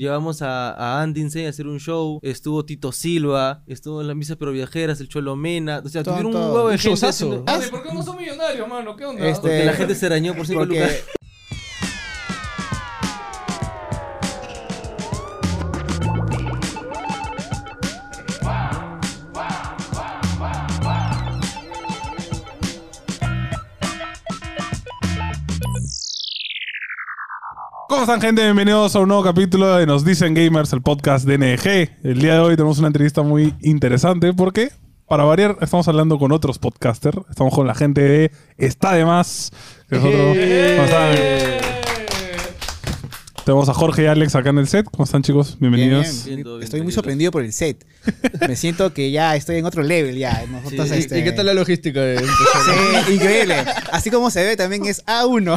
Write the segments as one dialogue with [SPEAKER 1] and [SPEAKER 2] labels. [SPEAKER 1] Llevamos a, a Andy Insane a hacer un show. Estuvo Tito Silva. Estuvo en las misas pero viajeras, el Cholo Mena. O sea,
[SPEAKER 2] Todo,
[SPEAKER 1] tuvieron
[SPEAKER 2] todo.
[SPEAKER 1] un huevo de
[SPEAKER 3] Un
[SPEAKER 1] gente.
[SPEAKER 3] showzazo.
[SPEAKER 1] haciendo-
[SPEAKER 3] Ah,
[SPEAKER 4] Oye, ¿por qué no son millonarios, mano? ¿Qué onda?
[SPEAKER 2] Este-
[SPEAKER 1] Porque la gente se arañó por 5
[SPEAKER 2] Porque
[SPEAKER 1] lucas.
[SPEAKER 5] ¿Cómo están, gente? Bienvenidos a un nuevo capítulo de Nos Dicen Gamers, el podcast de NG. El día de hoy tenemos una entrevista muy interesante porque, para variar, estamos hablando con otros podcasters. Estamos con la gente de Está de Más, que es otro-
[SPEAKER 2] ¡Eh!
[SPEAKER 5] ¿Cómo están?
[SPEAKER 4] Eh,
[SPEAKER 5] Tenemos a Jorge y Alex acá en el set. ¿Cómo están, chicos?
[SPEAKER 2] Bien,
[SPEAKER 5] Bienvenidos.
[SPEAKER 2] bien.
[SPEAKER 1] Bien, todo bien,
[SPEAKER 2] Estoy
[SPEAKER 1] tranquilos.
[SPEAKER 2] muy sorprendido por el set. Me siento que ya estoy en otro level ya. Nosotros,
[SPEAKER 1] Sí.
[SPEAKER 3] ¿Y-
[SPEAKER 2] este-
[SPEAKER 3] ¿Y qué tal la logística? de-
[SPEAKER 2] Sí, increíble. Así como se ve también es A1.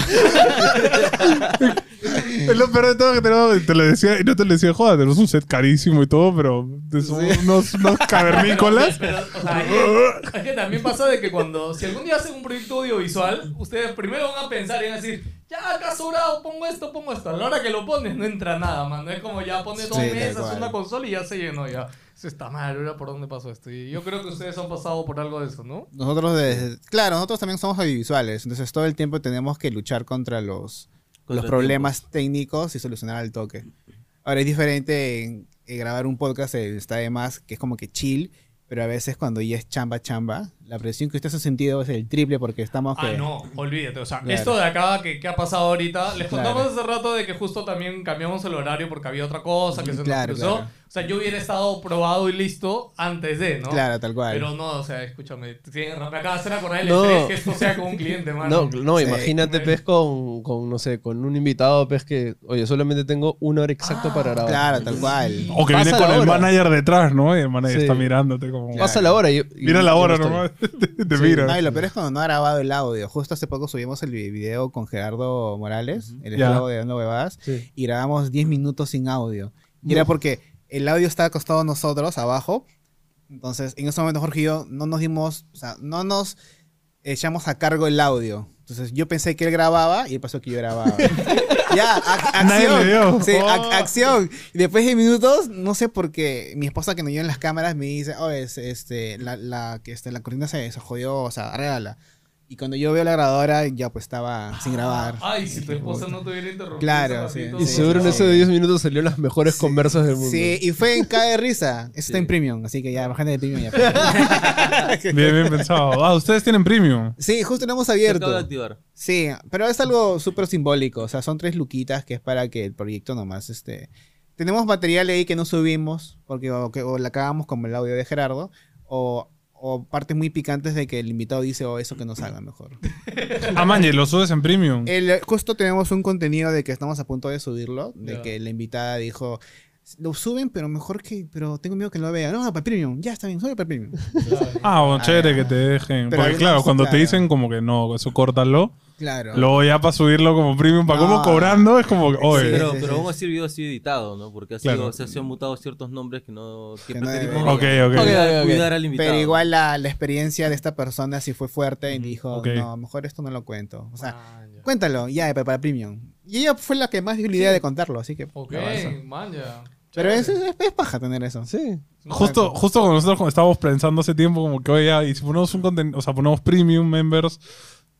[SPEAKER 5] Es lo peor de todo que tenemos, te lo decía, y no te lo decía, de joda, tenemos un set carísimo y todo, pero son unos, unos cavernícolas.
[SPEAKER 4] Pero, o sea, es, que, es que también pasa de que cuando, si algún día hacen un proyecto audiovisual, ustedes primero van a pensar y van a decir, ya acá sobrado, pongo esto, pongo esto. A la hora que lo pones, no entra nada, mano. Es como ya pones dos
[SPEAKER 2] Sí, tal
[SPEAKER 4] mesas,
[SPEAKER 2] cual.
[SPEAKER 4] una consola y ya se llenó, ya. Eso está mal, ahora por dónde pasó esto. Y yo creo que ustedes han pasado por algo de eso, ¿no?
[SPEAKER 2] Nosotros, desde- claro, nosotros también somos audiovisuales. Entonces todo el tiempo tenemos que luchar contra los, los
[SPEAKER 1] Contratiempos.
[SPEAKER 2] problemas técnicos y solucionar al toque. Ahora es diferente en, en grabar un podcast, eh, está de más, que es como que chill. Pero a veces cuando ya es chamba, chamba, la presión que ustedes han sentido es el triple porque estamos...
[SPEAKER 4] Ah,
[SPEAKER 2] que-
[SPEAKER 4] no, olvídate. O sea,
[SPEAKER 2] Claro.
[SPEAKER 4] esto de acá que, que ha pasado ahorita, les
[SPEAKER 2] Claro.
[SPEAKER 4] contamos hace rato de que justo también cambiamos el horario porque había otra cosa que se
[SPEAKER 2] Claro,
[SPEAKER 4] nos cruzó.
[SPEAKER 2] claro.
[SPEAKER 4] O sea, yo hubiera estado probado y listo antes de, ¿no?
[SPEAKER 2] Claro, tal cual.
[SPEAKER 4] Pero no, o sea, escúchame, tienes- me acabas de hacer acordar el
[SPEAKER 3] No.
[SPEAKER 4] estrés que esto sea con un cliente, mano.
[SPEAKER 3] No, no,
[SPEAKER 2] Sí.
[SPEAKER 3] imagínate, pez, con, con, no sé, con un invitado, pez, que, oye, solamente tengo una hora exacta para grabar.
[SPEAKER 2] Ah, Claro, tal cual.
[SPEAKER 5] O que
[SPEAKER 3] Pasa
[SPEAKER 5] viene
[SPEAKER 3] la
[SPEAKER 5] con el
[SPEAKER 3] hora.
[SPEAKER 5] manager detrás, ¿no? Y el manager
[SPEAKER 3] Sí.
[SPEAKER 5] está mirándote como...
[SPEAKER 3] Pasa la hora y... y-
[SPEAKER 5] Mira la
[SPEAKER 3] y
[SPEAKER 5] hora
[SPEAKER 3] no estoy.
[SPEAKER 5] nomás. Te, te
[SPEAKER 3] Sí,
[SPEAKER 5] mira.
[SPEAKER 2] No, y lo peor es cuando no ha grabado el audio. Justo hace poco subimos el vi- video con Gerardo Morales, el
[SPEAKER 5] Ya.
[SPEAKER 2] esclavo de Dando Huevadas,
[SPEAKER 3] Sí.
[SPEAKER 2] y grabamos 10 minutos sin audio. Y era porque el audio estaba acostado a nosotros, abajo. Entonces, en ese momento Jorge y yo no nos dimos, o sea, no nos echamos a cargo el audio. Entonces, yo pensé que él grababa y pasó que yo grababa. ya, ac-
[SPEAKER 5] Nadie le
[SPEAKER 2] acción.
[SPEAKER 5] dio.
[SPEAKER 2] Sí, ac-
[SPEAKER 5] Oh.
[SPEAKER 2] acción. Y después de minutos, no sé por qué, mi esposa que me dio en las cámaras me dice, oh, es, este, la, la, que este, la cortina se, se jodió, o sea, arréglala. Y cuando yo veo la grabadora, ya pues estaba
[SPEAKER 5] Ah,
[SPEAKER 2] sin grabar.
[SPEAKER 4] Ay, si tu esposa no te hubiera interrumpido.
[SPEAKER 2] Claro,
[SPEAKER 4] ese
[SPEAKER 2] sí.
[SPEAKER 4] ratito,
[SPEAKER 3] Y seguro en
[SPEAKER 4] no.
[SPEAKER 3] ese de 10 minutos salieron las mejores conversas del mundo.
[SPEAKER 2] Sí, y fue en cada risa. Eso está en premium, así que ya, bajante de premium ya.
[SPEAKER 5] Bien, bien pensado. Ah, ustedes tienen premium.
[SPEAKER 2] Sí, justo lo hemos
[SPEAKER 1] Se acaba de
[SPEAKER 2] abierto.
[SPEAKER 1] activar.
[SPEAKER 2] Sí, pero es algo súper simbólico. O sea, son tres luquitas que es para que el proyecto nomás este. Tenemos material ahí que no subimos, porque o, que- o la cagamos como el audio de Gerardo, o, o partes muy picantes de que el invitado dice, oh, eso que nos haga mejor.
[SPEAKER 5] Ah, man, y lo subes en premium.
[SPEAKER 2] El- justo tenemos un contenido de que estamos a punto de subirlo, de
[SPEAKER 4] Ya.
[SPEAKER 2] que la invitada dijo, lo suben, pero mejor que, pero tengo miedo que no lo vean. No, para el premium, ya está bien, solo para el premium.
[SPEAKER 5] Ah, bueno,
[SPEAKER 2] Ah,
[SPEAKER 5] chévere que
[SPEAKER 2] ya.
[SPEAKER 5] te dejen.
[SPEAKER 2] Pero
[SPEAKER 5] Porque
[SPEAKER 2] algunos
[SPEAKER 5] claro,
[SPEAKER 2] sí,
[SPEAKER 5] cuando te
[SPEAKER 2] claro.
[SPEAKER 5] dicen como que no, eso córtalo.
[SPEAKER 2] Claro.
[SPEAKER 5] Luego ya para subirlo como premium, para
[SPEAKER 2] No.
[SPEAKER 5] como cobrando, es como que,
[SPEAKER 2] Ah. Sí,
[SPEAKER 5] oye.
[SPEAKER 1] pero,
[SPEAKER 2] sí,
[SPEAKER 1] pero
[SPEAKER 2] sí.
[SPEAKER 1] aún así el video ha sido editado, ¿no? Porque ha sido,
[SPEAKER 5] Claro.
[SPEAKER 1] se, se han mutado ciertos nombres que no... Que
[SPEAKER 2] Que no
[SPEAKER 1] preferimos
[SPEAKER 2] deberían.
[SPEAKER 5] Ok, ok.
[SPEAKER 1] cuidar,
[SPEAKER 3] Ok, ok, ok.
[SPEAKER 1] cuidar al invitado.
[SPEAKER 2] Pero igual la, la experiencia de esta persona sí fue fuerte y dijo,
[SPEAKER 5] ok.
[SPEAKER 2] no, mejor esto no lo cuento. O sea,
[SPEAKER 4] Ah, ya.
[SPEAKER 2] cuéntalo, ya, pero para premium. Y ella fue la que más dio la idea de contarlo, así que...
[SPEAKER 4] Ok,
[SPEAKER 2] avanza.
[SPEAKER 4] man, ya.
[SPEAKER 2] Pero
[SPEAKER 4] Chévere.
[SPEAKER 2] es, es, es paja tener eso.
[SPEAKER 3] Sí.
[SPEAKER 5] Justo, justo cuando nosotros como estábamos pensando hace tiempo, como que, oye, ya, y si ponemos un contenido, o sea, ponemos premium members,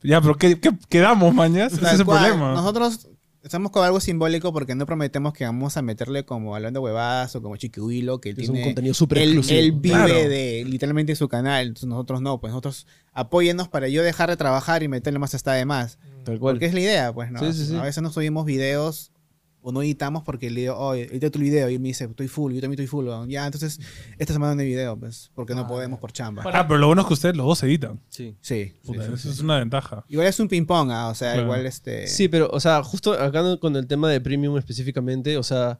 [SPEAKER 5] ya, pero ¿qué, qué quedamos, mañas? Ese
[SPEAKER 2] Tal
[SPEAKER 5] es el
[SPEAKER 2] cual.
[SPEAKER 5] problema.
[SPEAKER 2] Nosotros estamos con algo simbólico porque no prometemos que vamos a meterle como hablando huevadas o como chiquihuilo, que él
[SPEAKER 3] Es
[SPEAKER 2] tiene...
[SPEAKER 3] un contenido súper
[SPEAKER 2] él,
[SPEAKER 3] exclusivo.
[SPEAKER 2] él vive
[SPEAKER 5] Claro.
[SPEAKER 2] de literalmente su canal, entonces nosotros no, pues nosotros apóyennos para yo dejar de trabajar y meterle más hasta de más.
[SPEAKER 3] Mm. Tal cual.
[SPEAKER 2] Porque es la idea, pues, ¿no?
[SPEAKER 3] Sí, sí, sí.
[SPEAKER 2] A veces no subimos videos o no editamos porque le digo, oye, edita tu video. Y él me dice, estoy full, yo también estoy full. weón. Ya, entonces, esta semana no hay video, pues, porque no
[SPEAKER 4] Ah,
[SPEAKER 2] podemos por chamba.
[SPEAKER 4] Para-
[SPEAKER 5] Ah, pero lo bueno es que ustedes los dos editan.
[SPEAKER 1] Sí.
[SPEAKER 2] Sí.
[SPEAKER 5] Puta,
[SPEAKER 2] sí, sí,
[SPEAKER 5] eso
[SPEAKER 2] sí.
[SPEAKER 5] es una ventaja.
[SPEAKER 2] Igual es un ping-pong, ah, o sea,
[SPEAKER 5] Claro.
[SPEAKER 2] igual este...
[SPEAKER 3] Sí, pero, o sea, justo acá no- con el tema de premium específicamente, o sea,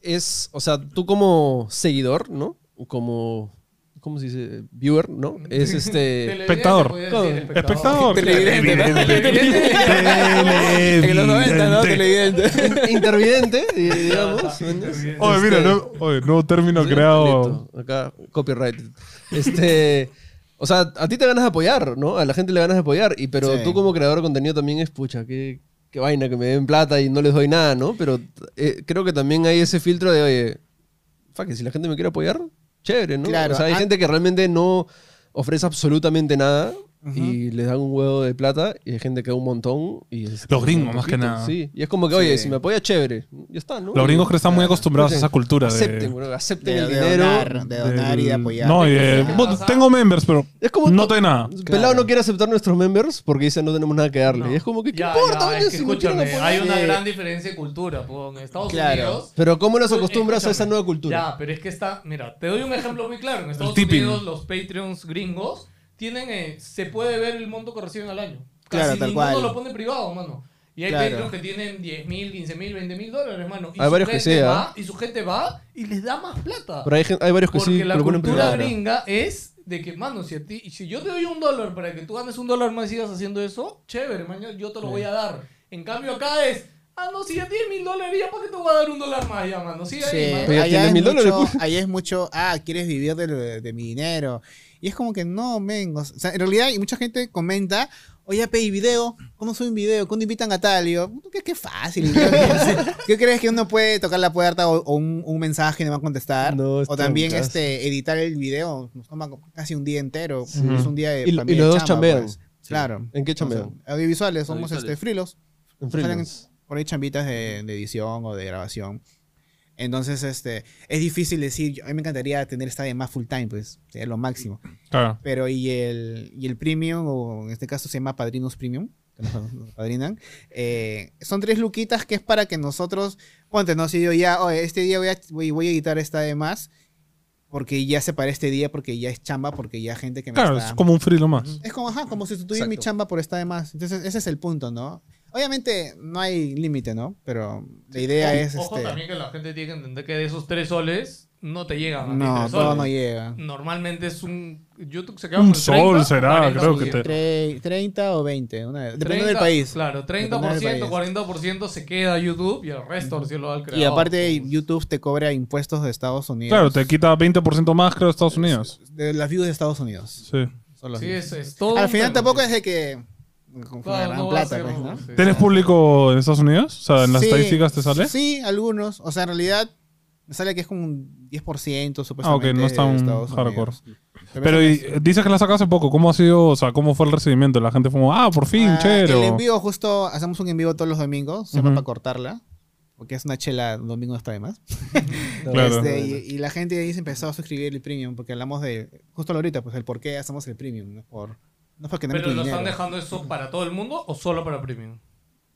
[SPEAKER 3] es, o sea, tú como seguidor, ¿no? Como, ¿cómo se dice? Viewer, ¿no? Es este...
[SPEAKER 4] Televidente,
[SPEAKER 5] Eh, Espectador.
[SPEAKER 4] podría decir,
[SPEAKER 5] Espectador.
[SPEAKER 2] Pues Televidente,
[SPEAKER 5] Televidente.
[SPEAKER 2] En los 90, ¿no? Televidente.
[SPEAKER 3] intervidente, di- digamos.
[SPEAKER 4] Ah,
[SPEAKER 3] ¿no?
[SPEAKER 4] intervidente.
[SPEAKER 5] Oye, mira,
[SPEAKER 3] Este-
[SPEAKER 5] no- oye, nuevo término
[SPEAKER 3] Sí,
[SPEAKER 5] creado.
[SPEAKER 3] listo. Acá, copyright. Este. O sea, a ti te ganas de apoyar, ¿no? A la gente le ganas de apoyar. Y pero
[SPEAKER 2] Sí.
[SPEAKER 3] tú como creador de contenido también es, pucha, qué, qué vaina, que me den plata y no les doy nada, ¿no? Pero eh, creo que también hay ese filtro de, oye, fa, que si la gente me quiere apoyar, chévere, ¿no?
[SPEAKER 2] Claro,
[SPEAKER 3] o sea, hay
[SPEAKER 2] an-
[SPEAKER 3] gente que realmente no ofrece absolutamente nada y les dan un huevo de plata y hay gente que da un montón y... es-
[SPEAKER 5] Los gringos,
[SPEAKER 3] un
[SPEAKER 5] más que
[SPEAKER 3] poquito,
[SPEAKER 5] nada.
[SPEAKER 3] Sí, y es como que, oye,
[SPEAKER 2] Sí.
[SPEAKER 3] si me apoya, chévere, ya está, ¿no?
[SPEAKER 5] Los gringos creo que están muy acostumbrados a esa cultura de-
[SPEAKER 3] Acepten, bro, acepten
[SPEAKER 2] De,
[SPEAKER 3] el
[SPEAKER 2] de
[SPEAKER 3] dinero.
[SPEAKER 2] donar, de donar y de
[SPEAKER 5] del-
[SPEAKER 2] apoyar.
[SPEAKER 5] No, y de-
[SPEAKER 4] Ajá.
[SPEAKER 5] bueno, tengo members, pero
[SPEAKER 3] Es como
[SPEAKER 5] no
[SPEAKER 3] to-
[SPEAKER 5] te doy nada.
[SPEAKER 3] Pelado no quiere aceptar nuestros members porque dice no tenemos nada que darle. Y es como que, ¿qué
[SPEAKER 4] Ya,
[SPEAKER 3] importa,
[SPEAKER 4] ya,
[SPEAKER 3] oye,
[SPEAKER 4] es que
[SPEAKER 3] si no quieren
[SPEAKER 4] escúchame,
[SPEAKER 3] apoyar?
[SPEAKER 4] hay una
[SPEAKER 3] Sí.
[SPEAKER 4] gran diferencia de cultura. po. En Estados
[SPEAKER 2] Claro.
[SPEAKER 4] Unidos.
[SPEAKER 3] Pero ¿cómo los
[SPEAKER 4] Tú,
[SPEAKER 3] acostumbras a esa
[SPEAKER 4] escúchame,
[SPEAKER 3] nueva cultura?
[SPEAKER 4] Ya, pero es que está. Mira, te doy un ejemplo muy claro. En Estados
[SPEAKER 5] tipping.
[SPEAKER 4] Unidos, los Patreons gringos tienen. eh, se puede ver el monto que reciben al año. Casi
[SPEAKER 2] Claro, tal
[SPEAKER 4] ninguno
[SPEAKER 2] cual.
[SPEAKER 4] lo pone privado, mano. Y hay
[SPEAKER 2] Claro.
[SPEAKER 4] Patreons que tienen 10 mil, 15 mil, 20 mil dólares, mano. Y
[SPEAKER 3] Hay
[SPEAKER 4] su
[SPEAKER 3] varios que
[SPEAKER 4] gente
[SPEAKER 3] sí, ¿ah?
[SPEAKER 4] va, Y su gente va y les da más plata.
[SPEAKER 3] Pero hay, gen- hay varios que
[SPEAKER 2] Pues
[SPEAKER 4] Porque
[SPEAKER 3] sí
[SPEAKER 4] la
[SPEAKER 3] lo ponen
[SPEAKER 4] cultura
[SPEAKER 3] privado.
[SPEAKER 4] gringa es de que, mano, si a ti, si yo te doy un dólar para que tú ganes un dólar más y sigas haciendo eso, chévere, mañana yo te lo voy a dar. En cambio acá es, ah, no, si ya tienes mil dólares, ya para qué te voy a dar un dólar más, ya, mano. Sigue
[SPEAKER 2] Sí,
[SPEAKER 4] ahí, mano.
[SPEAKER 3] Pero ya
[SPEAKER 2] allá,
[SPEAKER 3] tienes
[SPEAKER 2] es
[SPEAKER 3] mil dólares,
[SPEAKER 2] mucho,
[SPEAKER 3] pues.
[SPEAKER 2] allá es mucho, ah, quieres vivir del- de, mi dinero. Y es como que no, men. O sea, en realidad, y mucha gente comenta, oye, pedí video, ¿cuándo soy un video? ¿Cuándo invitan a tal? Y yo, "Puta, qué, qué fácil. ¿Qué crees que uno puede tocar la puerta o, o un, un mensaje y no va a contestar?
[SPEAKER 3] No,
[SPEAKER 2] o
[SPEAKER 3] está
[SPEAKER 2] también
[SPEAKER 3] muchazo.
[SPEAKER 2] este, editar el video, nos toma como casi un día entero.
[SPEAKER 3] Sí.
[SPEAKER 2] Es un día de,
[SPEAKER 3] Y lo-
[SPEAKER 2] también
[SPEAKER 3] y los
[SPEAKER 2] de
[SPEAKER 3] dos chambean.
[SPEAKER 2] Claro.
[SPEAKER 3] ¿En qué chambean?
[SPEAKER 2] Entonces, audiovisuales, somos
[SPEAKER 1] Audiovisuales.
[SPEAKER 2] este frilos
[SPEAKER 3] En
[SPEAKER 2] salen
[SPEAKER 3] freelance.
[SPEAKER 2] por ahí chambitas de, de edición o de grabación. Entonces, este, es difícil decir, yo- a mí me encantaría tener esta de más full time, pues, sería lo máximo.
[SPEAKER 5] Claro.
[SPEAKER 2] Pero y el, y el premium, o en este caso se llama Padrinos Premium, que nos, nos padrinan, eh, son tres luquitas que es para que nosotros, ponte, no, si yo ya, oye, este día voy a, voy, voy a editar esta de más, porque ya separé este día, porque ya es chamba, porque ya gente que me
[SPEAKER 5] Claro,
[SPEAKER 2] está...
[SPEAKER 5] es como un frilo más.
[SPEAKER 2] Es como, ajá, como sustituir mi
[SPEAKER 3] Exacto.
[SPEAKER 2] chamba por esta de más. Entonces, ese es el punto, ¿no? Obviamente no hay límite, ¿no? Pero la idea es
[SPEAKER 4] Ojo
[SPEAKER 2] este.
[SPEAKER 4] también que la gente tiene que entender que de esos tres soles no te llegan. a ti
[SPEAKER 2] no,
[SPEAKER 4] tres
[SPEAKER 2] todo
[SPEAKER 4] soles.
[SPEAKER 2] no llega.
[SPEAKER 4] Normalmente es un... YouTube se queda
[SPEAKER 5] Un
[SPEAKER 4] con
[SPEAKER 5] sol
[SPEAKER 4] 30,
[SPEAKER 5] será,
[SPEAKER 4] 40
[SPEAKER 5] creo que
[SPEAKER 4] por
[SPEAKER 5] te...
[SPEAKER 2] Tre- 30 o 20, una, dependiendo del
[SPEAKER 4] 30,
[SPEAKER 2] país.
[SPEAKER 4] Claro, 30%,
[SPEAKER 2] Dependiendo del país.
[SPEAKER 4] 40% se queda YouTube y el resto se lo da al creador.
[SPEAKER 2] Y aparte,
[SPEAKER 4] Pues,
[SPEAKER 2] YouTube te cobra impuestos de Estados Unidos.
[SPEAKER 5] Claro, te quita 20% más, creo, de Estados Unidos.
[SPEAKER 2] De las views de Estados Unidos.
[SPEAKER 5] Sí.
[SPEAKER 2] son los
[SPEAKER 4] Sí,
[SPEAKER 2] views.
[SPEAKER 4] es, es todo
[SPEAKER 2] Al
[SPEAKER 4] un
[SPEAKER 2] final
[SPEAKER 4] tema.
[SPEAKER 2] tampoco es de que. Con
[SPEAKER 4] Claro,
[SPEAKER 2] una gran
[SPEAKER 4] no va a
[SPEAKER 2] plata,
[SPEAKER 4] ser,
[SPEAKER 2] pues, ¿no?
[SPEAKER 4] sí.
[SPEAKER 5] ¿Tienes público en Estados Unidos? O sea, en las
[SPEAKER 2] Sí,
[SPEAKER 5] estadísticas te sale.
[SPEAKER 2] Sí, algunos. O sea, en realidad me sale que es como un 10% supuestamente.
[SPEAKER 5] Ah, ok, no es
[SPEAKER 2] de
[SPEAKER 5] tan
[SPEAKER 2] Estados
[SPEAKER 5] hardcore.
[SPEAKER 2] Unidos.
[SPEAKER 5] Pero y, eh, dices que la sacas hace poco. ¿Cómo ha sido? O sea, ¿cómo fue el recibimiento? La gente fue como, ah, por fin,
[SPEAKER 2] Ah,
[SPEAKER 5] chero.
[SPEAKER 2] El envío justo, hacemos un envío todos los domingos, siempre
[SPEAKER 5] Ujú.
[SPEAKER 2] para cortarla, porque es una chela, un domingo no está de más.
[SPEAKER 5] Claro.
[SPEAKER 2] Este, y, y la gente ahí se empezó a suscribir el premium, porque hablamos de, justo ahorita, pues el por qué hacemos el premium, no es por... No es porque tenemos
[SPEAKER 4] ¿Pero lo
[SPEAKER 2] dinero.
[SPEAKER 4] están dejando eso para todo el mundo o solo para premium?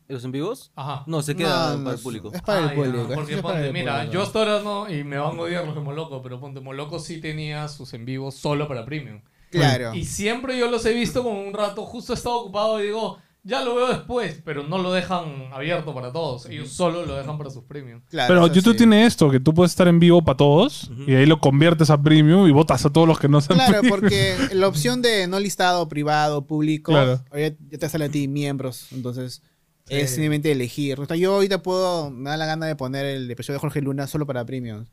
[SPEAKER 1] ¿Los en vivos?
[SPEAKER 4] Ajá.
[SPEAKER 1] No, se
[SPEAKER 2] No,
[SPEAKER 1] queda
[SPEAKER 2] no,
[SPEAKER 1] para el
[SPEAKER 2] es-
[SPEAKER 1] público.
[SPEAKER 2] Es para
[SPEAKER 4] Ah,
[SPEAKER 2] el público.
[SPEAKER 4] ya,
[SPEAKER 2] es-
[SPEAKER 4] Porque
[SPEAKER 2] es para
[SPEAKER 4] ponte,
[SPEAKER 2] el
[SPEAKER 4] mira,
[SPEAKER 2] público.
[SPEAKER 4] yo hasta ahora no, y me van a odiar los de Moloco, pero ponte, Moloco sí tenía sus en vivos solo para premium.
[SPEAKER 2] Claro.
[SPEAKER 4] Y siempre yo los he visto como un rato, justo estaba ocupado y digo, ya lo veo después, pero no lo dejan abierto para todos. Ellos solo lo dejan para sus premium.
[SPEAKER 2] claro,
[SPEAKER 5] Pero
[SPEAKER 2] eso
[SPEAKER 5] YouTube
[SPEAKER 2] sí.
[SPEAKER 5] tiene esto, que tú puedes estar en vivo para todos y ahí lo conviertes a premium y votas a todos los que no sean
[SPEAKER 2] Claro,
[SPEAKER 5] premium.
[SPEAKER 2] porque la opción de no listado, privado, público,
[SPEAKER 5] Claro.
[SPEAKER 2] ahorita ya te sale a ti miembros, entonces es
[SPEAKER 4] Sí.
[SPEAKER 2] simplemente elegir. O sea, yo ahorita puedo, me da la gana de poner el episodio de Jorge Luna solo para premium.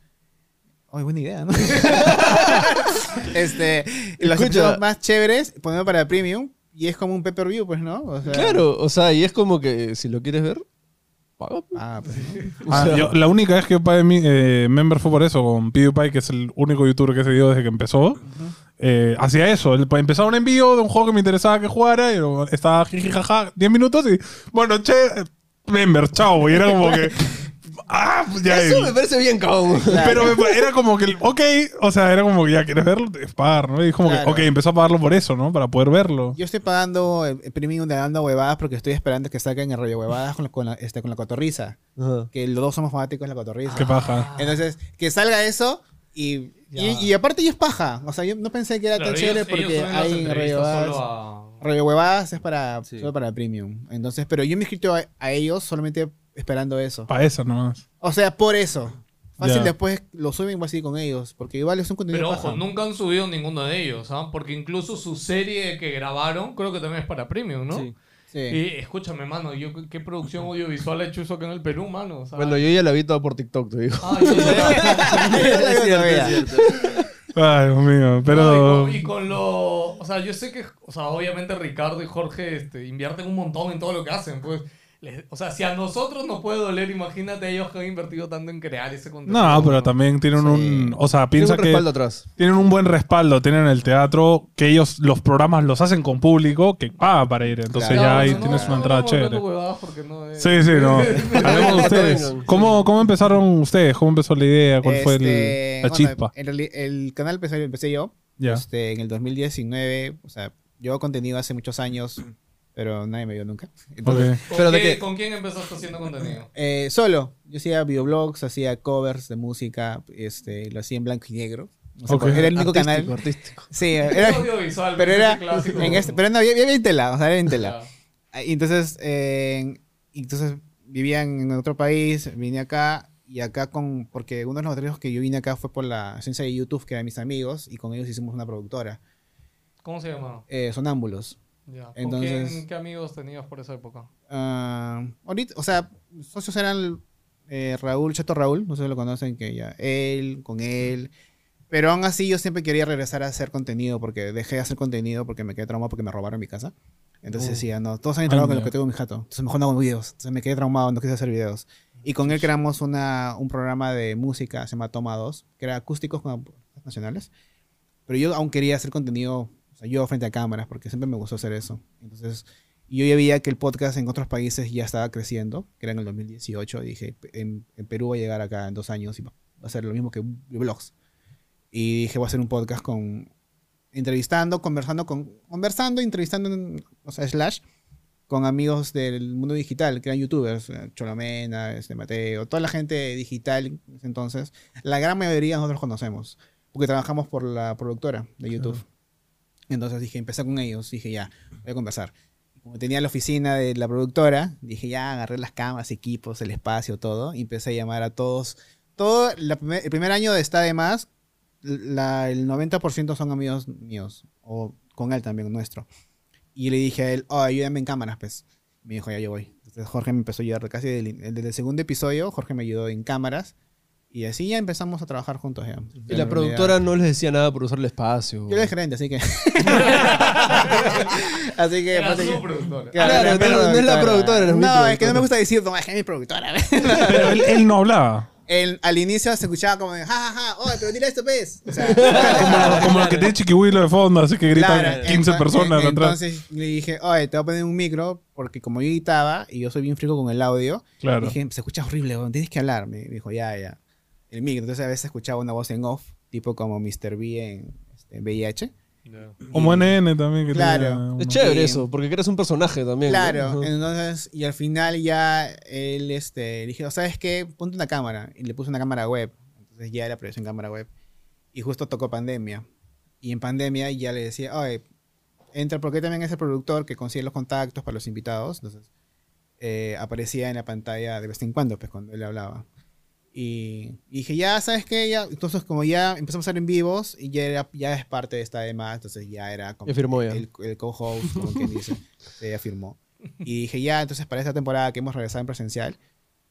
[SPEAKER 2] Ay, buena idea, ¿no? este, y los
[SPEAKER 3] Escucha.
[SPEAKER 2] episodios más chéveres, ponerlo para premium y es como un pay-per-view, pues, ¿no? O sea,
[SPEAKER 3] Claro, o sea, y es como que si lo quieres ver, paga. pues.
[SPEAKER 2] Ah, pues, ¿no?
[SPEAKER 5] Ah,
[SPEAKER 3] O sea,
[SPEAKER 5] yo- la única vez que yo pagué mi eh, member fue por eso, con PewDiePie, que es el único youtuber que he seguido desde que empezó. Eh, hacía eso, él, pues, empezaba un envío de un juego que me interesaba que jugara, y yo estaba jiji, jaja, 10 minutos y bueno, che, eh, member, chao, y era como que. ah, ya.
[SPEAKER 3] Eso
[SPEAKER 5] eh.
[SPEAKER 3] me parece bien, cabrón.
[SPEAKER 5] Pero me pa- era como que, ok, o sea, era como que ya quieres verlo, es pagar, ¿no? Y como
[SPEAKER 2] Claro.
[SPEAKER 5] que, ok, empezó a pagarlo por eso, ¿no? Para poder verlo.
[SPEAKER 2] Yo estoy pagando eh, el el premium de Dando Huevadas porque estoy esperando que saquen el rollo Huevadas con la, con la- este, con la cotorriza.
[SPEAKER 3] Ajá.
[SPEAKER 2] Que los dos somos fanáticos de la cotorriza.
[SPEAKER 5] Qué paja.
[SPEAKER 2] Entonces, que salga eso y, y, y aparte ya es paja. O sea, yo no pensé que era
[SPEAKER 4] Claro,
[SPEAKER 2] tan chévere
[SPEAKER 4] ellos- ellos
[SPEAKER 2] porque
[SPEAKER 4] suben las
[SPEAKER 2] hay en
[SPEAKER 4] entrevistas
[SPEAKER 2] Radio
[SPEAKER 4] solo
[SPEAKER 2] Huevadas.
[SPEAKER 4] a-
[SPEAKER 2] Radio Huevadas es para,
[SPEAKER 1] Sí.
[SPEAKER 2] solo para premium. Entonces, pero yo me he inscrito a, a ellos solamente esperando eso.
[SPEAKER 5] Para eso nomás.
[SPEAKER 2] O sea, por eso. Fácil
[SPEAKER 5] Ya.
[SPEAKER 2] después lo suben y voy a seguir con ellos. Porque igual es un contenido
[SPEAKER 4] Pero
[SPEAKER 2] paja.
[SPEAKER 4] ojo, nunca han subido ninguno de ellos, ¿ah? porque incluso su serie que grabaron creo que también es para premium, ¿no?
[SPEAKER 1] Sí.
[SPEAKER 2] Sí.
[SPEAKER 4] Y escúchame, mano, yo qué- qué producción audiovisual ha hecho eso acá en el Perú, mano. O sea,
[SPEAKER 3] Bueno, yo ya la vi toda por TikTok, te digo.
[SPEAKER 4] Ah, yo-
[SPEAKER 1] Es cierto, es cierto.
[SPEAKER 5] Ay, Dios mío, pero.
[SPEAKER 4] No, y, con, y con lo. O sea, yo sé que. O sea, obviamente Ricardo y Jorge este, invierten un montón en todo lo que hacen, pues. les- o sea, si a nosotros nos puede doler, imagínate a ellos que han invertido tanto en crear ese contenido.
[SPEAKER 5] No, pero también tienen un. O sea,
[SPEAKER 3] Tiene
[SPEAKER 5] piensa
[SPEAKER 3] un
[SPEAKER 5] que.
[SPEAKER 3] respaldo atrás.
[SPEAKER 5] Tienen un buen respaldo, tienen el teatro, que ellos los programas los hacen con público que paga para ir. Entonces
[SPEAKER 2] Claro.
[SPEAKER 5] ya
[SPEAKER 4] Claro,
[SPEAKER 5] ahí
[SPEAKER 4] no,
[SPEAKER 5] tienes
[SPEAKER 4] no,
[SPEAKER 5] una
[SPEAKER 4] no
[SPEAKER 5] entrada
[SPEAKER 4] vamos a hablar
[SPEAKER 5] chévere.
[SPEAKER 4] de huevadas porque no es-
[SPEAKER 5] Sí, sí, no. Hablemos de ustedes.
[SPEAKER 3] Vengan.
[SPEAKER 5] ¿Cómo, ¿Cómo empezaron ustedes? ¿Cómo empezó la idea? ¿Cuál fue el-
[SPEAKER 2] Este,
[SPEAKER 5] la
[SPEAKER 2] bueno,
[SPEAKER 5] chispa?
[SPEAKER 2] en reali- el canal empecé, empecé yo.
[SPEAKER 5] Ya.
[SPEAKER 2] Este, en el 2019. O sea, yo hago contenido hace muchos años, pero nadie me vio nunca. Entonces,
[SPEAKER 5] Ok.
[SPEAKER 4] ¿Con,
[SPEAKER 3] Pero de
[SPEAKER 4] qué-
[SPEAKER 3] qué-
[SPEAKER 4] ¿Con quién empezaste haciendo contenido?
[SPEAKER 2] eh, solo. Yo hacía videoblogs, hacía covers de música, este, lo hacía en blanco y negro. O sea,
[SPEAKER 5] Ok.
[SPEAKER 2] Era el único
[SPEAKER 3] Artístico,
[SPEAKER 2] canal.
[SPEAKER 3] artístico.
[SPEAKER 2] Sí, era-
[SPEAKER 4] Audiovisual,
[SPEAKER 2] pero
[SPEAKER 4] ese
[SPEAKER 2] era.
[SPEAKER 4] clásico.
[SPEAKER 2] en este- pero no, había, había tela, o sea, era en tela.
[SPEAKER 4] Claro.
[SPEAKER 2] Ah, y Entonces, eh, y entonces vivían en otro país, vine acá y acá con, porque uno de los materiales que yo vine acá fue por la agencia de YouTube que eran mis amigos y con ellos hicimos una productora,
[SPEAKER 4] ¿Cómo se llamaba?
[SPEAKER 2] eh, Sonámbulos.
[SPEAKER 4] Ya. ¿Con
[SPEAKER 2] Entonces-
[SPEAKER 4] quién- ¿Qué amigos tenías por esa época?
[SPEAKER 2] Ah, ahorita, o sea, mis socios eran eh, Raúl, Chato Raúl, no sé si lo conocen, que ya, él, con él. Pero aún así yo siempre quería regresar a hacer contenido porque dejé de hacer contenido porque me quedé traumado porque me robaron mi casa. Entonces
[SPEAKER 5] Oh.
[SPEAKER 2] decía, no, todos han traumado con lo
[SPEAKER 5] Anda.
[SPEAKER 2] que tengo en mi jato. Entonces mejor no hago videos. Entonces me quedé traumado, no quise hacer videos. Y con él creamos una, un programa de música, se llama Toma 2, que era acústicos con artistas nacionales. Pero yo aún quería hacer contenido, o sea, yo frente a cámaras, porque siempre me gustó hacer eso. Entonces, y yo ya veía que el podcast en otros países ya estaba creciendo, que era en el 2018. y dije, en, en Perú va a llegar acá en dos años y va a ser lo mismo que blogs. Y dije, voy a hacer un podcast con entrevistando, conversando con conversando, entrevistando, o sea, slash con amigos del mundo digital, que eran youtubers, eh, Cholomena, este Mateo, toda la gente digital en ese entonces, la gran mayoría nosotros conocemos, porque trabajamos por la productora de YouTube. Entonces dije, empecé con ellos, dije ya, voy a conversar. Como tenía la oficina de la productora, dije ya, agarré las cámaras, equipos, el espacio, todo, y empecé a llamar a todos. Todo, la primer- el primer año de Está de Más, la- el 90% son amigos míos, o con él también, nuestro. Y le dije a él, oh, ayúdame en cámaras, pues. Me dijo, ya yo voy. Entonces Jorge me empezó a ayudar casi del- desde, el segundo episodio, Jorge me ayudó en cámaras. Y así ya empezamos a trabajar juntos. ya.
[SPEAKER 3] Y la productora no les decía nada por usar el espacio.
[SPEAKER 2] Yo era el gerente, así que. así que.
[SPEAKER 4] Era
[SPEAKER 2] pues,
[SPEAKER 4] su
[SPEAKER 2] yo-
[SPEAKER 4] productora.
[SPEAKER 3] Claro,
[SPEAKER 2] era
[SPEAKER 3] no- no es la productora, era mi
[SPEAKER 2] No, es que
[SPEAKER 3] productora.
[SPEAKER 2] no me gusta decir, no, es que es mi productora.
[SPEAKER 5] Pero él, él no hablaba.
[SPEAKER 2] El- al inicio se escuchaba como de, ja, ja, ja, oye, pero dile esto, pues. O sea,
[SPEAKER 5] Como, como la que tiene Chiquihuilo de fondo, así que gritan
[SPEAKER 2] Claro,
[SPEAKER 5] 15
[SPEAKER 2] ento-
[SPEAKER 5] personas
[SPEAKER 2] en-
[SPEAKER 5] atrás.
[SPEAKER 2] Entonces le dije, oye, te voy a poner un micro, porque como yo editaba y yo soy bien frico con el audio,
[SPEAKER 5] Claro.
[SPEAKER 2] dije, se escucha horrible, weón, tienes que hablar. Me dijo, ya, ya. El micro, entonces a veces escuchaba una voz en off, tipo como Mr. B en este, VIH.
[SPEAKER 5] Como NN también. Que
[SPEAKER 2] Claro.
[SPEAKER 5] tenía uno.
[SPEAKER 3] Es chévere
[SPEAKER 2] Sí.
[SPEAKER 3] eso, porque creas un personaje también. ¿no?
[SPEAKER 2] Claro,
[SPEAKER 3] Ajá.
[SPEAKER 2] entonces, y al final ya él este, le dije, ¿sabes qué? Ponte una cámara. Y le puse una cámara web. Entonces ya la proyección cámara web. Y justo tocó pandemia. Y en pandemia ya le decía, oye, entra porque también es el productor que consigue los contactos para los invitados. Entonces, eh, aparecía en la pantalla de vez en cuando, pues cuando él hablaba. Y, y dije, ya, ¿sabes qué? Ya, entonces, como ya empezamos a hacer en vivos, y ya, era- ya es parte de esta demás, entonces ya era como
[SPEAKER 3] Ya firmó ya.
[SPEAKER 2] el, el co-host, como quien dice, se ya firmó. Y dije, ya, entonces para esta temporada que hemos regresado en presencial,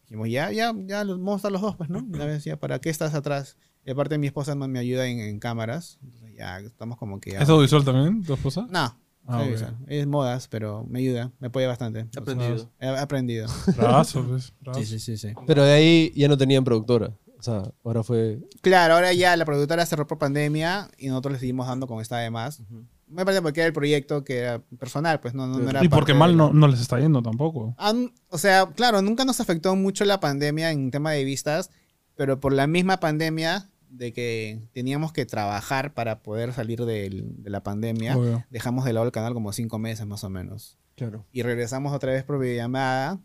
[SPEAKER 2] dijimos, ya, ya, ya, los- vamos a estar los dos, pues, ¿no? Una vez, ya, ¿para qué estás atrás? Y aparte mi esposa me me ayuda en, en cámaras, entonces ya estamos como que... ya-
[SPEAKER 5] ¿Es audiovisual también, tu esposa?
[SPEAKER 2] No,
[SPEAKER 5] Ah,
[SPEAKER 2] soy
[SPEAKER 5] ok.
[SPEAKER 2] visual. es modas, pero me ayuda, me apoya bastante.
[SPEAKER 1] He aprendido.
[SPEAKER 2] He aprendido.
[SPEAKER 5] Brazo, pues. brazo.
[SPEAKER 2] Sí, sí, sí, sí.
[SPEAKER 3] Pero de ahí ya no tenían productora. O sea, ahora fue.
[SPEAKER 2] Claro, ahora ya la productora cerró por pandemia y nosotros le seguimos dando con esta de más. Me parece porque era el proyecto que era personal, pues no, no, no era.
[SPEAKER 5] Y porque
[SPEAKER 2] parte
[SPEAKER 5] mal
[SPEAKER 2] de-
[SPEAKER 5] no, no les está yendo tampoco.
[SPEAKER 2] Ah, n- o sea, claro, nunca nos afectó mucho la pandemia en tema de vistas, pero por la misma pandemia de que teníamos que trabajar para poder salir del- de la pandemia,
[SPEAKER 5] Obvio.
[SPEAKER 2] dejamos de lado el canal como cinco meses más o menos.
[SPEAKER 3] Claro.
[SPEAKER 2] y regresamos otra vez por videollamada,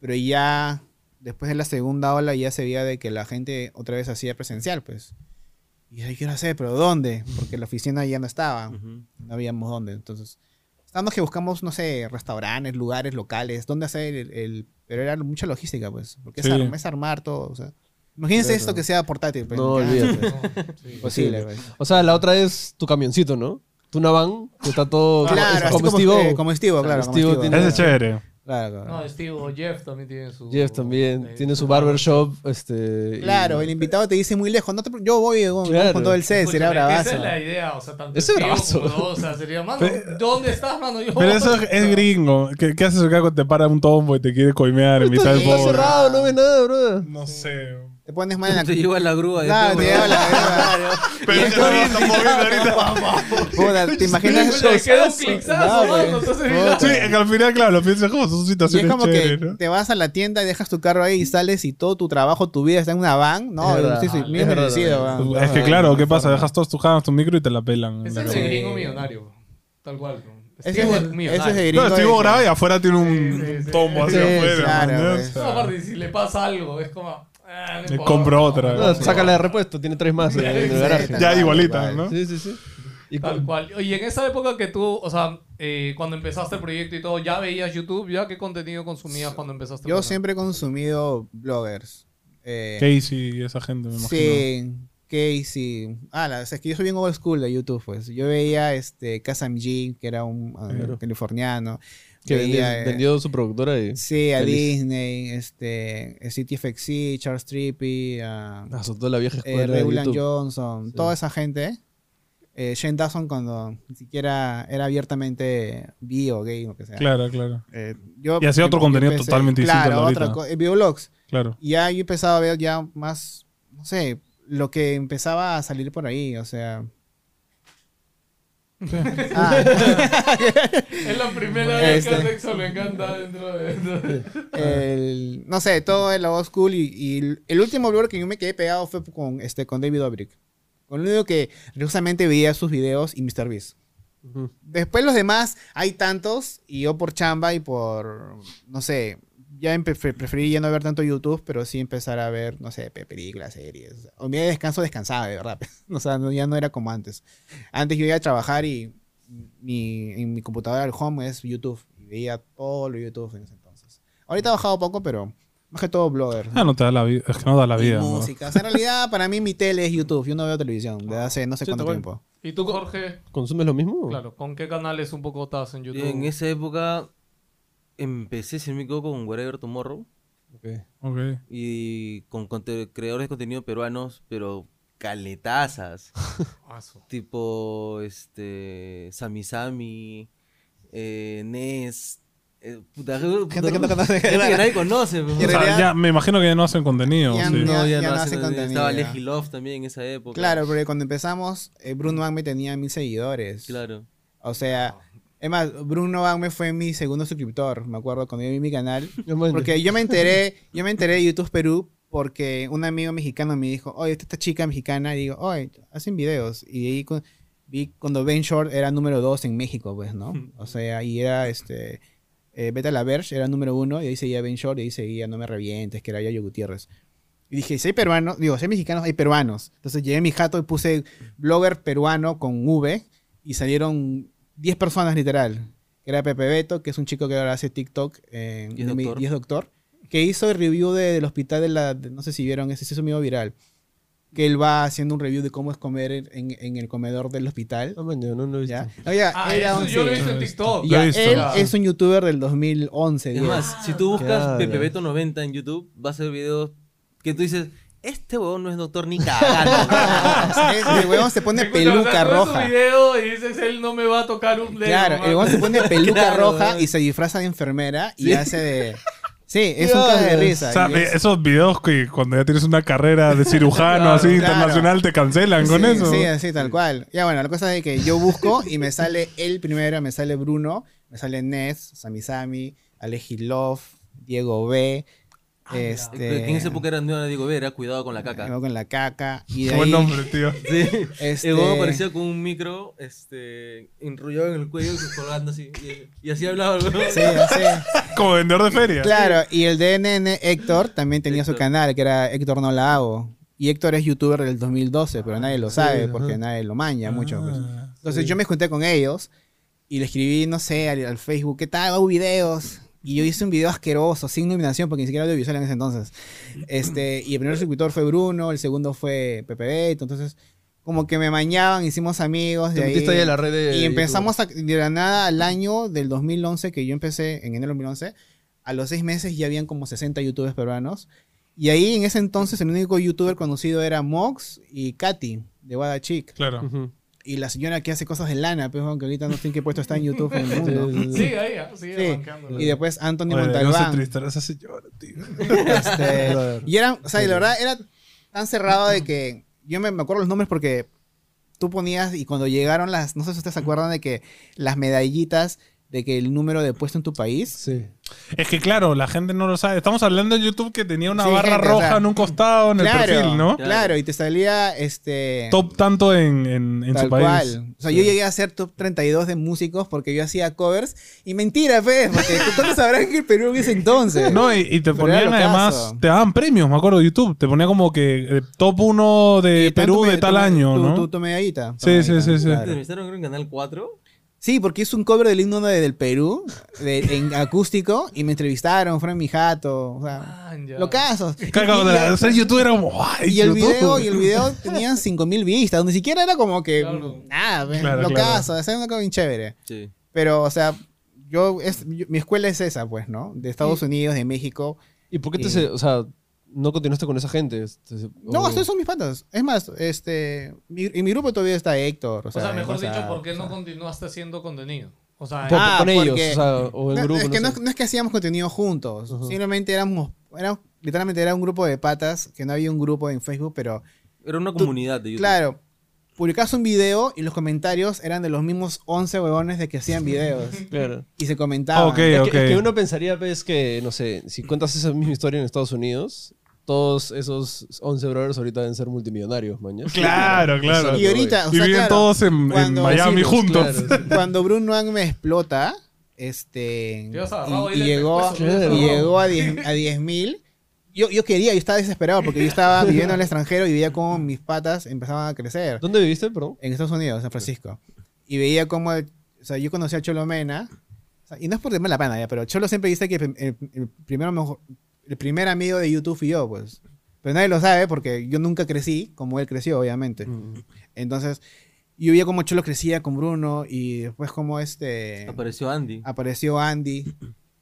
[SPEAKER 2] pero ya después de la segunda ola ya se veía de que la gente otra vez hacía presencial, pues. Y yo quiero hacer, pero ¿dónde? Porque la oficina ya no estaba, no habíamos dónde, entonces. Estábamos que buscamos, no sé, restaurantes, lugares, locales, dónde hacer el... el- pero era mucha logística, pues, porque
[SPEAKER 5] Sí.
[SPEAKER 2] es, arm- es armar todo, o sea. Imagínense
[SPEAKER 3] Claro.
[SPEAKER 2] esto que sea portátil, pues.
[SPEAKER 3] No,
[SPEAKER 2] ya,
[SPEAKER 3] olvídate.
[SPEAKER 4] No, sí.
[SPEAKER 2] Posible, pues.
[SPEAKER 3] O sea, la otra es tu camioncito, ¿no? Tu Navan, que está todo
[SPEAKER 2] Claro,
[SPEAKER 3] es
[SPEAKER 2] así como,
[SPEAKER 3] comestivo.
[SPEAKER 2] eh, como Steve-O, claro.
[SPEAKER 3] Steve-O
[SPEAKER 2] como
[SPEAKER 3] tiene-
[SPEAKER 5] Ese
[SPEAKER 2] Steve-O.
[SPEAKER 5] es chévere.
[SPEAKER 2] Claro, claro.
[SPEAKER 4] No, Steve o Jeff también tiene su.
[SPEAKER 3] Jeff también
[SPEAKER 4] eh,
[SPEAKER 3] tiene su barbershop. Este, y-
[SPEAKER 2] Claro, el invitado te dice muy lejos. No te, pre- yo voy, weón, vamos
[SPEAKER 3] Claro.
[SPEAKER 2] con todo el set, será
[SPEAKER 4] Escúchame, que
[SPEAKER 2] bravazo.
[SPEAKER 4] Esa es la idea, o sea, tanto
[SPEAKER 3] Ese
[SPEAKER 4] Steve
[SPEAKER 3] bravazo.
[SPEAKER 4] como yo, o sea, sería, mano, ¿dónde estás, mano? Yo-
[SPEAKER 5] Pero
[SPEAKER 2] Oh,
[SPEAKER 5] eso es, es gringo. ¿Qué, qué haces acá cuando te para un tombo y te quiere coimear en mitad
[SPEAKER 3] Está,
[SPEAKER 5] del
[SPEAKER 3] está
[SPEAKER 5] pobre?
[SPEAKER 3] cerrado, no ve nada, bro.
[SPEAKER 5] No sé.
[SPEAKER 2] Te pones mal en la.
[SPEAKER 1] Te lleva la grúa.
[SPEAKER 2] Claro, te lleva la
[SPEAKER 5] Pero es que no lo están moviendo ahorita.
[SPEAKER 2] Puta, ¿Te imaginas?
[SPEAKER 4] Te queda un
[SPEAKER 2] Ah,
[SPEAKER 4] clixazo, mano.
[SPEAKER 2] güey.
[SPEAKER 4] Entonces,
[SPEAKER 2] Puta.
[SPEAKER 4] mira,
[SPEAKER 5] Sí, es que al final, claro, lo piensas como son
[SPEAKER 2] Y es
[SPEAKER 5] situaciones
[SPEAKER 2] como
[SPEAKER 5] chéveres,
[SPEAKER 2] que
[SPEAKER 5] ¿no?
[SPEAKER 2] te vas a la tienda y dejas tu carro ahí y sales y todo tu trabajo, tu vida está en una van. No,
[SPEAKER 3] Es
[SPEAKER 2] yo
[SPEAKER 3] verdad.
[SPEAKER 2] sí, sí,
[SPEAKER 3] Es
[SPEAKER 2] bien
[SPEAKER 3] verdad,
[SPEAKER 2] merecido,
[SPEAKER 3] verdad.
[SPEAKER 2] weón.
[SPEAKER 5] Es que claro, ¿qué pasa? Dejas todos tus jamas, tu micro y te la pelan.
[SPEAKER 4] Ese es el gringo millonario, tal cual. ¿no?
[SPEAKER 2] Ese
[SPEAKER 4] Steve
[SPEAKER 2] es
[SPEAKER 4] es
[SPEAKER 2] el-
[SPEAKER 4] millonario.
[SPEAKER 2] ese es el
[SPEAKER 5] No,
[SPEAKER 2] gringo
[SPEAKER 5] estoy
[SPEAKER 2] de-
[SPEAKER 5] grave y afuera tiene un
[SPEAKER 4] Sí, sí, sí.
[SPEAKER 5] tombo hacia
[SPEAKER 3] Sí,
[SPEAKER 5] afuera.
[SPEAKER 2] claro,
[SPEAKER 5] ¿no?
[SPEAKER 2] pues.
[SPEAKER 5] O
[SPEAKER 4] No,
[SPEAKER 5] sea,
[SPEAKER 4] aparte, si le pasa algo, es como. ah, no
[SPEAKER 5] Le
[SPEAKER 4] importa.
[SPEAKER 5] compro otra.
[SPEAKER 3] No, sácala de repuesto, tiene tres más en el garaje.
[SPEAKER 5] Ya igualita, ¿no?
[SPEAKER 3] Sí, sí, sí. Y
[SPEAKER 4] Tal
[SPEAKER 3] cu-
[SPEAKER 4] cual. Oye, en esa época que tú, o sea, eh, cuando empezaste el proyecto y todo, ¿ya veías YouTube? ¿Ya qué contenido consumías cuando empezaste? el
[SPEAKER 2] Yo
[SPEAKER 4] canal?
[SPEAKER 2] siempre he consumido bloggers. Eh,
[SPEAKER 5] Casey y esa gente, me imagino.
[SPEAKER 2] Sí, Casey. Ah, la, o sea, es que yo soy bien old school de YouTube, pues. Yo veía este Kazam G, que era un ah,
[SPEAKER 5] Claro.
[SPEAKER 2] californiano.
[SPEAKER 3] que vendió,
[SPEAKER 2] Veía, eh,
[SPEAKER 3] vendió su productora y
[SPEAKER 2] Sí, a
[SPEAKER 3] feliz.
[SPEAKER 2] Disney, este, CTFXC, Charles Trippy, a
[SPEAKER 5] Ah,
[SPEAKER 3] azotó la vieja
[SPEAKER 2] eh,
[SPEAKER 3] escuela de
[SPEAKER 2] Reulan
[SPEAKER 3] YouTube.
[SPEAKER 2] Johnson,
[SPEAKER 3] Sí.
[SPEAKER 2] toda esa gente. Eh, Shane Dawson cuando ni siquiera era abiertamente bi o gay, lo que sea.
[SPEAKER 5] Claro, claro,
[SPEAKER 2] Eh, yo-
[SPEAKER 5] Y hacía otro
[SPEAKER 2] yo
[SPEAKER 5] contenido totalmente distinto al
[SPEAKER 2] claro,
[SPEAKER 5] de
[SPEAKER 2] otra
[SPEAKER 5] ahorita.
[SPEAKER 2] co- eh, videoblogs
[SPEAKER 5] claro.
[SPEAKER 2] y ya yo empezaba a ver ya más, no sé, lo que empezaba a salir por ahí, o sea. Ah,
[SPEAKER 4] Es la primera vez
[SPEAKER 2] Este.
[SPEAKER 4] que el sexo le encanta dentro de.
[SPEAKER 2] el- no sé, todo el old school y, y el último blog que yo me quedé pegado fue con, este, con David Dobrik. Con lo único que religiosamente veía sus videos y MrBeast.
[SPEAKER 3] Ujú.
[SPEAKER 2] Después los demás, hay tantos, y yo por chamba y por, no sé, ya empe- pre- preferí ya no ver tanto YouTube, pero sí empezar a ver, no sé, pe- películas, series. O sea, O mi día de descanso descansaba, de verdad. O sea, no- ya no era como antes. Antes yo iba a trabajar y mi, en mi computadora del home es YouTube. Y veía todo lo YouTube en ese entonces. Ahorita ha bajado poco, pero más que todo blogger.
[SPEAKER 5] Ah, no te da la vida. Es que no da la
[SPEAKER 2] Y
[SPEAKER 5] vida. ¿no?
[SPEAKER 2] música. O sea, en realidad, para mí mi tele es YouTube. Yo no veo televisión desde hace no sé
[SPEAKER 3] Sí,
[SPEAKER 2] cuánto
[SPEAKER 3] está
[SPEAKER 2] tiempo.
[SPEAKER 3] bueno.
[SPEAKER 4] ¿Y tú, Jorge?
[SPEAKER 3] ¿Consumes lo mismo?
[SPEAKER 4] Claro, ¿con qué canales un poco estás en YouTube?
[SPEAKER 1] En esa época empecé, si no me equivoco, con Wherever Tomorrow
[SPEAKER 3] Ok.
[SPEAKER 5] Ok.
[SPEAKER 1] y con conte- creadores de contenido peruanos, pero caletazas.
[SPEAKER 4] Ah, su-
[SPEAKER 1] tipo, este, Sami Sami, eh, Ness. eh, puta, puta,
[SPEAKER 2] que no conoce.
[SPEAKER 1] gente que nadie conoce. pues.
[SPEAKER 2] Y
[SPEAKER 5] O
[SPEAKER 2] en
[SPEAKER 5] sea,
[SPEAKER 2] realidad-
[SPEAKER 5] ya me imagino que ya no hacen contenido.
[SPEAKER 2] Ya
[SPEAKER 5] sí.
[SPEAKER 1] no, ya,
[SPEAKER 2] ya
[SPEAKER 1] no,
[SPEAKER 2] no
[SPEAKER 1] hacen
[SPEAKER 2] hace
[SPEAKER 1] contenido. Estaba
[SPEAKER 2] contenido.
[SPEAKER 1] Leji Love también en esa época.
[SPEAKER 2] Claro, porque cuando empezamos, eh, Bruno Agme tenía mil seguidores.
[SPEAKER 1] Claro.
[SPEAKER 2] O sea, es más, Bruno Agme fue mi segundo suscriptor, me acuerdo, cuando yo vi mi canal.
[SPEAKER 3] No manches.
[SPEAKER 2] Porque yo me enteré, yo me enteré de YouTube Perú porque un amigo mexicano me dijo, oye, esta, esta chica mexicana, y digo, oye, hacen videos. Y ahí cu- vi cuando Ben Short era número dos en México, pues, ¿no? O sea, y era este. Eh, Beta La Verge era número uno, y ahí seguía Ben Short, y ahí seguía No Me Revientes, que era Yayo Gutiérrez. Y dije, si hay peruanos, digo, si hay mexicanos, hay peruanos. Entonces llevé mi jato y puse blogger peruano con V, y salieron 10 personas literal. Que era Pepe Beto, que es un chico que ahora hace TikTok eh,
[SPEAKER 1] Y es
[SPEAKER 2] de mi-
[SPEAKER 1] doctor.
[SPEAKER 2] y es doctor, que hizo el review de- del hospital de la. de- no sé si vieron, ese se hizo medio viral. Que él va haciendo un review de cómo es comer en, en- en el comedor del hospital.
[SPEAKER 3] No, man, yo no lo he visto.
[SPEAKER 2] ¿ya? No, ya,
[SPEAKER 4] Ah,
[SPEAKER 2] era
[SPEAKER 4] eso
[SPEAKER 2] un-
[SPEAKER 4] yo lo he
[SPEAKER 2] sí.
[SPEAKER 4] visto en TikTok.
[SPEAKER 5] Lo
[SPEAKER 2] Ya,
[SPEAKER 5] he visto.
[SPEAKER 2] él
[SPEAKER 4] Ah.
[SPEAKER 2] es un youtuber del 2011.
[SPEAKER 1] Es
[SPEAKER 2] 10.
[SPEAKER 1] más, si tú buscas
[SPEAKER 3] Claro.
[SPEAKER 1] PepeBeto90 en YouTube, vas a ver videos que tú dices, este huevón no es doctor ni cagando.
[SPEAKER 2] el Este huevón se pone
[SPEAKER 4] Escucha, o sea,
[SPEAKER 2] peluca
[SPEAKER 4] tú ves
[SPEAKER 2] roja.
[SPEAKER 4] un video y dices, él no me va a tocar un dedo.
[SPEAKER 2] Claro, el
[SPEAKER 4] mano.
[SPEAKER 2] huevón se pone peluca
[SPEAKER 1] Claro,
[SPEAKER 2] roja
[SPEAKER 1] weón.
[SPEAKER 2] y se disfraza de enfermera y
[SPEAKER 1] Sí.
[SPEAKER 2] hace de. Sí, es un
[SPEAKER 3] Dios.
[SPEAKER 2] caso de
[SPEAKER 5] O
[SPEAKER 2] risa.
[SPEAKER 5] sea,
[SPEAKER 2] y
[SPEAKER 5] eh,
[SPEAKER 2] es-
[SPEAKER 5] esos videos que cuando ya tienes una carrera de cirujano
[SPEAKER 4] Claro,
[SPEAKER 5] así
[SPEAKER 2] claro.
[SPEAKER 5] internacional te cancelan con
[SPEAKER 2] sí,
[SPEAKER 5] eso.
[SPEAKER 2] Sí, así, tal cual. Ya bueno, la cosa es que yo busco y me sale él primero, me sale Bruno, me sale Ness, Sami Sami, Aleji Love, Diego B.
[SPEAKER 1] Ah,
[SPEAKER 2] este,
[SPEAKER 1] Que en esa época era nueva, digo, ver, era cuidado con la
[SPEAKER 2] me
[SPEAKER 1] caca.
[SPEAKER 2] voy con la caca. Y de
[SPEAKER 5] Buen
[SPEAKER 2] ahí,
[SPEAKER 5] nombre, tío.
[SPEAKER 1] Sí.
[SPEAKER 2] este,
[SPEAKER 1] El huevón aparecía con un micro este, enrollado en el cuello y colgando así. Y, y así hablaba el huevón.
[SPEAKER 2] Sí, así.
[SPEAKER 5] Como vendedor de feria.
[SPEAKER 2] Claro, y el DNN Héctor también tenía su
[SPEAKER 1] Héctor.
[SPEAKER 2] canal, que era Héctor No La Hago. Y Héctor es youtuber del 2012, pero nadie lo sabe
[SPEAKER 3] ajá.
[SPEAKER 2] porque nadie lo maña mucho. pues.
[SPEAKER 5] Ah,
[SPEAKER 2] Entonces
[SPEAKER 3] sí.
[SPEAKER 2] yo me junté con ellos y le escribí, no sé, al, al Facebook, ¿qué tal? Hago videos. Y yo hice un video asqueroso, sin nominación, porque ni siquiera era audiovisual en ese entonces. Este, y el primer suscriptor fue Bruno, el segundo fue Pepe Beto. Entonces, como que me mañaban, hicimos amigos.
[SPEAKER 3] Te
[SPEAKER 2] de
[SPEAKER 3] metiste ahí a la red de
[SPEAKER 2] y empezamos a- de la nada al año del 2011, que yo empecé en enero del 2011, a los seis meses ya habían como 60 youtubers peruanos. Y ahí en ese entonces el único youtuber conocido era Mox y Katy de Wada Chic.
[SPEAKER 5] Claro.
[SPEAKER 3] Ujú.
[SPEAKER 2] Y la señora que hace cosas de lana, pues, aunque ahorita no sé en qué puesto está en YouTube en el mundo.
[SPEAKER 4] Sigue ahí, ah, sigue
[SPEAKER 2] Sí.
[SPEAKER 4] bancándola.
[SPEAKER 2] Y después Anthony
[SPEAKER 5] Oye, no se
[SPEAKER 2] Montalbán.
[SPEAKER 5] tristar esa señora, tío.
[SPEAKER 2] Este, y era, o sea, y la verdad era tan cerrado de que yo me, me acuerdo los nombres porque tú ponías y cuando llegaron las, no sé si ustedes se acuerdan de que las medallitas de que el número de puesto en tu país.
[SPEAKER 3] Sí.
[SPEAKER 5] Es que claro, la gente no lo sabe. Estamos hablando de YouTube que tenía una
[SPEAKER 2] Sí,
[SPEAKER 5] barra
[SPEAKER 2] gente, o
[SPEAKER 5] roja
[SPEAKER 2] sea,
[SPEAKER 5] en un costado en
[SPEAKER 2] claro,
[SPEAKER 5] el perfil, ¿no?
[SPEAKER 2] Claro, y te salía este
[SPEAKER 5] Top tanto en, en, en su
[SPEAKER 2] tal
[SPEAKER 5] país.
[SPEAKER 2] cual. O sea, yo llegué a ser top 32 de músicos porque yo hacía covers y mentira, pues, porque todos sabrán que el Perú en ese entonces.
[SPEAKER 5] No, y, y te
[SPEAKER 2] Pero era
[SPEAKER 5] ponían
[SPEAKER 2] locazo.
[SPEAKER 5] además, te daban premios, me acuerdo, de YouTube. Te ponía como que eh, top 1 de
[SPEAKER 2] Y tanto
[SPEAKER 5] eh, Perú
[SPEAKER 2] me-
[SPEAKER 5] de
[SPEAKER 2] tu-
[SPEAKER 5] tal año,
[SPEAKER 2] tu-
[SPEAKER 5] ¿no?
[SPEAKER 2] tu- tu medallita. Tu
[SPEAKER 5] Sí, sí,
[SPEAKER 2] medallita,
[SPEAKER 5] sí, sí.
[SPEAKER 2] claro.
[SPEAKER 1] ¿Entrevistaron creo, en Canal 4?
[SPEAKER 2] Sí, porque hice un cover del himno de- del Perú, de- en acústico, y me entrevistaron, fueron mi jato, o sea,
[SPEAKER 4] Ah, ya.
[SPEAKER 2] lo casos.
[SPEAKER 5] Claro,
[SPEAKER 2] y,
[SPEAKER 5] cuando la- ser youtuber era como, ¡ay,
[SPEAKER 2] y el
[SPEAKER 5] YouTube!
[SPEAKER 2] video, y el video tenía 5000 vistas, donde siquiera era como que
[SPEAKER 4] Claro.
[SPEAKER 2] nada, pues,
[SPEAKER 5] Claro,
[SPEAKER 2] lo
[SPEAKER 5] claro.
[SPEAKER 2] caso, es una cosa bien chévere.
[SPEAKER 1] Sí.
[SPEAKER 2] Pero, o sea, yo, es, yo- mi escuela es esa, pues, ¿no? De Estados Unidos, de México.
[SPEAKER 3] ¿Y por qué te...
[SPEAKER 2] Sí.
[SPEAKER 3] se- O sea, no continuaste con esa gente? Este, se-
[SPEAKER 2] No,
[SPEAKER 4] Oh.
[SPEAKER 3] o-
[SPEAKER 2] ustedes son mis patas. Es más, este, mi- en mi grupo todavía está Héctor. O
[SPEAKER 4] O
[SPEAKER 2] sea,
[SPEAKER 4] sea, mejor
[SPEAKER 2] o sea,
[SPEAKER 4] dicho, ¿por qué
[SPEAKER 2] o sea.
[SPEAKER 4] no continuaste haciendo contenido? O sea,
[SPEAKER 3] Por-
[SPEAKER 2] Ah,
[SPEAKER 3] con ellos,
[SPEAKER 2] porque-
[SPEAKER 3] o sea, o en
[SPEAKER 2] No,
[SPEAKER 3] grupo.
[SPEAKER 2] es que
[SPEAKER 3] no
[SPEAKER 2] no,
[SPEAKER 3] sé.
[SPEAKER 2] no es que hacíamos contenido juntos,
[SPEAKER 3] Ujú.
[SPEAKER 2] simplemente éramos, éramos- literalmente era un grupo de patas, que no había un grupo en Facebook, pero
[SPEAKER 1] Era una comunidad de YouTube.
[SPEAKER 2] claro, publicabas un video y los comentarios eran de los mismos 11 huevones de que hacían videos
[SPEAKER 3] Claro.
[SPEAKER 2] y se comentaban.
[SPEAKER 5] Ok.
[SPEAKER 3] Es que, es que uno pensaría, pues, que, no sé, si cuentas esa misma historia en Estados Unidos, todos esos 11 brothers ahorita deben ser multimillonarios, mañana.
[SPEAKER 5] Claro, claro.
[SPEAKER 2] Y ahorita, o
[SPEAKER 5] Y
[SPEAKER 2] sea,
[SPEAKER 5] viven
[SPEAKER 2] claro,
[SPEAKER 5] todos en, en
[SPEAKER 2] cuando-
[SPEAKER 5] Miami
[SPEAKER 3] sí, pues,
[SPEAKER 5] juntos.
[SPEAKER 3] claro,
[SPEAKER 2] Cuando Bruno Noang me explota, este,
[SPEAKER 4] Yo agarrado
[SPEAKER 2] y,
[SPEAKER 4] ahí
[SPEAKER 2] y
[SPEAKER 4] del
[SPEAKER 2] llegó,
[SPEAKER 4] pescuezo, yo
[SPEAKER 2] y
[SPEAKER 4] agarrado.
[SPEAKER 2] llegó a 10 a 10 mil. Yo, yo quería, yo estaba desesperado porque yo estaba viviendo en el extranjero y veía cómo mis patas empezaban a crecer.
[SPEAKER 3] ¿Dónde viviste, perdón?
[SPEAKER 2] en Estados Unidos, San Francisco. Y veía cómo, o sea, yo conocí a Cholo Mena, o sea, y no es por mala pana, ya, pero Cholo siempre dice que el, el- el primero mejor- el primer amigo de YouTube fui yo, pues. Pero nadie lo sabe porque yo nunca crecí como él creció, obviamente.
[SPEAKER 3] Mm.
[SPEAKER 2] Entonces, yo veía cómo Cholo crecía con Bruno y después cómo este
[SPEAKER 1] Apareció Andy.
[SPEAKER 2] apareció Andy.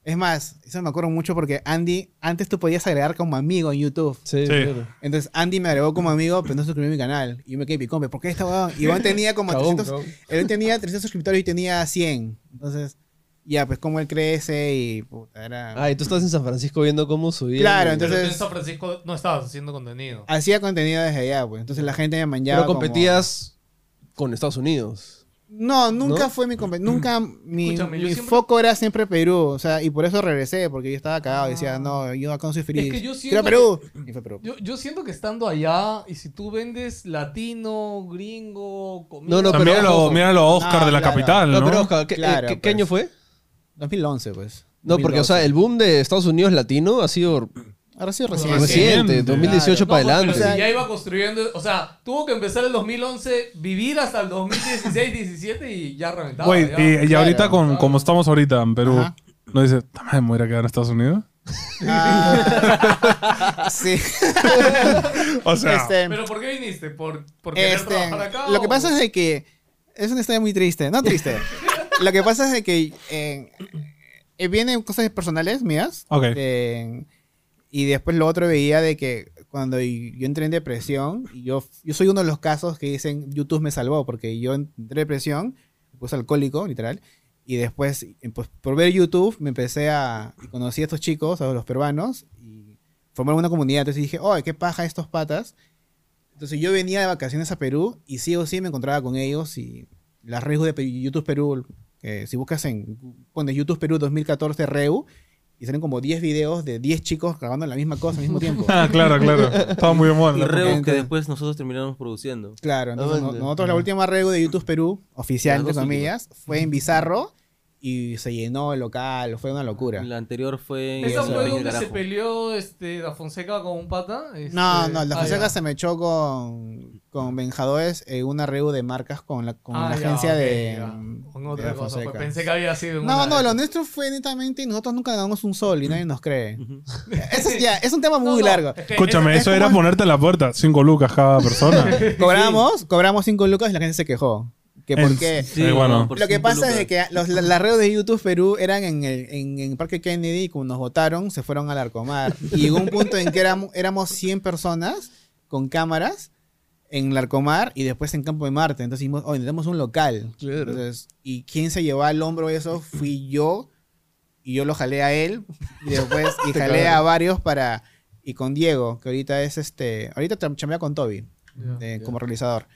[SPEAKER 2] Es más, eso me acuerdo mucho porque Andy, antes tú podías agregar como amigo en YouTube.
[SPEAKER 3] Sí,
[SPEAKER 5] Sí.
[SPEAKER 3] claro.
[SPEAKER 2] Entonces Andy me agregó como amigo, pero no suscribió a mi canal. Y yo me quedé picón, pero ¿por qué esta huevón? Y Iván tenía como
[SPEAKER 3] Cagón,
[SPEAKER 2] 300,
[SPEAKER 3] cagón.
[SPEAKER 2] él tenía 300 suscriptores y tenía 100. Entonces, ya, pues como él crece y puta, era...
[SPEAKER 3] Ah, y tú estás en San Francisco viendo cómo subía.
[SPEAKER 2] Claro,
[SPEAKER 3] el-
[SPEAKER 4] Pero tú
[SPEAKER 2] entonces-
[SPEAKER 4] en San Francisco no estabas haciendo contenido.
[SPEAKER 2] Hacía contenido desde allá, pues. Entonces la gente me manchaba
[SPEAKER 3] Pero competías con Estados Unidos.
[SPEAKER 2] No, nunca
[SPEAKER 3] ¿No?
[SPEAKER 2] fue mi competencia. Nunca mi,
[SPEAKER 4] Escúchame, yo
[SPEAKER 2] mi
[SPEAKER 4] siempre-
[SPEAKER 2] foco era siempre Perú. O sea, y por eso regresé, porque yo estaba cagado. Decía, no, yo acá no soy feliz.
[SPEAKER 4] Ah. Es que yo
[SPEAKER 2] Quiero
[SPEAKER 4] siento
[SPEAKER 2] Perú. Y fue Perú.
[SPEAKER 4] Yo, yo siento que estando allá, y si tú vendes latino, gringo, comida...
[SPEAKER 3] No, no, pero-
[SPEAKER 5] Mira los
[SPEAKER 3] ojo.
[SPEAKER 5] mira los Oscar
[SPEAKER 2] Ah,
[SPEAKER 5] de la
[SPEAKER 2] claro.
[SPEAKER 5] capital, ¿no?
[SPEAKER 3] No, pero Oscar, ¿qué,
[SPEAKER 2] Claro,
[SPEAKER 3] eh, qué- qué
[SPEAKER 2] pues.
[SPEAKER 3] año fue?
[SPEAKER 2] 2011, pues.
[SPEAKER 3] No, porque, o sea,
[SPEAKER 2] 2012.
[SPEAKER 3] el boom de Estados Unidos latino ha sido
[SPEAKER 2] Ahora sí, recién.
[SPEAKER 3] reciente, 2018
[SPEAKER 4] No, pues,
[SPEAKER 3] para
[SPEAKER 4] pero
[SPEAKER 3] adelante.
[SPEAKER 4] si ya iba construyendo, o sea, tuvo que empezar el 2011, vivir hasta el 2016, 17 y ya reventaba.
[SPEAKER 5] Güey,
[SPEAKER 4] ya.
[SPEAKER 5] y, y
[SPEAKER 2] claro,
[SPEAKER 5] ahorita con,
[SPEAKER 4] claro.
[SPEAKER 5] como estamos ahorita en Perú,
[SPEAKER 2] Ajá.
[SPEAKER 5] no dice, "Tama, me voy a ir a quedar en Estados Unidos.
[SPEAKER 2] Ah, sí.
[SPEAKER 5] O sea,
[SPEAKER 2] Este,
[SPEAKER 4] ¿Pero por qué viniste? ¿Por, por querer
[SPEAKER 2] este,
[SPEAKER 4] trabajar acá?
[SPEAKER 2] lo que
[SPEAKER 4] o-
[SPEAKER 2] pasa es de que es una historia muy triste, no triste. lo que pasa es de que eh, eh, vienen cosas personales mías.
[SPEAKER 5] Ok.
[SPEAKER 2] eh, y después lo otro veía de que cuando y- yo entré en depresión, y yo, yo soy uno de los casos que dicen YouTube me salvó, porque yo entré en depresión, me puse alcohólico, literal. Y después, eh, pues, por ver YouTube, me empecé a. y conocí a estos chicos, a los peruanos, y formaron una comunidad. Entonces dije, oh, qué paja estos patas. Entonces yo venía de vacaciones a Perú y sí o sí me encontraba con ellos y las reus de Pe- YouTube Perú, eh, si buscas en, pones YouTube Perú 2014 reu y salen como 10 videos de 10 chicos grabando la misma cosa al mismo tiempo.
[SPEAKER 5] ah, claro, claro. Estaba muy de moda.
[SPEAKER 1] Y
[SPEAKER 5] la época.
[SPEAKER 1] Reu, que
[SPEAKER 2] gente.
[SPEAKER 1] después nosotros terminamos produciendo.
[SPEAKER 2] Claro, entonces no-
[SPEAKER 3] ¿Dónde?
[SPEAKER 2] nosotros la última reu de YouTube Perú, oficial
[SPEAKER 1] Las
[SPEAKER 2] entre
[SPEAKER 1] dos
[SPEAKER 2] comillas, fue en Bizarro y se llenó el local, fue una locura.
[SPEAKER 1] La anterior fue en
[SPEAKER 4] ¿Esa
[SPEAKER 1] San
[SPEAKER 4] fue
[SPEAKER 1] Peña
[SPEAKER 4] donde se
[SPEAKER 1] Carajo.
[SPEAKER 4] peleó este, Da Fonseca con un pata? Este,
[SPEAKER 2] No, no, la
[SPEAKER 4] ah,
[SPEAKER 2] Fonseca
[SPEAKER 4] ya.
[SPEAKER 2] se me echó con, con Vengadores en una reu de marcas con la, con
[SPEAKER 4] Ah,
[SPEAKER 2] la
[SPEAKER 4] ya,
[SPEAKER 2] agencia
[SPEAKER 4] ok,
[SPEAKER 2] de,
[SPEAKER 4] ya. Con
[SPEAKER 2] de
[SPEAKER 4] otra
[SPEAKER 2] Da
[SPEAKER 4] cosa, pues,
[SPEAKER 2] Fonseca.
[SPEAKER 4] pensé que había sido en
[SPEAKER 2] No,
[SPEAKER 4] una
[SPEAKER 2] no,
[SPEAKER 4] de
[SPEAKER 2] lo
[SPEAKER 4] esas.
[SPEAKER 2] nuestro fue netamente nosotros nunca ganamos un sol y nadie nos cree.
[SPEAKER 1] Ujú.
[SPEAKER 2] Eso es ya, es un tema
[SPEAKER 4] No,
[SPEAKER 2] muy
[SPEAKER 4] no,
[SPEAKER 2] largo.
[SPEAKER 4] es que
[SPEAKER 5] Escúchame,
[SPEAKER 2] es- es
[SPEAKER 5] eso era
[SPEAKER 2] como-
[SPEAKER 5] ponerte en la puerta. Cinco lucas cada persona.
[SPEAKER 2] Cobramos, cobramos cinco lucas y la gente se quejó. Que
[SPEAKER 5] En-
[SPEAKER 2] porque
[SPEAKER 5] Sí, bueno.
[SPEAKER 1] por
[SPEAKER 2] lo que
[SPEAKER 1] cinco
[SPEAKER 2] pasa es de
[SPEAKER 1] lucas.
[SPEAKER 2] que los, la- las redes de YouTube Perú eran en el, en, en Parque Kennedy y como nos votaron, se fueron al Arcomar. Y llegó un punto en que éramos, éramos 100 personas con cámaras en el Arcomar y después en Campo de Marte. Entonces dijimos, oye, necesitamos un local.
[SPEAKER 3] Claro.
[SPEAKER 2] Entonces, y quien se llevó al hombro eso fui yo y yo lo jalé a él y después y jalé a varios para y con Diego que ahorita es este ahorita tra- chambea con Toby eh, como realizador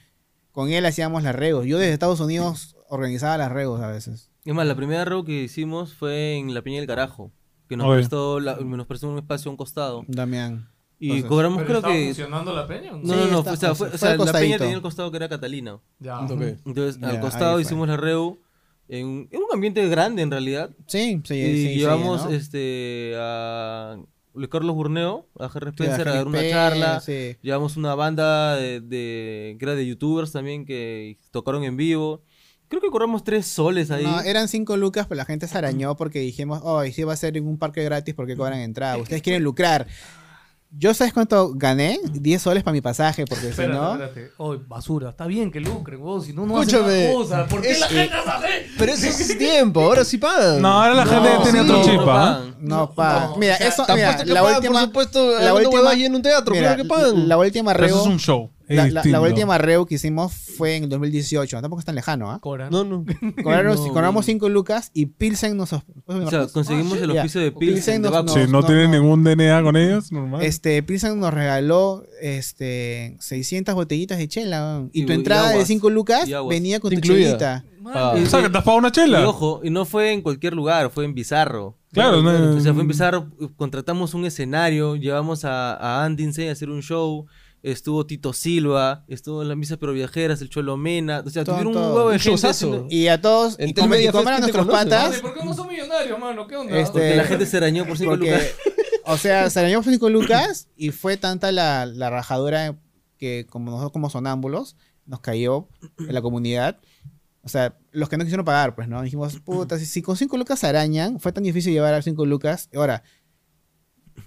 [SPEAKER 2] con él hacíamos las regos yo desde Estados Unidos organizaba las regos a veces
[SPEAKER 1] Es más, la primera row que hicimos fue en la Peña del Carajo. Que nos
[SPEAKER 5] Oye.
[SPEAKER 1] prestó, la- nos prestó un espacio a un costado.
[SPEAKER 2] Damián
[SPEAKER 1] Y
[SPEAKER 2] Entonces,
[SPEAKER 1] cobramos,
[SPEAKER 4] Pero
[SPEAKER 1] creo
[SPEAKER 4] ¿estaba
[SPEAKER 1] que.
[SPEAKER 4] funcionando la peña? o no?
[SPEAKER 1] No, no, no.
[SPEAKER 2] Sí,
[SPEAKER 1] o sea,
[SPEAKER 2] está-
[SPEAKER 1] fue- o
[SPEAKER 2] fue
[SPEAKER 1] sea,
[SPEAKER 2] al
[SPEAKER 1] la Peña
[SPEAKER 2] costadito.
[SPEAKER 1] tenía el costado que era Catalina.
[SPEAKER 4] Ya.
[SPEAKER 3] Ok.
[SPEAKER 1] Entonces,
[SPEAKER 2] Ya,
[SPEAKER 1] al
[SPEAKER 2] ahí
[SPEAKER 1] costado
[SPEAKER 2] fue.
[SPEAKER 1] hicimos la reu en, en un ambiente grande en realidad.
[SPEAKER 2] sí sí,
[SPEAKER 1] y
[SPEAKER 2] sí, sí,
[SPEAKER 1] llevamos
[SPEAKER 2] ¿no?
[SPEAKER 1] este a Luis Carlos Burneo, a Jerry
[SPEAKER 2] Sí,
[SPEAKER 1] Spencer a dar una
[SPEAKER 2] GNP,
[SPEAKER 1] charla.
[SPEAKER 2] sí.
[SPEAKER 1] Llevamos una banda de, de- que era de youtubers también que tocaron en vivo. Creo que cobramos tres soles Pues ahí.
[SPEAKER 2] No, eran cinco lucas, pero la gente se arañó porque dijimos, oh, y si va a ser en un parque gratis porque cobran entrada. Ustedes quieren lucrar. Yo, ¿sabes cuánto gané? 10 soles para mi pasaje, porque si
[SPEAKER 4] Espérate,
[SPEAKER 2] no.
[SPEAKER 4] espérate. Oye, basura. Está bien que lucren, vos. Si no, no hacen
[SPEAKER 3] Escúchame.
[SPEAKER 4] las cosas. ¿Por qué
[SPEAKER 3] Es-
[SPEAKER 4] la gente hace así?
[SPEAKER 3] Pero eso es tiempo, ahora sí pagan.
[SPEAKER 5] No, ahora la
[SPEAKER 2] No,
[SPEAKER 5] gente
[SPEAKER 2] sí.
[SPEAKER 5] tiene otro
[SPEAKER 2] No,
[SPEAKER 5] chip, ¿ah?
[SPEAKER 1] pagan.
[SPEAKER 2] No, pa.
[SPEAKER 4] no,
[SPEAKER 2] mira,
[SPEAKER 4] o sea,
[SPEAKER 2] eso,
[SPEAKER 3] Te
[SPEAKER 2] mira,
[SPEAKER 3] apuesto que
[SPEAKER 2] la
[SPEAKER 3] pagan,
[SPEAKER 2] última.
[SPEAKER 3] por supuesto,
[SPEAKER 2] la
[SPEAKER 3] la última
[SPEAKER 2] última-
[SPEAKER 3] allí en un teatro,
[SPEAKER 2] mira,
[SPEAKER 3] claro que pagan.
[SPEAKER 2] La última
[SPEAKER 5] Pero eso
[SPEAKER 2] reo.
[SPEAKER 5] es un show. es
[SPEAKER 2] La, la- la
[SPEAKER 5] distinto.
[SPEAKER 2] última reo que hicimos fue en el 2018. Tampoco es tan lejano, ¿ah?
[SPEAKER 4] Cobran.
[SPEAKER 3] No, no.
[SPEAKER 2] Cobraron-
[SPEAKER 1] No,
[SPEAKER 2] Cobramos
[SPEAKER 1] güey.
[SPEAKER 2] 5 lucas y Pilsen nos. Pues,
[SPEAKER 1] O sea, conseguimos el
[SPEAKER 2] Ah, Ya.
[SPEAKER 1] oficio de
[SPEAKER 2] Pilsen
[SPEAKER 1] Pilsen de
[SPEAKER 2] nos-
[SPEAKER 1] Baco.
[SPEAKER 2] no,
[SPEAKER 5] si no,
[SPEAKER 2] no,
[SPEAKER 5] tienen
[SPEAKER 2] no.
[SPEAKER 5] ningún DNA con ellos, normal.
[SPEAKER 2] Este, Pilsen nos regaló este, 600 botellitas de chela. weón. Y
[SPEAKER 1] Y-
[SPEAKER 2] tu
[SPEAKER 1] y
[SPEAKER 2] entrada de
[SPEAKER 1] aguas.
[SPEAKER 2] 5 lucas
[SPEAKER 1] Y aguas.
[SPEAKER 2] venía con tu
[SPEAKER 3] Incluida.
[SPEAKER 2] chelita.
[SPEAKER 4] Man,
[SPEAKER 3] Ah.
[SPEAKER 5] o sea, que te has pagado una
[SPEAKER 1] Y
[SPEAKER 5] chela.
[SPEAKER 1] ojo, y no fue en cualquier lugar, fue en Bizarro.
[SPEAKER 5] Claro, no-
[SPEAKER 1] O sea, fue en Bizarro, eh, contratamos un escenario, llevamos a, a Andy Insane a hacer un show, estuvo Tito Silva, estuvo las misas pero viajeras, el Cholo Mena, o sea,
[SPEAKER 2] Todo,
[SPEAKER 1] tuvieron
[SPEAKER 2] todo.
[SPEAKER 1] un huevo de
[SPEAKER 3] Un
[SPEAKER 1] gente
[SPEAKER 3] showzazo.
[SPEAKER 1] haciendo-
[SPEAKER 2] Y a todos,
[SPEAKER 3] En
[SPEAKER 2] y
[SPEAKER 3] Tel
[SPEAKER 2] como, y
[SPEAKER 3] Media
[SPEAKER 2] como
[SPEAKER 3] Fest,
[SPEAKER 2] eran
[SPEAKER 3] ¿quién te
[SPEAKER 2] nuestros
[SPEAKER 3] conoce,
[SPEAKER 2] patas,
[SPEAKER 4] Oye, ¿Por qué no son millonarios, mano? ¿Qué onda?
[SPEAKER 2] Ah. Este-
[SPEAKER 1] Porque la gente se arañó por cinco
[SPEAKER 2] porque,
[SPEAKER 1] lucas.
[SPEAKER 2] o sea, se arañó con Lucas y fue tanta la, la rajadura que como nosotros como sonámbulos nos cayó en la comunidad. O sea, los que no quisieron pagar, pues, ¿no? Dijimos, puta, si, si con 5 lucas se arañan, fue tan difícil llevar a 5 lucas. Ahora,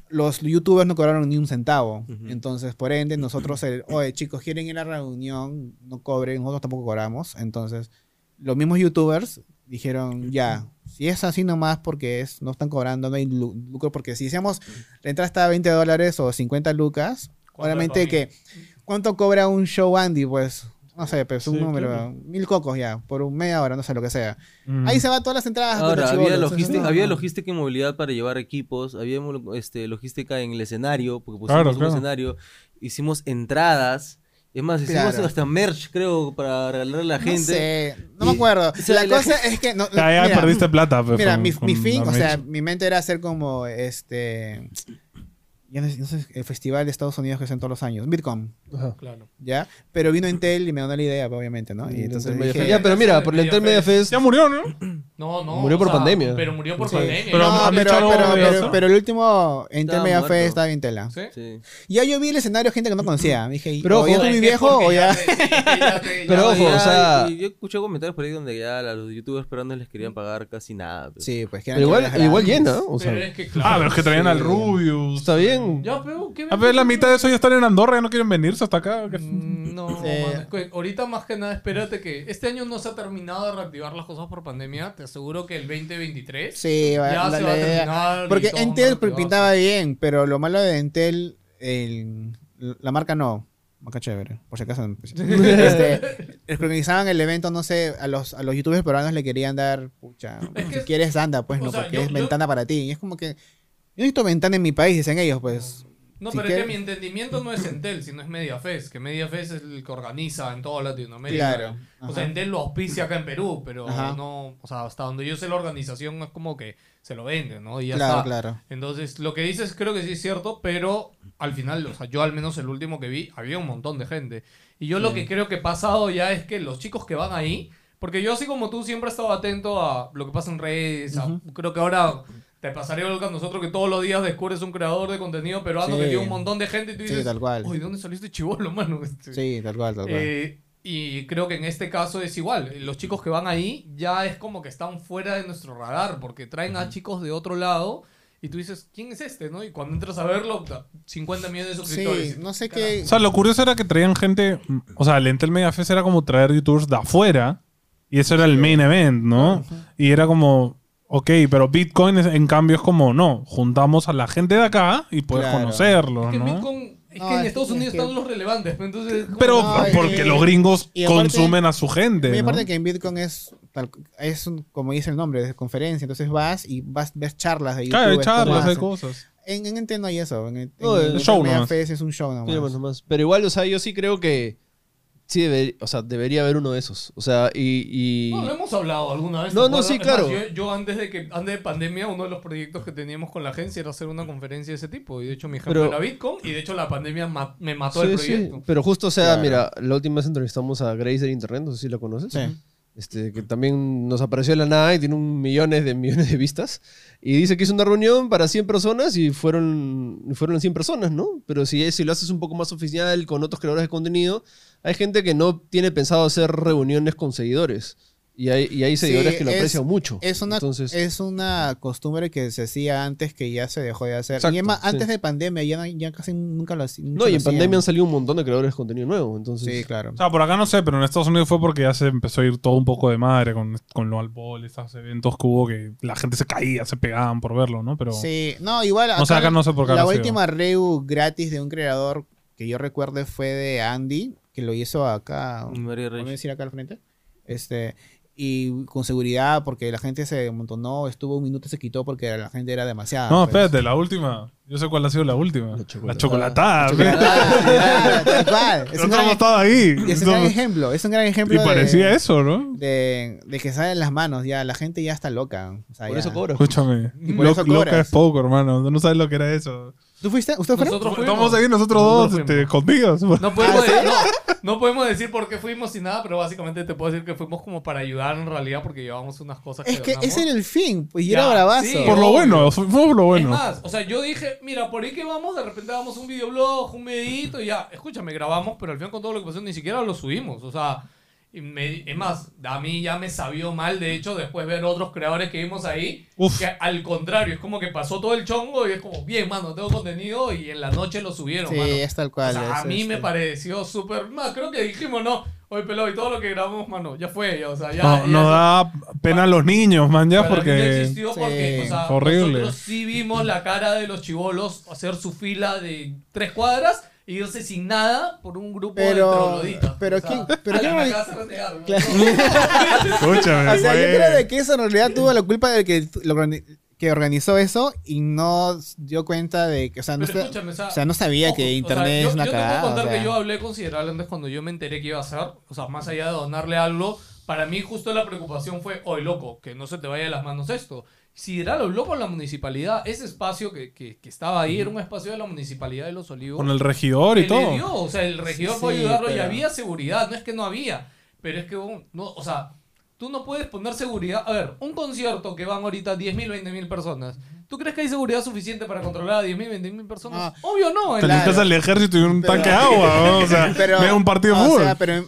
[SPEAKER 2] los youtubers no cobraron ni un centavo.
[SPEAKER 1] Ujú.
[SPEAKER 2] Entonces, por ende, nosotros, el, oye, chicos, quieren ir a la reunión, no cobren, nosotros tampoco cobramos. Entonces, los mismos youtubers dijeron, ya, si es así nomás porque es, no están cobrando, no hay lu- lucro, porque si hacemos la entrada está a 20 dólares o 50 lucas,
[SPEAKER 4] ¿Cuánto
[SPEAKER 2] obviamente
[SPEAKER 4] es para
[SPEAKER 2] que, ¿cuánto cobra un show Andy? Pues, no sé, pues un
[SPEAKER 5] Sí,
[SPEAKER 2] número,
[SPEAKER 5] claro.
[SPEAKER 2] mil cocos ya, por un media hora, no sé lo que sea.
[SPEAKER 5] Mm.
[SPEAKER 2] Ahí se van todas las entradas.
[SPEAKER 1] Ahora,
[SPEAKER 2] contra
[SPEAKER 1] había,
[SPEAKER 2] Ah, chibolos,
[SPEAKER 1] logística,
[SPEAKER 5] Ah.
[SPEAKER 2] ¿no?
[SPEAKER 1] había logística y movilidad para llevar equipos, había mo- este, logística en el escenario, porque pusimos
[SPEAKER 5] Claro,
[SPEAKER 1] un
[SPEAKER 5] claro.
[SPEAKER 1] escenario, hicimos entradas, es más, hicimos
[SPEAKER 2] Claro.
[SPEAKER 1] hasta merch, creo, para regalarle a la
[SPEAKER 2] No
[SPEAKER 1] gente.
[SPEAKER 2] sé, no me acuerdo.
[SPEAKER 1] O sea,
[SPEAKER 2] la,
[SPEAKER 1] la
[SPEAKER 2] cosa es que... No,
[SPEAKER 5] Ya, ya
[SPEAKER 2] mira,
[SPEAKER 5] perdiste plata. pues,
[SPEAKER 2] Mira,
[SPEAKER 5] con-
[SPEAKER 2] mi,
[SPEAKER 5] con
[SPEAKER 2] mi fin,
[SPEAKER 5] la
[SPEAKER 2] o sea,
[SPEAKER 5] mecha.
[SPEAKER 2] mi mente era hacer como este. Ya no, sé- no sé, el festival de Estados Unidos que hacen todos los años, Bitcom,
[SPEAKER 3] Ajá.
[SPEAKER 4] Claro.
[SPEAKER 2] ¿ya? Pero vino Intel y me dio la idea, pues, obviamente, ¿no?
[SPEAKER 1] Mm,
[SPEAKER 2] Y entonces
[SPEAKER 3] Entel Media
[SPEAKER 2] dije,
[SPEAKER 3] Fest. Ya, pero mira, por el Entel Media Fest.
[SPEAKER 5] Ya murió, ¿no?
[SPEAKER 4] No, no.
[SPEAKER 3] Murió
[SPEAKER 4] o
[SPEAKER 3] por
[SPEAKER 4] sea,
[SPEAKER 3] pandemia.
[SPEAKER 4] Pero murió por
[SPEAKER 2] Sí.
[SPEAKER 4] pandemia.
[SPEAKER 5] Pero
[SPEAKER 2] no,
[SPEAKER 5] han
[SPEAKER 2] pero,
[SPEAKER 5] dicho algo
[SPEAKER 2] pero-
[SPEAKER 5] de
[SPEAKER 2] pero-
[SPEAKER 5] eso.
[SPEAKER 2] pero el último Intel
[SPEAKER 1] Estaba
[SPEAKER 2] Media
[SPEAKER 1] muerto.
[SPEAKER 2] Fest estaba bien tela.
[SPEAKER 4] ¿Sí?
[SPEAKER 1] Sí.
[SPEAKER 2] Ya yo vi el escenario gente que no conocía. Dije,
[SPEAKER 3] Pero
[SPEAKER 2] o ya
[SPEAKER 3] ojo,
[SPEAKER 2] soy
[SPEAKER 4] Es
[SPEAKER 2] muy
[SPEAKER 4] que
[SPEAKER 2] viejo
[SPEAKER 4] porque
[SPEAKER 2] o ya.
[SPEAKER 4] te- ya te- ya
[SPEAKER 3] Pero
[SPEAKER 4] te-
[SPEAKER 3] ojo,
[SPEAKER 1] Ya,
[SPEAKER 3] o sea-
[SPEAKER 1] y- y yo escuché comentarios por ahí donde ya a los youtubers peruanos les querían pagar casi nada. pues.
[SPEAKER 2] Sí, pues que
[SPEAKER 3] Pero
[SPEAKER 2] eran
[SPEAKER 3] igual,
[SPEAKER 2] charlas
[SPEAKER 3] igual
[SPEAKER 2] grandes.
[SPEAKER 3] llena, o sea.
[SPEAKER 4] Pero es que
[SPEAKER 5] Ah,
[SPEAKER 4] claro.
[SPEAKER 5] pero es que traían al Rubius.
[SPEAKER 3] Está bien.
[SPEAKER 4] Ya, pero ¿qué
[SPEAKER 5] A ver, la mitad de eso ya están en Andorra, ya no quieren venirse hasta acá. que-
[SPEAKER 4] Mm, No,
[SPEAKER 2] Sí.
[SPEAKER 4] mano, cu- ahorita más que nada, espérate que este año no se ha terminado de reactivar las cosas por pandemia. Te aseguro que el 2023
[SPEAKER 2] Sí, va-
[SPEAKER 4] ya
[SPEAKER 2] la-
[SPEAKER 4] se va
[SPEAKER 2] la
[SPEAKER 4] a
[SPEAKER 2] idea-
[SPEAKER 4] terminar. y
[SPEAKER 2] Porque
[SPEAKER 4] todo
[SPEAKER 2] Entel
[SPEAKER 4] maravilloso.
[SPEAKER 2] pintaba bien, pero lo malo de Entel, el- la marca no. Marca chévere, por si acaso. Este, organizaban el evento, no sé, a los, a los youtubers peruanos le querían dar, pucha,
[SPEAKER 4] Es
[SPEAKER 2] si
[SPEAKER 4] que-
[SPEAKER 2] quieres anda, pues
[SPEAKER 4] o
[SPEAKER 2] no,
[SPEAKER 4] sea,
[SPEAKER 2] porque
[SPEAKER 4] yo-
[SPEAKER 2] es
[SPEAKER 4] yo-
[SPEAKER 2] ventana para ti. Y es como que, yo necesito ventana en mi país, dicen ellos, pues.
[SPEAKER 4] No,
[SPEAKER 2] Si
[SPEAKER 4] pero es
[SPEAKER 2] quieres-
[SPEAKER 4] que mi entendimiento no es Entel, sino es MediaFest, que MediaFest es el que organiza en toda Latinoamérica.
[SPEAKER 2] Claro,
[SPEAKER 4] O
[SPEAKER 2] ajá.
[SPEAKER 4] sea, Entel lo auspicia acá en Perú, pero
[SPEAKER 2] Ajá.
[SPEAKER 4] no, o sea, hasta donde yo sé la organización es como que se lo venden, ¿no? Y ya
[SPEAKER 2] Claro,
[SPEAKER 4] está.
[SPEAKER 2] claro.
[SPEAKER 4] Entonces, lo que dices creo que sí es cierto, pero al final, o sea, yo al menos el último que vi, había un montón de gente. Y yo lo que creo que ha pasado ya es que los chicos que van ahí, porque yo así como tú siempre he estado atento a lo que pasa en redes, a- creo que ahora te pasaría algo a nosotros que todos los días descubres un creador de contenido peruano
[SPEAKER 2] Sí.
[SPEAKER 4] que tiene un montón de gente y tú
[SPEAKER 2] Sí,
[SPEAKER 4] dices,
[SPEAKER 2] tal cual.
[SPEAKER 4] "Uy, ¿dónde saliste chivolo, mano? Este,
[SPEAKER 2] Sí, tal cual, tal cual.
[SPEAKER 4] eh, y creo que en este caso es igual. Los chicos que van ahí ya es como que están fuera de nuestro radar porque traen a chicos de otro lado y tú dices, ¿quién es este? ¿no? Y cuando entras a verlo, puta, 50 millones de suscriptores.
[SPEAKER 2] sí, no sé qué.
[SPEAKER 5] O sea, lo curioso era que traían gente. O sea, el Entel Media Fest era como traer youtubers de afuera Y eso era el main event, ¿no? Y era como, ok, pero Bitcoin es- en cambio es como, no, juntamos a la gente de acá y puedes
[SPEAKER 2] Claro.
[SPEAKER 5] conocerlo,
[SPEAKER 4] que
[SPEAKER 5] ¿no?
[SPEAKER 4] Bitcoin, es
[SPEAKER 2] No,
[SPEAKER 4] que en
[SPEAKER 2] es-
[SPEAKER 4] Estados
[SPEAKER 2] es
[SPEAKER 4] Unidos
[SPEAKER 2] que-
[SPEAKER 4] están los relevantes, pero entonces... ¿cómo?
[SPEAKER 5] Pero
[SPEAKER 2] No, y-
[SPEAKER 5] porque los gringos
[SPEAKER 2] y aparte-
[SPEAKER 5] consumen a su gente.
[SPEAKER 2] Y
[SPEAKER 5] ¿no?
[SPEAKER 2] aparte que en Bitcoin es, tal, es un- como dice el nombre, es conferencia. Entonces vas y vas a ver charlas de YouTube.
[SPEAKER 5] Claro, hay charlas, hay
[SPEAKER 2] cosas.
[SPEAKER 5] cosas.
[SPEAKER 2] En, en Nintendo hay eso. En, en,
[SPEAKER 3] No,
[SPEAKER 2] en
[SPEAKER 3] es
[SPEAKER 5] show
[SPEAKER 2] Media
[SPEAKER 5] nomás.
[SPEAKER 2] Fest es un show nomás.
[SPEAKER 3] Mira, más nomás. Pero igual, o sea, yo sí creo que sí debe- o sea, debería haber uno de esos. O sea, y... y-
[SPEAKER 4] No, lo hemos hablado alguna vez.
[SPEAKER 3] No,
[SPEAKER 4] ¿te
[SPEAKER 3] no,
[SPEAKER 4] acuerdas?
[SPEAKER 3] sí,
[SPEAKER 4] Es
[SPEAKER 3] claro.
[SPEAKER 4] más, yo, yo antes de que antes de pandemia, uno de los proyectos que teníamos con la agencia era hacer una conferencia de ese tipo. Y de hecho, mi ejemplo
[SPEAKER 3] Pero-
[SPEAKER 4] era Bitcoin. Y de hecho, la pandemia ma- me mató
[SPEAKER 3] Sí,
[SPEAKER 4] el
[SPEAKER 3] sí.
[SPEAKER 4] proyecto.
[SPEAKER 3] Pero justo, o sea,
[SPEAKER 2] Claro.
[SPEAKER 3] mira, la última vez entrevistamos a Grace del Internet, no sé si la conoces.
[SPEAKER 2] Sí.
[SPEAKER 3] Este, que también nos apareció de la nada y tiene un millones de millones de vistas. Y dice que hizo una reunión para 100 personas y fueron, fueron 100 personas, ¿no? Pero si, si lo haces un poco más oficial con otros creadores de contenido, hay gente que no tiene pensado hacer reuniones con seguidores. Y hay, y hay
[SPEAKER 2] Sí,
[SPEAKER 3] seguidores que lo
[SPEAKER 2] es-
[SPEAKER 3] aprecian mucho.
[SPEAKER 2] Es una,
[SPEAKER 3] Entonces,
[SPEAKER 2] es una costumbre que se hacía antes que ya se dejó de hacer.
[SPEAKER 3] Exacto,
[SPEAKER 2] y es más,
[SPEAKER 3] sí.
[SPEAKER 2] antes de pandemia ya, no- ya casi nunca lo hacían.
[SPEAKER 3] no, y en pandemia han salido un montón de creadores de contenido nuevo. Entonces,
[SPEAKER 2] Sí, claro.
[SPEAKER 5] O sea, por acá no sé, pero en Estados Unidos fue porque ya se empezó a ir todo un poco de madre con, con lo al bol, esos eventos que hubo que la gente se caía, se pegaban por verlo, ¿no? Pero
[SPEAKER 2] Sí, no, igual.
[SPEAKER 5] O sea, acá no sé por qué
[SPEAKER 2] La
[SPEAKER 5] habrá sido.
[SPEAKER 2] última reu gratis de un creador que yo recuerde fue de Andy, que lo hizo acá.
[SPEAKER 1] María Reyes.
[SPEAKER 2] ¿Puedo decir acá al frente? Este. Y con seguridad, porque la gente se amontonó, estuvo un minuto, se quitó porque la gente era demasiada.
[SPEAKER 5] No,
[SPEAKER 2] pues.
[SPEAKER 5] espérate, la última. Yo sé cuál ha sido la última. La chocolatada.
[SPEAKER 3] chocolatada.
[SPEAKER 5] pe.
[SPEAKER 2] Ah, ah, tal cual. Es un
[SPEAKER 5] Nosotros hemos
[SPEAKER 2] gran-
[SPEAKER 5] estado ahí.
[SPEAKER 2] es un gran
[SPEAKER 5] Entonces,
[SPEAKER 2] ejemplo, es un gran ejemplo.
[SPEAKER 5] Y parecía
[SPEAKER 2] de,
[SPEAKER 5] eso, ¿no?
[SPEAKER 2] De, de que salen las manos, ya, la gente ya está loca. o sea,
[SPEAKER 3] por
[SPEAKER 2] ya.
[SPEAKER 3] eso cobro.
[SPEAKER 5] Escúchame.
[SPEAKER 2] Y por
[SPEAKER 5] lo-
[SPEAKER 2] eso cobras.
[SPEAKER 5] loca es poco, hermano. No sabes lo que era eso.
[SPEAKER 2] ¿Tú fuiste? ¿Usted fue?
[SPEAKER 4] Nosotros fuimos.
[SPEAKER 5] Estamos ahí nosotros
[SPEAKER 4] Nosotros
[SPEAKER 5] dos
[SPEAKER 4] fuimos.
[SPEAKER 5] este, escondidos.
[SPEAKER 4] No podemos, decir, no, no podemos decir por qué fuimos y nada, pero básicamente te puedo decir que fuimos como para ayudar en realidad porque llevábamos unas cosas
[SPEAKER 2] Es que
[SPEAKER 4] donamos.
[SPEAKER 2] ese era el fin, pues y
[SPEAKER 4] Ya,
[SPEAKER 2] era bravazo.
[SPEAKER 4] sí.
[SPEAKER 5] Por lo bueno, fu- fue por lo
[SPEAKER 4] Es
[SPEAKER 5] bueno.
[SPEAKER 4] más, o sea, yo dije, mira, por ahí que vamos, de repente damos un videoblog, un videito, y ya, escúchame, grabamos, pero al final con todo lo que pasó ni siquiera lo subimos, o sea, y me- es más, a mí ya me sabió mal, de hecho, después ver otros creadores que vimos ahí,
[SPEAKER 5] Uf.
[SPEAKER 4] que al contrario, es como que pasó todo el chongo y es como, bien, mano, tengo contenido y en la noche lo subieron,
[SPEAKER 2] Sí,
[SPEAKER 4] mano.
[SPEAKER 2] es tal
[SPEAKER 4] O
[SPEAKER 2] cual.
[SPEAKER 4] sea, a
[SPEAKER 2] es,
[SPEAKER 4] mí me
[SPEAKER 2] este,
[SPEAKER 4] pareció súper más, creo que dijimos, no, hoy pelado y todo lo que grabamos, mano, ya fue, ya, o sea, ya.
[SPEAKER 5] No,
[SPEAKER 4] ya
[SPEAKER 5] no
[SPEAKER 4] eso-
[SPEAKER 5] da pena a los niños, man, ya,
[SPEAKER 4] para mí no
[SPEAKER 5] porque...
[SPEAKER 4] existió porque,
[SPEAKER 2] Sí.
[SPEAKER 4] o sea,
[SPEAKER 5] Horrible.
[SPEAKER 4] nosotros sí vimos la cara de los chivolos hacer su fila de tres cuadras e irse sin nada por un grupo
[SPEAKER 2] Pero-
[SPEAKER 4] de trogloditas.
[SPEAKER 2] pero ¿quién- pero
[SPEAKER 4] ala,
[SPEAKER 2] quién
[SPEAKER 4] me
[SPEAKER 2] organi-
[SPEAKER 4] acabas de renegar, ¿no?
[SPEAKER 5] Escúchame,
[SPEAKER 2] O sea, yo
[SPEAKER 5] güey.
[SPEAKER 2] creo de que eso en realidad tuvo la culpa del que, lo organi- que organizó eso y no dio cuenta de que, o sea, no,
[SPEAKER 4] Pero
[SPEAKER 2] sa-
[SPEAKER 4] escúchame, o sea,
[SPEAKER 2] o sea, no sabía
[SPEAKER 4] Ojo,
[SPEAKER 2] que
[SPEAKER 4] o sea,
[SPEAKER 2] internet
[SPEAKER 4] yo-
[SPEAKER 2] es una
[SPEAKER 4] yo Te
[SPEAKER 2] cagada.
[SPEAKER 4] puedo
[SPEAKER 2] o
[SPEAKER 4] contar
[SPEAKER 2] sea.
[SPEAKER 4] que yo hablé considerable antes cuando yo me enteré que iba a hacer. O sea, más allá de donarle algo, para mí justo la preocupación fue, oye, loco, que no se te vaya de las manos esto. Si era lo loco en la municipalidad, ese espacio que, que, que estaba ahí era un espacio de la municipalidad de Los Olivos.
[SPEAKER 5] Con el regidor y
[SPEAKER 4] que le
[SPEAKER 5] todo.
[SPEAKER 4] dio, o sea, el regidor
[SPEAKER 2] Sí,
[SPEAKER 4] fue a ayudarlo y
[SPEAKER 2] pero-
[SPEAKER 4] había seguridad, no es que no había, pero es que, un- no, o sea, tú no puedes poner seguridad. A ver, un concierto que van ahorita 10.000, 20.000 personas, ¿tú crees que hay seguridad suficiente para controlar a 10.000, 20.000 personas?
[SPEAKER 2] Ah,
[SPEAKER 4] Obvio no, en
[SPEAKER 5] Te
[SPEAKER 4] la-
[SPEAKER 5] necesitas al ejército y un
[SPEAKER 2] Pero-
[SPEAKER 5] tanque de agua, ¿no? O sea,
[SPEAKER 2] Pero,
[SPEAKER 5] ve un partido de
[SPEAKER 2] o
[SPEAKER 5] fútbol.
[SPEAKER 2] sea, pero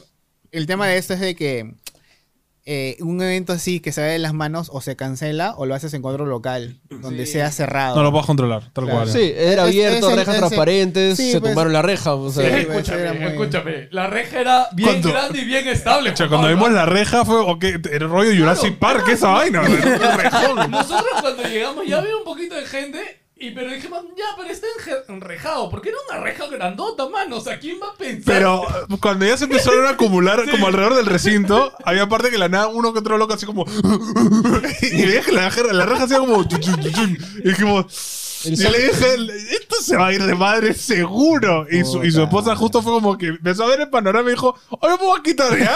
[SPEAKER 2] el tema de esto es de que eh, un evento así que se va de las manos o se cancela o lo haces en cuadro local, donde sea cerrado.
[SPEAKER 5] No lo puedes controlar, tal
[SPEAKER 2] Claro.
[SPEAKER 5] cual.
[SPEAKER 3] Sí, era
[SPEAKER 2] Es-
[SPEAKER 3] abierto,
[SPEAKER 2] es el-
[SPEAKER 3] rejas
[SPEAKER 2] es el-
[SPEAKER 3] transparentes,
[SPEAKER 2] sí,
[SPEAKER 3] se
[SPEAKER 2] pues-
[SPEAKER 3] tumbaron la reja. O sea,
[SPEAKER 2] Sí.
[SPEAKER 4] Escúchame,
[SPEAKER 2] Era muy-
[SPEAKER 4] escúchame, la reja era bien
[SPEAKER 5] Cuando-
[SPEAKER 4] grande y bien estable.
[SPEAKER 5] O sea,
[SPEAKER 4] Juan
[SPEAKER 5] cuando
[SPEAKER 4] Pablo.
[SPEAKER 5] vimos la reja fue ok, el rollo Jurassic Park, esa vaina. era un rejón.
[SPEAKER 4] Nosotros cuando llegamos ya había un poquito de gente, y pero dijimos, ya, pero está enje- enrejado, porque era una reja grandota, mano, o sea, ¿quién va a pensar?
[SPEAKER 5] Pero cuando ya se empezaron a acumular como alrededor del recinto, había parte que la nada uno que otro loco así como y veía que la, reja- la reja hacía como chun, chun, chun, chun. y como y le dije, esto se va a ir de madre seguro. Y su, y su esposa justo fue como que empezó a ver el panorama y dijo, hoy me voy a quitar ya.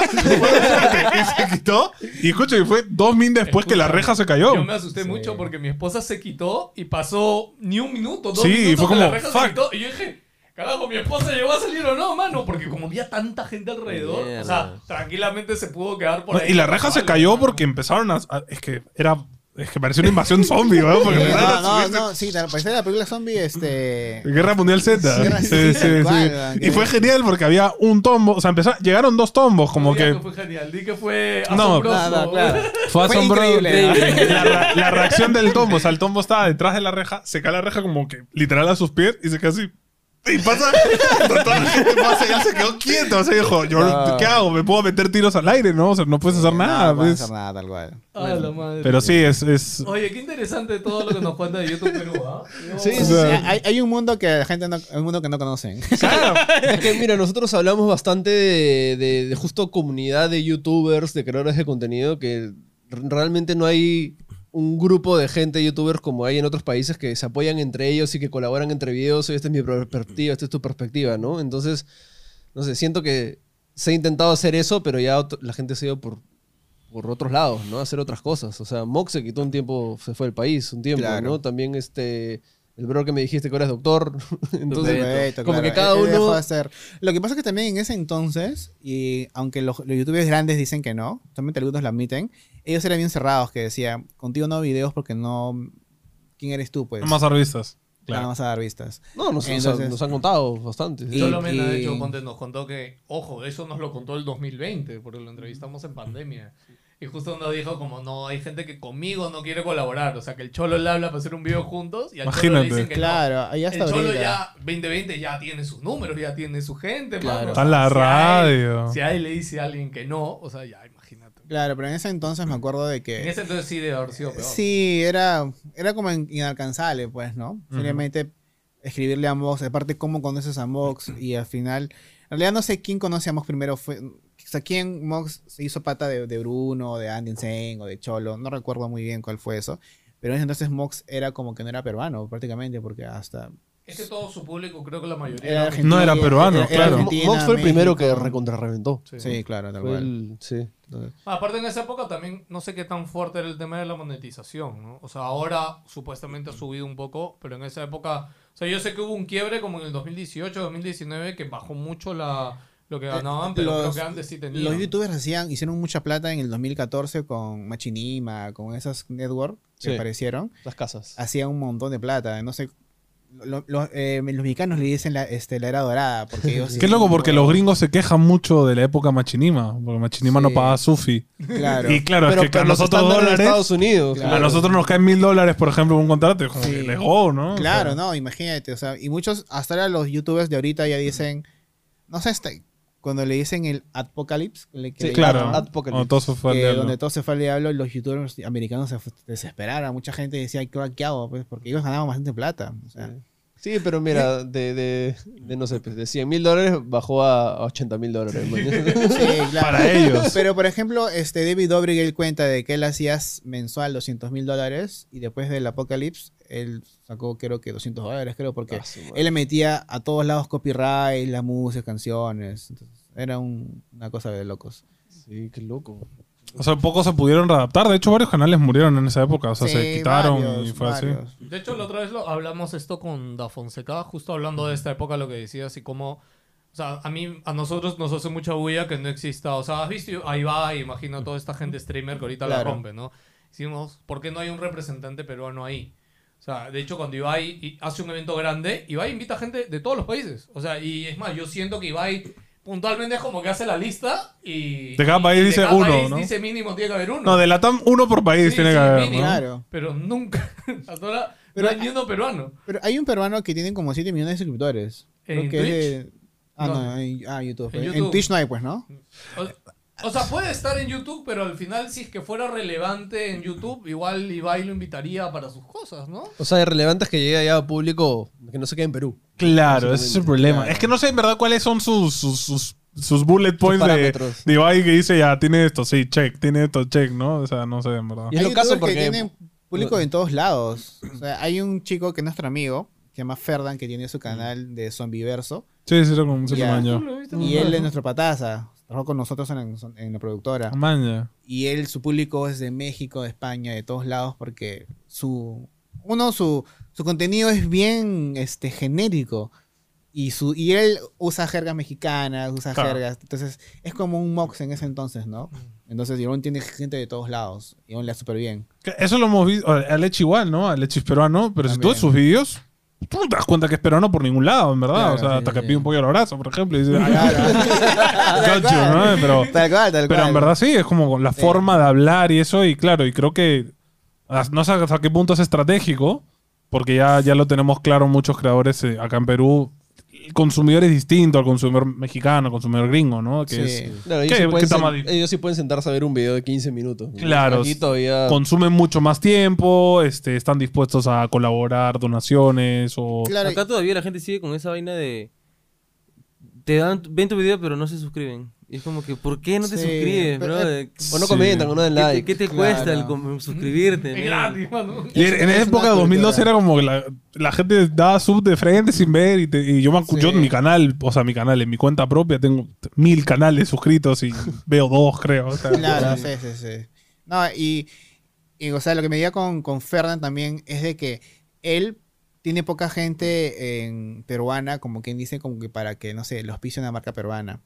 [SPEAKER 5] y se quitó. Y escucha, y fue dos min después que la
[SPEAKER 4] Escúchame,
[SPEAKER 5] reja se cayó.
[SPEAKER 4] Yo me asusté mucho porque mi esposa se quitó y pasó ni un minuto, dos
[SPEAKER 5] Sí,
[SPEAKER 4] minutos.
[SPEAKER 5] y fue
[SPEAKER 4] que la
[SPEAKER 5] como,
[SPEAKER 4] reja se
[SPEAKER 5] "Fuck".
[SPEAKER 4] quitó, y yo dije, carajo, mi esposa llegó a salir o no, mano, porque como había tanta gente alrededor, o sea,
[SPEAKER 1] Mierda.
[SPEAKER 4] tranquilamente se pudo quedar por
[SPEAKER 5] No,
[SPEAKER 4] ahí.
[SPEAKER 5] y la reja se
[SPEAKER 4] Vale,
[SPEAKER 5] cayó
[SPEAKER 4] mano.
[SPEAKER 5] porque empezaron a. a- es que era. Es que parecía una invasión zombie, weón. Porque
[SPEAKER 2] Sí,
[SPEAKER 5] empezaron
[SPEAKER 2] Eh, no,
[SPEAKER 5] a
[SPEAKER 2] no,
[SPEAKER 5] subirse-
[SPEAKER 2] no, sí, tal- parecía la película zombie, este...
[SPEAKER 5] Guerra Mundial Z.
[SPEAKER 2] Guerra-
[SPEAKER 5] Sí,
[SPEAKER 2] sí, tal
[SPEAKER 5] sí, sí.
[SPEAKER 2] cual, man,
[SPEAKER 5] Y
[SPEAKER 2] que-
[SPEAKER 5] fue genial porque había un tombo. O sea, empezaron, llegaron dos tombos, como
[SPEAKER 4] No digas
[SPEAKER 5] que.
[SPEAKER 4] fue genial, di que fue
[SPEAKER 5] No,
[SPEAKER 4] asombroso.
[SPEAKER 2] Nada, claro.
[SPEAKER 5] Fue asombroso.
[SPEAKER 2] increíble, ¿no?
[SPEAKER 5] La, ra- la reacción del tombo. O sea, el tombo estaba detrás de la reja, se cae la reja como que literal a sus pies y se queda así. Y pasa, toda la gente pasa, ya se quedó quieto. O sea, dijo, yo,
[SPEAKER 2] Ah.
[SPEAKER 5] ¿qué hago? Me puedo meter tiros al aire, ¿no? O sea, no puedes hacer nada.
[SPEAKER 2] No puedes
[SPEAKER 5] pues.
[SPEAKER 2] hacer nada, tal cual.
[SPEAKER 4] A la madre.
[SPEAKER 5] Pero sí, es, es...
[SPEAKER 4] Oye, qué interesante todo lo que nos cuenta de YouTube Perú, ¿ah? Yo-
[SPEAKER 3] Sí,
[SPEAKER 5] O
[SPEAKER 2] O
[SPEAKER 5] sea,
[SPEAKER 3] sí, sí.
[SPEAKER 2] sea, hay, hay un mundo que la gente no, hay un mundo que no conocen.
[SPEAKER 3] Claro. Es que, mira, nosotros hablamos bastante de, de- de justo comunidad de youtubers, de creadores de contenido, que r- realmente no hay un grupo de gente, youtubers, como hay en otros países, que se apoyan entre ellos y que colaboran entre videos. Oye, esta es mi perspectiva, esta es tu perspectiva, ¿no? Entonces, no sé, siento que se ha intentado hacer eso, pero ya ot- la gente se ha ido por, por otros lados, ¿no? A hacer otras cosas. O sea, Mox se quitó un tiempo, se fue del país un tiempo,
[SPEAKER 2] Claro.
[SPEAKER 3] ¿no? También este... El bro que me dijiste que ahora es doctor. Entonces,
[SPEAKER 2] Correcto,
[SPEAKER 3] como
[SPEAKER 2] claro.
[SPEAKER 3] que cada
[SPEAKER 2] Él- él dejó
[SPEAKER 3] uno...
[SPEAKER 2] de hacer. Lo que pasa es que también en ese entonces, y aunque los, los youtubers grandes dicen que no, también algunos lo admiten, ellos eran bien cerrados, que decían, contigo no hago videos porque no... ¿Quién eres tú, pues?
[SPEAKER 5] No más artistas.
[SPEAKER 2] Nada
[SPEAKER 5] Claro.
[SPEAKER 2] más a dar vistas.
[SPEAKER 3] No, nos, nos
[SPEAKER 2] Entonces-
[SPEAKER 3] han, nos han contado bastante. sí.
[SPEAKER 2] Y-
[SPEAKER 4] Cholo Mena, de
[SPEAKER 2] y-
[SPEAKER 4] hecho, ponte, nos contó que, ojo, eso nos lo contó el 2020, porque lo entrevistamos en pandemia. Y justo nos dijo como, no, hay gente que conmigo no quiere colaborar. O sea, que el Cholo le habla para hacer un video juntos y al Cholo
[SPEAKER 5] Imagínate.
[SPEAKER 4] le dicen que no.
[SPEAKER 2] Claro, ahí
[SPEAKER 4] El
[SPEAKER 2] hasta
[SPEAKER 4] Cholo
[SPEAKER 2] ahorita.
[SPEAKER 4] ya, 2020, ya tiene sus números, ya tiene su gente. mano.
[SPEAKER 5] Está en la
[SPEAKER 4] Si a él-
[SPEAKER 5] radio.
[SPEAKER 4] si a él le dice a alguien que no, o sea, ya, imagínate.
[SPEAKER 2] Claro, pero en ese entonces me acuerdo de
[SPEAKER 4] En
[SPEAKER 2] que...
[SPEAKER 4] ese entonces sí debe haber sido peor.
[SPEAKER 2] Sí, era, era como in- inalcanzable, pues, ¿no?
[SPEAKER 5] Ujú.
[SPEAKER 2] Simplemente escribirle a Mox, aparte cómo conoces a Mox y al final... En realidad no sé quién conoce a Mox primero, fue, o sea, quién Mox se hizo pata de, de Bruno, de Andy Insane o de Cholo, no recuerdo muy bien cuál fue eso. Pero en ese entonces Mox era como que no era peruano prácticamente, porque hasta...
[SPEAKER 4] Es que todo su público, creo que la mayoría...
[SPEAKER 2] Era
[SPEAKER 4] era-
[SPEAKER 5] No era peruano, claro.
[SPEAKER 2] Argentina,
[SPEAKER 3] Mox fue el primero que
[SPEAKER 2] México.
[SPEAKER 3] recontrarreventó.
[SPEAKER 2] Sí, claro, tal
[SPEAKER 3] Fue
[SPEAKER 2] cual.
[SPEAKER 3] el- sí.
[SPEAKER 4] Aparte en esa época también no sé qué tan fuerte era el tema de la monetización, ¿no? O sea, ahora supuestamente ha subido un poco, pero en esa época, o sea, yo sé que hubo un quiebre como en el 2018, 2019 que bajó mucho la lo que ganaban, pero
[SPEAKER 2] Eh, los-
[SPEAKER 4] creo que antes sí tenían.
[SPEAKER 2] Los youtubers hacían, hicieron mucha plata en el 2014 con Machinima, con esas network que
[SPEAKER 3] Sí.
[SPEAKER 2] aparecieron.
[SPEAKER 3] Las casas.
[SPEAKER 2] Hacían un montón de plata. No sé. lo- lo- eh, los mexicanos le dicen la, este, la era dorada. Porque ellos
[SPEAKER 5] Qué loco, porque los gringos se quejan mucho de la época Machinima. Porque Machinima no
[SPEAKER 2] Sí.
[SPEAKER 5] pagaba Sufi.
[SPEAKER 2] Claro.
[SPEAKER 5] Y claro, es que a
[SPEAKER 3] los
[SPEAKER 5] nosotros
[SPEAKER 3] estándares de
[SPEAKER 5] dólares...
[SPEAKER 3] Estados Unidos.
[SPEAKER 2] A
[SPEAKER 5] A
[SPEAKER 3] claro.
[SPEAKER 5] nosotros nos caen mil dólares, por ejemplo, un contrato. y Como
[SPEAKER 2] Sí.
[SPEAKER 5] que lejos, ¿no? O
[SPEAKER 2] Claro,
[SPEAKER 5] sea,
[SPEAKER 2] no, imagínate. O sea, y muchos, hasta ahora los youtubers de ahorita ya dicen. No sé, este, cuando le dicen el apocalipsis. le- que
[SPEAKER 3] Sí,
[SPEAKER 2] le
[SPEAKER 5] Claro.
[SPEAKER 2] llaman,
[SPEAKER 3] Adpocalypse.
[SPEAKER 5] Cuando todo se fue al
[SPEAKER 2] que
[SPEAKER 5] diablo.
[SPEAKER 2] donde todo se fue al diablo, los youtubers americanos se fu- desesperaron. Mucha gente decía, ¿qué, qué hago? Pues, porque ellos ganaban bastante plata. O sea,
[SPEAKER 3] Sí, pero mira, de, de, de, no sé, pues, de 100 mil dólares bajó a a 80 mil dólares. man.
[SPEAKER 2] Sí, claro.
[SPEAKER 5] Para ellos.
[SPEAKER 2] Pero, por ejemplo, este David Dobrik, él cuenta de que él hacía mensual 200 mil dólares y después del apocalipsis, él sacó creo que 200 dólares, creo, porque
[SPEAKER 3] Ah, su madre.
[SPEAKER 2] él le metía a todos lados copyright, la música, canciones. Entonces, era un- una cosa de locos.
[SPEAKER 3] Sí, qué loco.
[SPEAKER 5] O sea, pocos se pudieron readaptar. De hecho, varios canales murieron en esa época. O sea, se
[SPEAKER 2] Sí,
[SPEAKER 5] quitaron y
[SPEAKER 2] varios,
[SPEAKER 5] fue así.
[SPEAKER 2] varios.
[SPEAKER 4] De hecho, la otra vez lo hablamos esto con Da Fonseca, justo hablando de esta época, lo que decías y cómo. O sea, a mí, a nosotros nos hace mucha bulla que no exista. O sea, has visto, ahí va, imagino toda esta gente streamer que ahorita la
[SPEAKER 2] Claro.
[SPEAKER 4] rompe, ¿no? Hicimos, ¿por qué no hay un representante peruano ahí? O sea, de hecho, cuando Ibai y- hace un evento grande, Ibai invita gente de todos los países. O sea, y es más, yo siento que Ibai puntualmente es como que hace la lista y.
[SPEAKER 5] De cada
[SPEAKER 4] y-
[SPEAKER 5] país
[SPEAKER 4] y
[SPEAKER 5] dice
[SPEAKER 4] cada
[SPEAKER 5] uno,
[SPEAKER 4] país
[SPEAKER 5] ¿no?
[SPEAKER 4] Dice mínimo tiene que haber uno.
[SPEAKER 5] No, de la TAM, uno por país
[SPEAKER 4] Sí,
[SPEAKER 5] tiene
[SPEAKER 4] sí,
[SPEAKER 5] que haber.
[SPEAKER 4] mínimo.
[SPEAKER 5] ¿no?
[SPEAKER 2] Claro.
[SPEAKER 4] Pero nunca. Hasta ahora
[SPEAKER 2] Pero-
[SPEAKER 4] no hay ni uno peruano.
[SPEAKER 2] Pero hay un peruano que tiene como 7 millones de suscriptores. Creo
[SPEAKER 4] ¿En
[SPEAKER 2] que es de- Ah, no,
[SPEAKER 4] ¿Dónde?
[SPEAKER 2] en ah, YouTube.
[SPEAKER 4] En
[SPEAKER 2] En,
[SPEAKER 4] YouTube.
[SPEAKER 2] Twitch no hay, pues, ¿no?
[SPEAKER 4] O, o sea, puede estar en YouTube, pero al final, si es que fuera relevante en YouTube, igual Ibai lo invitaría para sus cosas, ¿no?
[SPEAKER 3] O sea, irrelevante es que llegue allá a público que no se quede en Perú.
[SPEAKER 5] Claro, ese es el problema. Es que no sé en verdad cuáles son sus, sus, sus, sus bullet points de,
[SPEAKER 3] parámetros.
[SPEAKER 5] de Ibai que dice, ya, tiene esto, sí, check, tiene esto, check, ¿no? O sea, no sé, en verdad.
[SPEAKER 3] Y es
[SPEAKER 2] hay
[SPEAKER 3] lo caso
[SPEAKER 2] youtubers
[SPEAKER 3] porque-
[SPEAKER 2] que tienen público en todos lados. O sea, hay un chico que es nuestro amigo, que se llama Ferdan, que
[SPEAKER 3] Mm.
[SPEAKER 2] tiene su canal de Zombiverso.
[SPEAKER 5] Sí, sí, era como un
[SPEAKER 2] Ya.
[SPEAKER 5] maño.
[SPEAKER 4] ¿eh?
[SPEAKER 2] Y él es nuestro pataza. Trabajó con nosotros en, en la productora.
[SPEAKER 5] Maña.
[SPEAKER 2] Y él, su público es de México, de España, de todos lados, porque su. Uno, su, su contenido es bien este, genérico. Y, su, y él usa jergas mexicanas, usa
[SPEAKER 5] Claro.
[SPEAKER 2] jergas. Entonces, es como un mox en ese entonces, ¿no?
[SPEAKER 3] Mm.
[SPEAKER 2] Entonces, Ivonne tiene gente de todos lados. Y Ivonne le da súper bien.
[SPEAKER 5] Que Eso lo hemos visto. a- Alex igual, ¿no? Alex es peruano, pero si tú
[SPEAKER 2] También.
[SPEAKER 5] ves sus vídeos, tú no te das cuenta que es peruano por ningún lado, en verdad.
[SPEAKER 2] Claro,
[SPEAKER 5] o sea,
[SPEAKER 2] sí,
[SPEAKER 5] hasta que
[SPEAKER 2] sí.
[SPEAKER 5] pide un pollo al abrazo, por ejemplo, y dice, "I got you", ¿no?
[SPEAKER 2] cual.
[SPEAKER 5] Pero,
[SPEAKER 2] Tal cual, tal cual.
[SPEAKER 5] pero en verdad sí, es como la forma de hablar y eso, y claro, y creo que as- no sé hasta qué punto es estratégico, porque ya, ya lo tenemos claro muchos creadores eh, acá en Perú. el consumidor es distinto al consumidor mexicano, al consumidor gringo, ¿no? Que
[SPEAKER 2] Sí.
[SPEAKER 5] es-
[SPEAKER 3] Claro, ellos,
[SPEAKER 5] ¿Qué-
[SPEAKER 3] sí
[SPEAKER 5] qué
[SPEAKER 3] pueden
[SPEAKER 5] está
[SPEAKER 3] sen-
[SPEAKER 5] mal?
[SPEAKER 3] ellos sí pueden sentarse a ver un video de 15 minutos. ¿no?
[SPEAKER 5] Claro,
[SPEAKER 3] Aquí todavía...
[SPEAKER 5] consumen mucho más tiempo, este, están dispuestos a colaborar, donaciones o...
[SPEAKER 2] Claro,
[SPEAKER 1] Acá todavía la gente sigue con esa vaina de. Te dan, ven tu video, pero no se suscriben. Y es como que, ¿por qué no te
[SPEAKER 2] Sí,
[SPEAKER 1] suscribes,
[SPEAKER 2] pero,
[SPEAKER 1] bro?
[SPEAKER 2] eh,
[SPEAKER 1] ¿Qué
[SPEAKER 3] O no
[SPEAKER 5] Sí.
[SPEAKER 3] comentan, o
[SPEAKER 1] te-
[SPEAKER 3] no dan like.
[SPEAKER 1] ¿Qué te
[SPEAKER 2] claro.
[SPEAKER 1] cuesta el com- suscribirte?
[SPEAKER 4] Es
[SPEAKER 1] men?
[SPEAKER 4] gratis, mano.
[SPEAKER 5] Y en, en
[SPEAKER 2] Es
[SPEAKER 5] la
[SPEAKER 2] una
[SPEAKER 5] época de 2012
[SPEAKER 2] cultura.
[SPEAKER 5] era como que la, la gente daba sub de frente sin ver y, te- y yo, me acu-
[SPEAKER 2] Sí.
[SPEAKER 5] yo en mi canal, o sea, mi canal, en mi cuenta propia tengo t- mil canales suscritos y veo dos, creo. o sea.
[SPEAKER 2] Claro, sí, sí, sí. No, y, y, o sea, lo que me diga con, con Fernan también es de que él tiene poca gente en peruana, como quien dice, como que para que, no sé, los pise una marca peruana.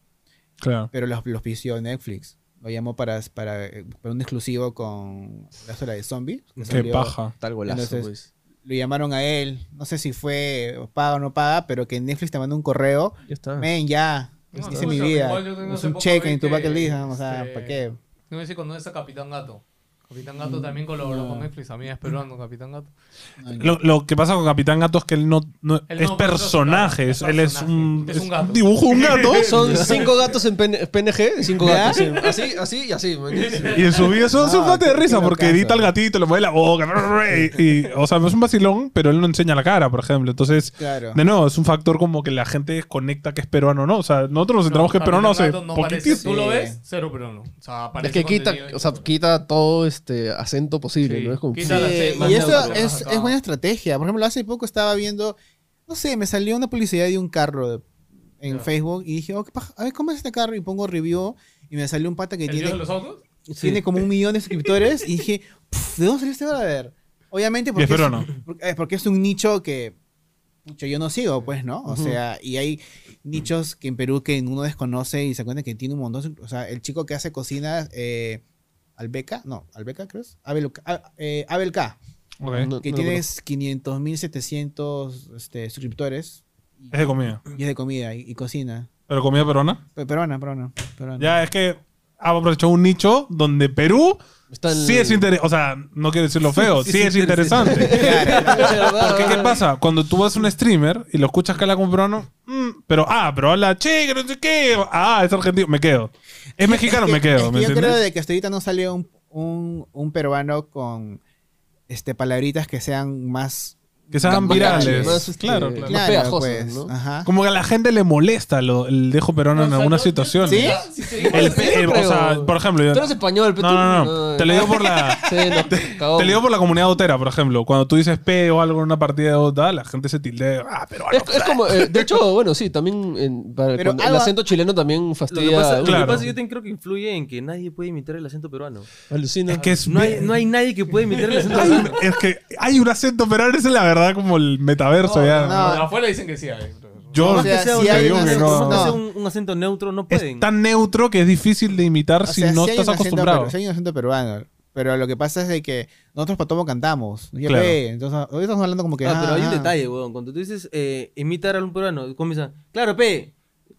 [SPEAKER 5] Claro.
[SPEAKER 2] Pero los, los pidió Netflix. Lo llamó para, para, eh, para un exclusivo con la sola de zombies. que
[SPEAKER 5] Qué
[SPEAKER 2] salió.
[SPEAKER 5] paja.
[SPEAKER 3] Tal golazo, pues.
[SPEAKER 2] Entonces, Lo llamaron a él. No sé si fue paga o no paga, pero que Netflix te mandó un correo.
[SPEAKER 3] pues. Ya está.
[SPEAKER 2] Men, ya.
[SPEAKER 4] No,
[SPEAKER 2] hice
[SPEAKER 4] escucha,
[SPEAKER 2] mi
[SPEAKER 4] igual yo
[SPEAKER 2] vida.
[SPEAKER 4] tengo
[SPEAKER 2] Es
[SPEAKER 4] hace
[SPEAKER 2] un
[SPEAKER 4] poco
[SPEAKER 2] check
[SPEAKER 4] vi
[SPEAKER 2] en tu
[SPEAKER 4] que,
[SPEAKER 2] bucket list. O sea,
[SPEAKER 4] este,
[SPEAKER 2] ¿para qué?
[SPEAKER 4] No me sé cuando está Capitán Gato. Capitán Gato también colaboró con Netflix. A mí es peruano, Capitán Gato.
[SPEAKER 5] Lo, lo que pasa con Capitán Gato es que él no, no-
[SPEAKER 4] Él
[SPEAKER 5] es
[SPEAKER 4] no-
[SPEAKER 5] personaje, es-
[SPEAKER 4] es
[SPEAKER 5] él es
[SPEAKER 4] personaje.
[SPEAKER 5] un,
[SPEAKER 4] Es un gato.
[SPEAKER 5] dibujo un gato
[SPEAKER 3] Son cinco gatos en PN- PNG, cinco gatos. en- así, así y así. man.
[SPEAKER 5] y en su video son
[SPEAKER 2] No,
[SPEAKER 5] son un gato de
[SPEAKER 2] qué-
[SPEAKER 5] risa
[SPEAKER 2] qué
[SPEAKER 5] porque
[SPEAKER 2] locazo.
[SPEAKER 5] edita al gatito, le mueve la boca y, y- o sea, es un vacilón, pero él no enseña la cara, por ejemplo, entonces
[SPEAKER 2] Claro.
[SPEAKER 5] de nuevo, es un factor como que la gente desconecta que es peruano o no. O sea, nosotros nos enteramos que es
[SPEAKER 4] Capitán
[SPEAKER 5] peruano hace
[SPEAKER 4] Gato no parece.
[SPEAKER 5] poquitito.
[SPEAKER 4] Tú lo
[SPEAKER 2] Sí.
[SPEAKER 4] ves, cero peruano. O sea,
[SPEAKER 3] Es
[SPEAKER 4] parece
[SPEAKER 3] que quita,
[SPEAKER 4] contenido-
[SPEAKER 3] o sea, quita todo este acento posible,
[SPEAKER 4] Sí,
[SPEAKER 3] ¿no? Es como...
[SPEAKER 4] quita
[SPEAKER 2] Sí,
[SPEAKER 4] la- más
[SPEAKER 2] y
[SPEAKER 4] neutro,
[SPEAKER 2] eso
[SPEAKER 4] más
[SPEAKER 2] es,
[SPEAKER 4] acá.
[SPEAKER 2] es buena estrategia. Por ejemplo, hace poco estaba viendo, no sé, me salió una publicidad de un carro de- en
[SPEAKER 4] Ya.
[SPEAKER 2] Facebook y dije, oh, qué paja, a ver, ¿cómo es este carro? Y pongo review y me salió un pata que
[SPEAKER 4] ¿El dios de
[SPEAKER 2] tiene,
[SPEAKER 4] los autos?
[SPEAKER 1] Sí.
[SPEAKER 2] tiene como un millón de suscriptores y dije, "Pff, ¿de dónde salió este brother? Obviamente porque,
[SPEAKER 5] Y espero
[SPEAKER 2] es,
[SPEAKER 5] no.
[SPEAKER 2] porque, eh, porque es un nicho que pucha, yo no sigo, pues, ¿no? O sea, y hay nichos que en Perú que uno desconoce y se cuenta que tiene un montón. O sea, el chico que hace cocina, eh, Albeca, no, Albeca, creo. es? Abel, A- eh, Abel K
[SPEAKER 5] Ok.
[SPEAKER 3] No-
[SPEAKER 2] que
[SPEAKER 3] no lo
[SPEAKER 2] tienes 500.700 este, suscriptores
[SPEAKER 5] Es de comida.
[SPEAKER 2] y es de comida y, y cocina.
[SPEAKER 5] Pero comida peruana.
[SPEAKER 2] Pe- Peruana, peruana, peruana.
[SPEAKER 5] Ya es que ha aprovechado un nicho donde Perú
[SPEAKER 3] Está el-
[SPEAKER 5] sí es interesante. O sea, no quiero decirlo feo, sí,
[SPEAKER 1] sí es
[SPEAKER 5] es interesante. Porque, ¿qué pasa? Cuando tú vas a un streamer y lo escuchas que habla como peruano, mm, pero, ah, pero habla che, que no sé qué, ah, es argentino, me quedo. Es mexicano,
[SPEAKER 2] Es que-
[SPEAKER 5] me
[SPEAKER 2] es
[SPEAKER 5] quedo,
[SPEAKER 2] que
[SPEAKER 5] ¿me
[SPEAKER 2] yo
[SPEAKER 5] entiendes?
[SPEAKER 2] creo de que hasta ahorita no salió un, un, un peruano con este, palabritas que sean más...
[SPEAKER 5] Que sean
[SPEAKER 2] más
[SPEAKER 5] virales.
[SPEAKER 2] cachitas.
[SPEAKER 3] más, este,
[SPEAKER 5] claro, claro.
[SPEAKER 3] más pegajosas, ¿no?
[SPEAKER 2] Ajá.
[SPEAKER 5] Como que a la gente le molesta lo- el dejo peruano en
[SPEAKER 4] No, o sea,
[SPEAKER 5] algunas
[SPEAKER 4] yo-
[SPEAKER 5] situaciones.
[SPEAKER 2] ¿Sí?
[SPEAKER 4] Si te digo-
[SPEAKER 5] El,
[SPEAKER 3] Sí,
[SPEAKER 5] el-
[SPEAKER 3] no
[SPEAKER 5] o
[SPEAKER 3] creo.
[SPEAKER 5] sea, por ejemplo, yo-
[SPEAKER 3] Tú eres español, pero
[SPEAKER 5] No,
[SPEAKER 3] tú-
[SPEAKER 5] no, no. Te lo digo por la.
[SPEAKER 3] Sí, no, cagón.
[SPEAKER 5] Te lo digo por la comunidad dotera, por ejemplo. Cuando tú dices P o algo en una partida de Dota, la gente se tildea. Ah, pero
[SPEAKER 3] Es, es como, eh, de hecho, bueno, sí, también en- para-
[SPEAKER 2] Pero
[SPEAKER 3] cuando- el
[SPEAKER 2] algo-
[SPEAKER 3] acento chileno también
[SPEAKER 1] Lo que
[SPEAKER 3] fastidia.
[SPEAKER 1] pasa, lo que
[SPEAKER 3] Uy,
[SPEAKER 5] Claro.
[SPEAKER 1] pasa yo también creo que influye en que nadie puede imitar el acento peruano.
[SPEAKER 3] Alucina.
[SPEAKER 5] Es que es.
[SPEAKER 1] No hay, no hay nadie que pueda imitar el acento
[SPEAKER 5] hay
[SPEAKER 1] peruano.
[SPEAKER 5] un, es que hay un acento, pero ahora es la verdad como el metaverso ya.
[SPEAKER 2] no.
[SPEAKER 4] Afuera dicen que sí hay.
[SPEAKER 5] Yo
[SPEAKER 2] O sea,
[SPEAKER 1] Que sea
[SPEAKER 2] si
[SPEAKER 1] un-
[SPEAKER 2] hay
[SPEAKER 5] digo
[SPEAKER 2] un
[SPEAKER 5] que
[SPEAKER 1] por
[SPEAKER 2] acento-
[SPEAKER 1] más
[SPEAKER 5] no.
[SPEAKER 1] que sea
[SPEAKER 2] no.
[SPEAKER 1] un, un acento neutro, no pueden.
[SPEAKER 5] es tan neutro que es difícil de imitar
[SPEAKER 2] O
[SPEAKER 5] si
[SPEAKER 2] sea,
[SPEAKER 5] no
[SPEAKER 2] sí hay
[SPEAKER 5] estás
[SPEAKER 2] un acento
[SPEAKER 5] acostumbrado.
[SPEAKER 2] peru- sí hay un acento peruano. Pero lo que pasa es de que nosotros patomo cantamos. Ya
[SPEAKER 5] Claro.
[SPEAKER 2] ve, Entonces, hoy estamos hablando como que...
[SPEAKER 1] Ah, pero hay un
[SPEAKER 2] ah,
[SPEAKER 1] detalle, weón. Cuando tú dices eh, imitar a un peruano, comienzan. Claro, P.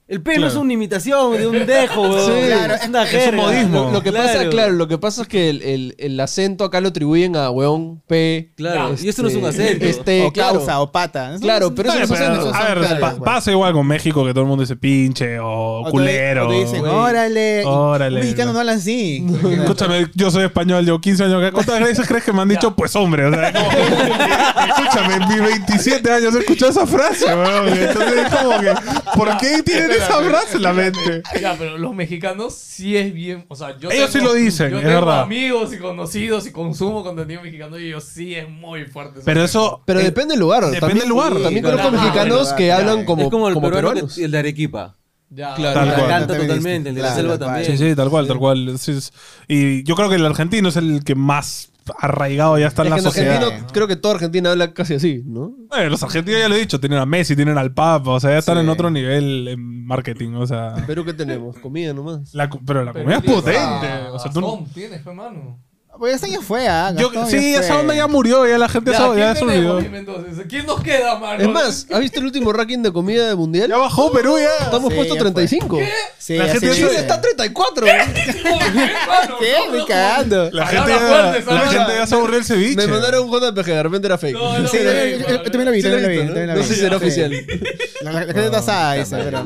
[SPEAKER 1] El P no es
[SPEAKER 5] Claro.
[SPEAKER 1] una imitación de un dejo, weón.
[SPEAKER 3] Sí. Claro,
[SPEAKER 1] es una
[SPEAKER 2] es un
[SPEAKER 1] jerga.
[SPEAKER 5] modismo.
[SPEAKER 3] Lo, lo que pasa, claro, lo que pasa es que el, el- el acento acá lo atribuyen a weón, P.
[SPEAKER 1] Claro, y eso no es un
[SPEAKER 3] este,
[SPEAKER 1] acento.
[SPEAKER 3] Este,
[SPEAKER 2] o
[SPEAKER 3] claro.
[SPEAKER 2] causa, o pata. Eso
[SPEAKER 3] Claro,
[SPEAKER 2] es-
[SPEAKER 3] pero eso
[SPEAKER 5] Oye,
[SPEAKER 3] no
[SPEAKER 5] pero,
[SPEAKER 3] son acentos,
[SPEAKER 5] a
[SPEAKER 3] son
[SPEAKER 5] ver,
[SPEAKER 3] claras,
[SPEAKER 5] pa-
[SPEAKER 2] güey.
[SPEAKER 5] pasa igual con México que todo el mundo dice pinche o,
[SPEAKER 2] pues. O te-
[SPEAKER 5] culero.
[SPEAKER 2] o te dicen,
[SPEAKER 1] güey.
[SPEAKER 2] órale.
[SPEAKER 5] Órale,
[SPEAKER 2] Un mexicano
[SPEAKER 5] güey.
[SPEAKER 2] no habla así.
[SPEAKER 5] Escúchame, yo soy español, llevo 15 años acá. ¿Cuántas veces crees que me han dicho, pues hombre? O sea, como- escúchame, en mis 27 años he escuchado esa frase, weón. Entonces es como que, ¿por qué tienen esa frase en la mente?
[SPEAKER 4] Ya, pero los mexicanos sí es bien. O sea, yo
[SPEAKER 5] Ellos sí
[SPEAKER 4] tengo-
[SPEAKER 5] lo dicen,
[SPEAKER 4] yo
[SPEAKER 5] es
[SPEAKER 4] tengo
[SPEAKER 5] verdad.
[SPEAKER 4] amigos y conocidos y consumo contenido mexicano y ellos sí es muy fuerte.
[SPEAKER 5] Pero eso.
[SPEAKER 3] Pero
[SPEAKER 5] eh,
[SPEAKER 3] depende del lugar.
[SPEAKER 5] Depende
[SPEAKER 3] también,
[SPEAKER 5] del lugar.
[SPEAKER 3] También
[SPEAKER 1] Sí,
[SPEAKER 3] conozco
[SPEAKER 4] claro.
[SPEAKER 3] mexicanos
[SPEAKER 2] Claro,
[SPEAKER 3] que
[SPEAKER 2] claro.
[SPEAKER 3] hablan como,
[SPEAKER 1] es como el
[SPEAKER 3] como
[SPEAKER 1] peruano, que-
[SPEAKER 3] peruanos.
[SPEAKER 1] el de Arequipa.
[SPEAKER 4] Ya,
[SPEAKER 3] Claro.
[SPEAKER 5] Tal
[SPEAKER 1] Me
[SPEAKER 5] cual.
[SPEAKER 1] encanta
[SPEAKER 2] También
[SPEAKER 1] totalmente,
[SPEAKER 2] es-
[SPEAKER 1] el de la
[SPEAKER 2] claro,
[SPEAKER 1] selva
[SPEAKER 2] tal cual.
[SPEAKER 1] también.
[SPEAKER 5] Sí, sí, tal cual, tal cual. Sí, es- y yo creo que el argentino es el que más arraigado ya está en
[SPEAKER 3] Es
[SPEAKER 5] la
[SPEAKER 3] que en
[SPEAKER 5] sociedad.
[SPEAKER 3] argentino, creo que toda Argentina habla casi así, ¿no?
[SPEAKER 5] Eh, los argentinos ya lo he dicho, tienen a Messi, tienen al Papa, o sea, ya están
[SPEAKER 2] Sí.
[SPEAKER 5] en otro nivel en marketing, o sea.
[SPEAKER 3] Perú, ¿qué tenemos? Comida nomás.
[SPEAKER 5] La cu- pero la comida es potente. o sea, tú no-
[SPEAKER 4] tienes, hermano.
[SPEAKER 2] Pues Gastón ya fue, ¿ah?
[SPEAKER 5] Yo-
[SPEAKER 2] Gastón
[SPEAKER 5] sí,
[SPEAKER 2] ya
[SPEAKER 5] esa
[SPEAKER 2] fue.
[SPEAKER 5] onda ya murió, ya la gente
[SPEAKER 4] Ya,
[SPEAKER 5] se- ya
[SPEAKER 4] ¿quién
[SPEAKER 5] se
[SPEAKER 4] tenemos,
[SPEAKER 5] olvidó.
[SPEAKER 4] dime entonces? ¿Quién nos queda, mano?
[SPEAKER 3] Es más, ¿has visto el último ranking de comida de mundial?
[SPEAKER 5] Ya bajó Perú, ya.
[SPEAKER 3] Estamos
[SPEAKER 2] Sí,
[SPEAKER 3] puestos
[SPEAKER 2] ya fue.
[SPEAKER 3] 35.
[SPEAKER 2] Sí,
[SPEAKER 5] La
[SPEAKER 2] ya
[SPEAKER 5] gente
[SPEAKER 2] sí,
[SPEAKER 5] ya
[SPEAKER 2] sí.
[SPEAKER 5] se-
[SPEAKER 3] Está 34.
[SPEAKER 2] ¿Qué? Ni cagando.
[SPEAKER 5] La
[SPEAKER 4] Palabras
[SPEAKER 5] gente ya,
[SPEAKER 4] fuertes,
[SPEAKER 5] la
[SPEAKER 4] palabras.
[SPEAKER 5] gente ya se aburrió el ceviche.
[SPEAKER 3] Me mandaron un JPG, de repente era fake.
[SPEAKER 4] No, no,
[SPEAKER 2] Sí, yo-
[SPEAKER 4] no, no,
[SPEAKER 2] yo- yo- yo también la vi,
[SPEAKER 3] Sí,
[SPEAKER 2] también la vi,
[SPEAKER 3] ¿no?
[SPEAKER 2] también la
[SPEAKER 3] No
[SPEAKER 2] vi.
[SPEAKER 3] sé si será
[SPEAKER 2] Sí.
[SPEAKER 3] oficial.
[SPEAKER 2] La, la- la gente está asada esa, pero...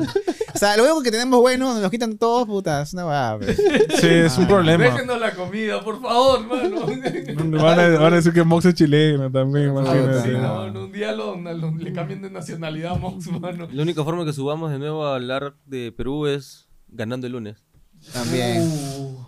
[SPEAKER 2] O sea, lo único que tenemos bueno nos lo quitan todos, puta. Es una pues. va,
[SPEAKER 5] Sí, es un problema.
[SPEAKER 4] Déjenos la comida, por favor, mano. Sí,
[SPEAKER 5] Van a, van a decir que Mox es chileno también, imagínate.
[SPEAKER 2] sí,
[SPEAKER 4] no, no, un día lo- lo- le cambian de nacionalidad a Mox, mano.
[SPEAKER 1] La única forma que subamos de nuevo al hablar de Perú es ganando el lunes.
[SPEAKER 2] También.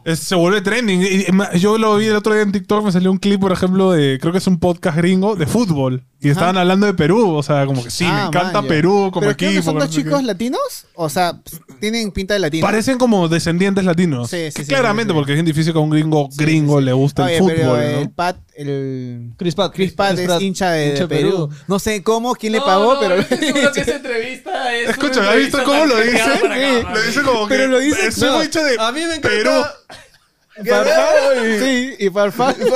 [SPEAKER 5] Es- se vuelve trending. Y- y ma- yo lo vi el otro día en TikTok, me salió un clip, por ejemplo, de, creo que es un podcast gringo, de fútbol. Y estaban hablando de Perú, o sea, como que sí, me
[SPEAKER 2] Ah,
[SPEAKER 5] encanta
[SPEAKER 2] man, ya.
[SPEAKER 5] Perú como
[SPEAKER 2] ¿Pero creo que
[SPEAKER 5] equipo.
[SPEAKER 2] son
[SPEAKER 5] que
[SPEAKER 2] dos
[SPEAKER 5] no sé
[SPEAKER 2] chicos
[SPEAKER 5] qué.
[SPEAKER 2] latinos? O sea, tienen pinta de latinos.
[SPEAKER 5] Parecen como descendientes latinos.
[SPEAKER 2] Sí, sí, sí,
[SPEAKER 5] Que claramente,
[SPEAKER 2] sí, sí.
[SPEAKER 5] porque es bien difícil que a un gringo gringo le guste
[SPEAKER 2] Oye,
[SPEAKER 5] el fútbol.
[SPEAKER 2] pero eh,
[SPEAKER 5] ¿no?
[SPEAKER 2] el Pat, el...
[SPEAKER 3] Chris Pat.
[SPEAKER 2] Chris Pat es hincha de, de Perú. No sé cómo, quién le
[SPEAKER 4] No,
[SPEAKER 2] pagó,
[SPEAKER 4] no,
[SPEAKER 2] pero...
[SPEAKER 4] yo estoy seguro que esa entrevista es. una
[SPEAKER 5] Escucha, ¿has visto
[SPEAKER 4] entrevista
[SPEAKER 5] cómo lo dice?
[SPEAKER 4] tarjeteada para acá, para
[SPEAKER 5] Lo
[SPEAKER 4] acá.
[SPEAKER 5] dice como que.
[SPEAKER 2] Pero lo dice-
[SPEAKER 5] Soy
[SPEAKER 2] no,
[SPEAKER 5] hincha de
[SPEAKER 3] A mí me encanta.
[SPEAKER 2] Farfán, sí, y Farfán.
[SPEAKER 5] Perú.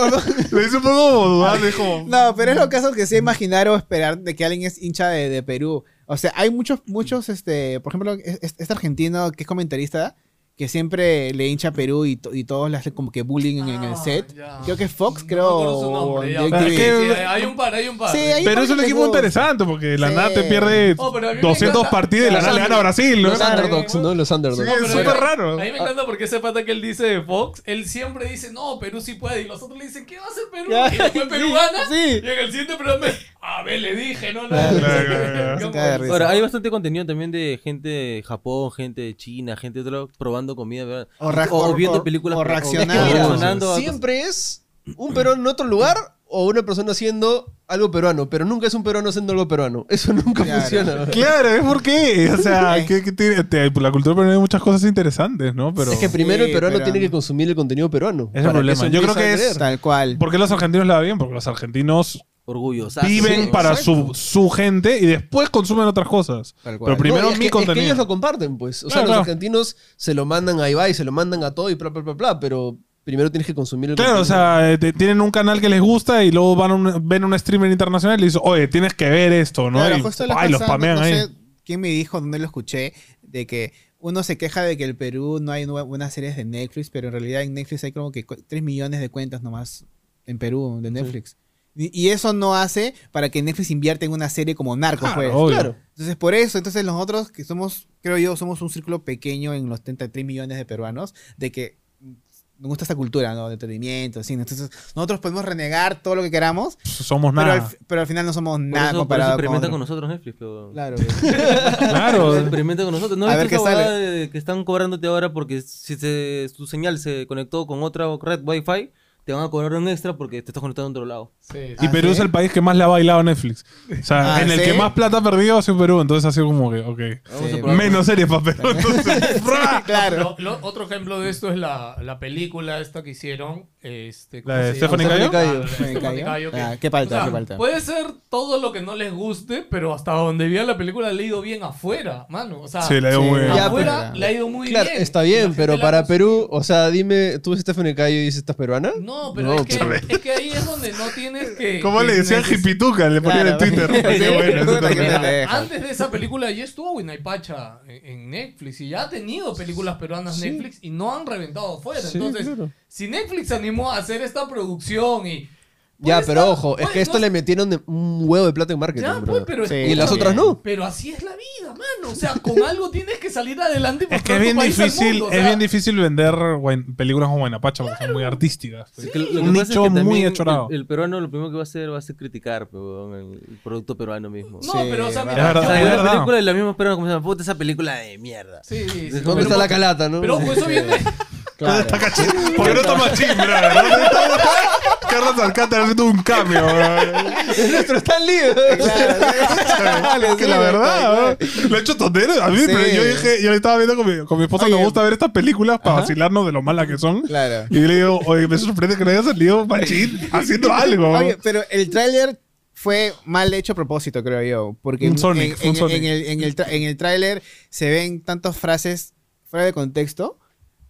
[SPEAKER 5] Lo dice un poco como dudar, dijo.
[SPEAKER 2] No, pero es lo caso que sí imaginar o esperar de que alguien es hincha de, de Perú. O sea, hay muchos, muchos, este, por ejemplo, es- es- este argentino que es comentarista, que siempre le hincha a Perú y, to- y todos le hacen como que bullying en, en el
[SPEAKER 4] Ah,
[SPEAKER 2] set.
[SPEAKER 4] ya.
[SPEAKER 2] Creo que es Fox,
[SPEAKER 4] No
[SPEAKER 2] creo.
[SPEAKER 4] recuerdo su nombre, ya,
[SPEAKER 2] o
[SPEAKER 4] pero
[SPEAKER 5] DirecTV.
[SPEAKER 4] sí,
[SPEAKER 5] Es que-
[SPEAKER 4] sí, hay un par, hay un par.
[SPEAKER 2] Sí, hay-
[SPEAKER 5] Pero es un
[SPEAKER 2] Parece
[SPEAKER 5] equipo
[SPEAKER 2] que-
[SPEAKER 5] interesante porque de la
[SPEAKER 2] Sí.
[SPEAKER 5] nada te pierde
[SPEAKER 4] Oh, pero a mí me
[SPEAKER 5] 200
[SPEAKER 4] encanta-
[SPEAKER 5] partidos y de la
[SPEAKER 3] Los
[SPEAKER 5] nada le gana a
[SPEAKER 3] under-
[SPEAKER 5] Brasil. ¿no?
[SPEAKER 3] Los underdogs, ¿no? Los underdogs.
[SPEAKER 5] Sí,
[SPEAKER 4] pero
[SPEAKER 5] es
[SPEAKER 4] a mí-
[SPEAKER 5] súper raro.
[SPEAKER 4] A mí me encanta porque ese pata que él dice de Fox, él siempre dice, no, Perú sí puede. Y los otros le dicen, ¿qué va a hacer Perú?
[SPEAKER 2] Ya,
[SPEAKER 4] Y después
[SPEAKER 2] sí,
[SPEAKER 4] Perú gana.
[SPEAKER 2] sí.
[SPEAKER 4] Y en el siguiente programa, a ver, le dije, pues, no, no.
[SPEAKER 2] Claro,
[SPEAKER 5] claro,
[SPEAKER 4] Como-
[SPEAKER 2] claro. Eso.
[SPEAKER 1] Ahora, hay bastante contenido también de gente de Japón, gente de China, gente de otro probando comida, ¿verdad?
[SPEAKER 2] O ra-
[SPEAKER 1] o
[SPEAKER 2] o-
[SPEAKER 1] viendo
[SPEAKER 2] o-
[SPEAKER 1] películas.
[SPEAKER 2] o
[SPEAKER 1] pe-
[SPEAKER 2] reaccionando.
[SPEAKER 1] o
[SPEAKER 3] Mira,
[SPEAKER 1] reaccionando a-
[SPEAKER 3] Siempre es un peruano en otro lugar o una persona haciendo algo peruano, pero nunca es un peruano haciendo algo peruano. Eso nunca
[SPEAKER 2] Claro.
[SPEAKER 3] funciona.
[SPEAKER 5] Claro, es porque, o sea, que, que tiene- te- la cultura peruana hay muchas cosas interesantes, ¿no? Pero
[SPEAKER 3] Es que primero
[SPEAKER 2] Sí,
[SPEAKER 3] el peruano
[SPEAKER 2] pero-
[SPEAKER 3] tiene que consumir el contenido peruano.
[SPEAKER 5] es el
[SPEAKER 3] para
[SPEAKER 5] problema.
[SPEAKER 3] eso
[SPEAKER 5] Yo creo
[SPEAKER 3] empiece
[SPEAKER 5] que
[SPEAKER 3] a
[SPEAKER 5] es-
[SPEAKER 3] creer.
[SPEAKER 2] Tal cual.
[SPEAKER 5] ¿por qué los argentinos la ven? Porque los argentinos
[SPEAKER 1] Orgulloso.
[SPEAKER 5] viven
[SPEAKER 3] sí,
[SPEAKER 5] para su,
[SPEAKER 3] exacto.
[SPEAKER 5] su gente y después consumen otras cosas.
[SPEAKER 2] Tal cual.
[SPEAKER 5] Pero primero
[SPEAKER 3] No, y es
[SPEAKER 5] mi
[SPEAKER 3] que- es que
[SPEAKER 5] contenido.
[SPEAKER 3] ellos lo comparten, pues. O
[SPEAKER 5] Claro,
[SPEAKER 3] sea, los
[SPEAKER 5] claro.
[SPEAKER 3] argentinos se lo mandan a Ibai, se lo mandan a todo y bla, bla, bla, bla, pero primero tienes que consumir el
[SPEAKER 5] Claro, o
[SPEAKER 3] contenido.
[SPEAKER 5] sea, eh, te- tienen un canal que les gusta y luego van a un- ven un streamer internacional y dicen, oye, tienes que ver esto, ¿no?
[SPEAKER 2] Claro,
[SPEAKER 5] Y,
[SPEAKER 2] justo la
[SPEAKER 5] ay, los
[SPEAKER 2] cosa, no-
[SPEAKER 5] pamean
[SPEAKER 2] no
[SPEAKER 5] ahí.
[SPEAKER 2] sé quién me dijo, dónde lo escuché, de que uno se queja de que el Perú no hay nue- buenas series de Netflix, pero en realidad en Netflix hay como que 3 millones de cuentas nomás en Perú de Netflix. Y y eso no hace para que Netflix invierta en una serie como Narcos,
[SPEAKER 5] Claro,
[SPEAKER 2] pues.
[SPEAKER 5] obvio.
[SPEAKER 3] Claro.
[SPEAKER 2] Entonces, por eso, entonces nosotros que somos, creo yo, somos un círculo pequeño en los 33 millones de peruanos, de que nos gusta esta cultura, ¿no? De entretenimiento, cine. Entonces, nosotros podemos renegar todo lo que queramos,
[SPEAKER 5] Somos
[SPEAKER 2] pero al,
[SPEAKER 5] nada.
[SPEAKER 2] fi- pero al final no somos
[SPEAKER 1] Por
[SPEAKER 2] nada
[SPEAKER 1] eso- por
[SPEAKER 2] comparado
[SPEAKER 1] eso experimenta
[SPEAKER 2] con
[SPEAKER 1] con
[SPEAKER 2] otros.
[SPEAKER 1] nosotros Netflix. pero-
[SPEAKER 2] Claro.
[SPEAKER 1] Por eso
[SPEAKER 5] Claro.
[SPEAKER 1] Experimenta con nosotros. ¿No
[SPEAKER 2] A
[SPEAKER 1] viste
[SPEAKER 2] ver qué
[SPEAKER 1] esa huevada
[SPEAKER 2] sale.
[SPEAKER 1] de que están cobrándote ahora porque si se, tu señal se conectó con otra red Wi-Fi, te van a cobrar un extra porque te estás conectando a otro lado.
[SPEAKER 4] Sí, sí.
[SPEAKER 5] Y
[SPEAKER 2] ¿Ah,
[SPEAKER 5] Perú
[SPEAKER 2] sí?
[SPEAKER 5] es el país que más le ha bailado a Netflix. O sea,
[SPEAKER 2] Ah,
[SPEAKER 5] en el
[SPEAKER 2] ¿sí?
[SPEAKER 5] que más plata ha perdido ha sido Perú. Entonces ha sido como que, ok.
[SPEAKER 1] Vamos
[SPEAKER 2] Sí,
[SPEAKER 1] a probar.
[SPEAKER 5] Menos series para Perú. Entonces, ¡fra!
[SPEAKER 2] claro.
[SPEAKER 4] Lo- lo- otro ejemplo de esto es la, la película esta que hicieron. Este, ¿cómo
[SPEAKER 5] La de
[SPEAKER 4] se llama?
[SPEAKER 5] Stephanie Cayo.
[SPEAKER 4] Ah, la de
[SPEAKER 2] Stephanie
[SPEAKER 4] Stephanie
[SPEAKER 2] Cayo.
[SPEAKER 4] Cayo, que-
[SPEAKER 2] Ah, qué falta,
[SPEAKER 4] o sea,
[SPEAKER 2] qué falta.
[SPEAKER 4] Puede ser todo lo que no les guste, pero hasta donde vi la película le ha ido bien afuera, mano. O sea,
[SPEAKER 5] Sí, le dio
[SPEAKER 2] Sí.
[SPEAKER 5] muy bien.
[SPEAKER 3] Ya,
[SPEAKER 4] afuera
[SPEAKER 2] pero-
[SPEAKER 4] le ha ido muy
[SPEAKER 3] Claro,
[SPEAKER 4] bien.
[SPEAKER 3] está
[SPEAKER 4] La
[SPEAKER 3] bien,
[SPEAKER 4] gente
[SPEAKER 3] pero
[SPEAKER 4] la
[SPEAKER 3] para
[SPEAKER 4] consume.
[SPEAKER 3] Perú, o sea, dime, tú ves Stephanie Cayo y dices, ¿estás peruana?
[SPEAKER 4] No, pero es, que, es que ahí es donde no tienes que.
[SPEAKER 5] ¿Cómo
[SPEAKER 4] que
[SPEAKER 5] le decían
[SPEAKER 4] neces-
[SPEAKER 5] Jipituca? Le ponían en
[SPEAKER 2] Claro.
[SPEAKER 5] Twitter.
[SPEAKER 2] Sí.
[SPEAKER 5] Qué bueno, eso
[SPEAKER 2] Puta, qué
[SPEAKER 5] también.
[SPEAKER 4] Mira,
[SPEAKER 2] pendejo.
[SPEAKER 4] antes de esa película ya estuvo Winaipacha en en Netflix y ya ha tenido películas peruanas
[SPEAKER 3] Sí.
[SPEAKER 4] Netflix y no han reventado afuera.
[SPEAKER 3] Sí,
[SPEAKER 4] Entonces,
[SPEAKER 3] claro.
[SPEAKER 4] si Netflix se animó a hacer esta producción y.
[SPEAKER 3] Ya,
[SPEAKER 4] Puede
[SPEAKER 3] pero
[SPEAKER 4] estar-
[SPEAKER 3] ojo, es
[SPEAKER 4] puede-
[SPEAKER 3] que esto
[SPEAKER 4] no-
[SPEAKER 3] le metieron de- un huevo de plata en marketing,
[SPEAKER 4] Ya,
[SPEAKER 3] brother.
[SPEAKER 4] pues, pero.
[SPEAKER 2] Sí,
[SPEAKER 3] Y las
[SPEAKER 2] Está
[SPEAKER 3] otras
[SPEAKER 2] bien.
[SPEAKER 3] no.
[SPEAKER 4] Pero así es la vida, mano. O sea, con algo tienes que salir adelante y
[SPEAKER 5] Es que
[SPEAKER 4] mostrar tu
[SPEAKER 5] es bien
[SPEAKER 4] país al
[SPEAKER 5] difícil,
[SPEAKER 4] mundo, o
[SPEAKER 5] es
[SPEAKER 4] sea,
[SPEAKER 5] bien difícil vender buen- películas como Buenapacha porque son muy artísticas. pues.
[SPEAKER 1] Es que lo- lo que
[SPEAKER 5] Un
[SPEAKER 1] pasa es
[SPEAKER 5] nicho
[SPEAKER 1] que
[SPEAKER 5] muy
[SPEAKER 1] también
[SPEAKER 5] achorado.
[SPEAKER 1] El, el peruano lo primero que va a hacer va a ser criticar pe, huevón, el, el producto peruano mismo.
[SPEAKER 4] No,
[SPEAKER 2] Sí,
[SPEAKER 4] pero o sea,
[SPEAKER 2] es
[SPEAKER 4] mira,
[SPEAKER 1] O
[SPEAKER 5] verdad.
[SPEAKER 1] sea,
[SPEAKER 5] Es
[SPEAKER 1] yo la
[SPEAKER 5] verdad.
[SPEAKER 1] película de la misma peruana como se llama, puta, esa película de mierda.
[SPEAKER 4] Sí, sí,
[SPEAKER 1] ¿Dónde
[SPEAKER 3] ¿Dónde
[SPEAKER 4] pero-
[SPEAKER 3] está la calata, no?
[SPEAKER 4] Pero pues, ojo, eso viene.
[SPEAKER 2] Claro.
[SPEAKER 5] ¿Por qué no toma chimbra? ¿verdad? Carlos Alcántara haciendo un cambio. ¿verdad?
[SPEAKER 3] Es nuestro Stan Lee.
[SPEAKER 5] Es que la verdad, ¿verdad? lo he hecho tontero. A mí,
[SPEAKER 2] Sí.
[SPEAKER 5] pero yo dije, yo le estaba viendo con mi, con mi esposa,
[SPEAKER 2] Oye.
[SPEAKER 5] nos gusta ver estas películas para vacilarnos de lo malas que son.
[SPEAKER 2] Claro.
[SPEAKER 5] Y yo le digo, oye, me sorprende que no haya salido Machín haciendo algo.
[SPEAKER 2] Oye, pero el tráiler fue mal hecho a propósito, creo yo. Porque
[SPEAKER 5] Un
[SPEAKER 2] en-
[SPEAKER 5] Sonic,
[SPEAKER 2] en, en-
[SPEAKER 5] un Sonic.
[SPEAKER 2] en el, en, el tra- en el tráiler se ven tantas frases fuera de contexto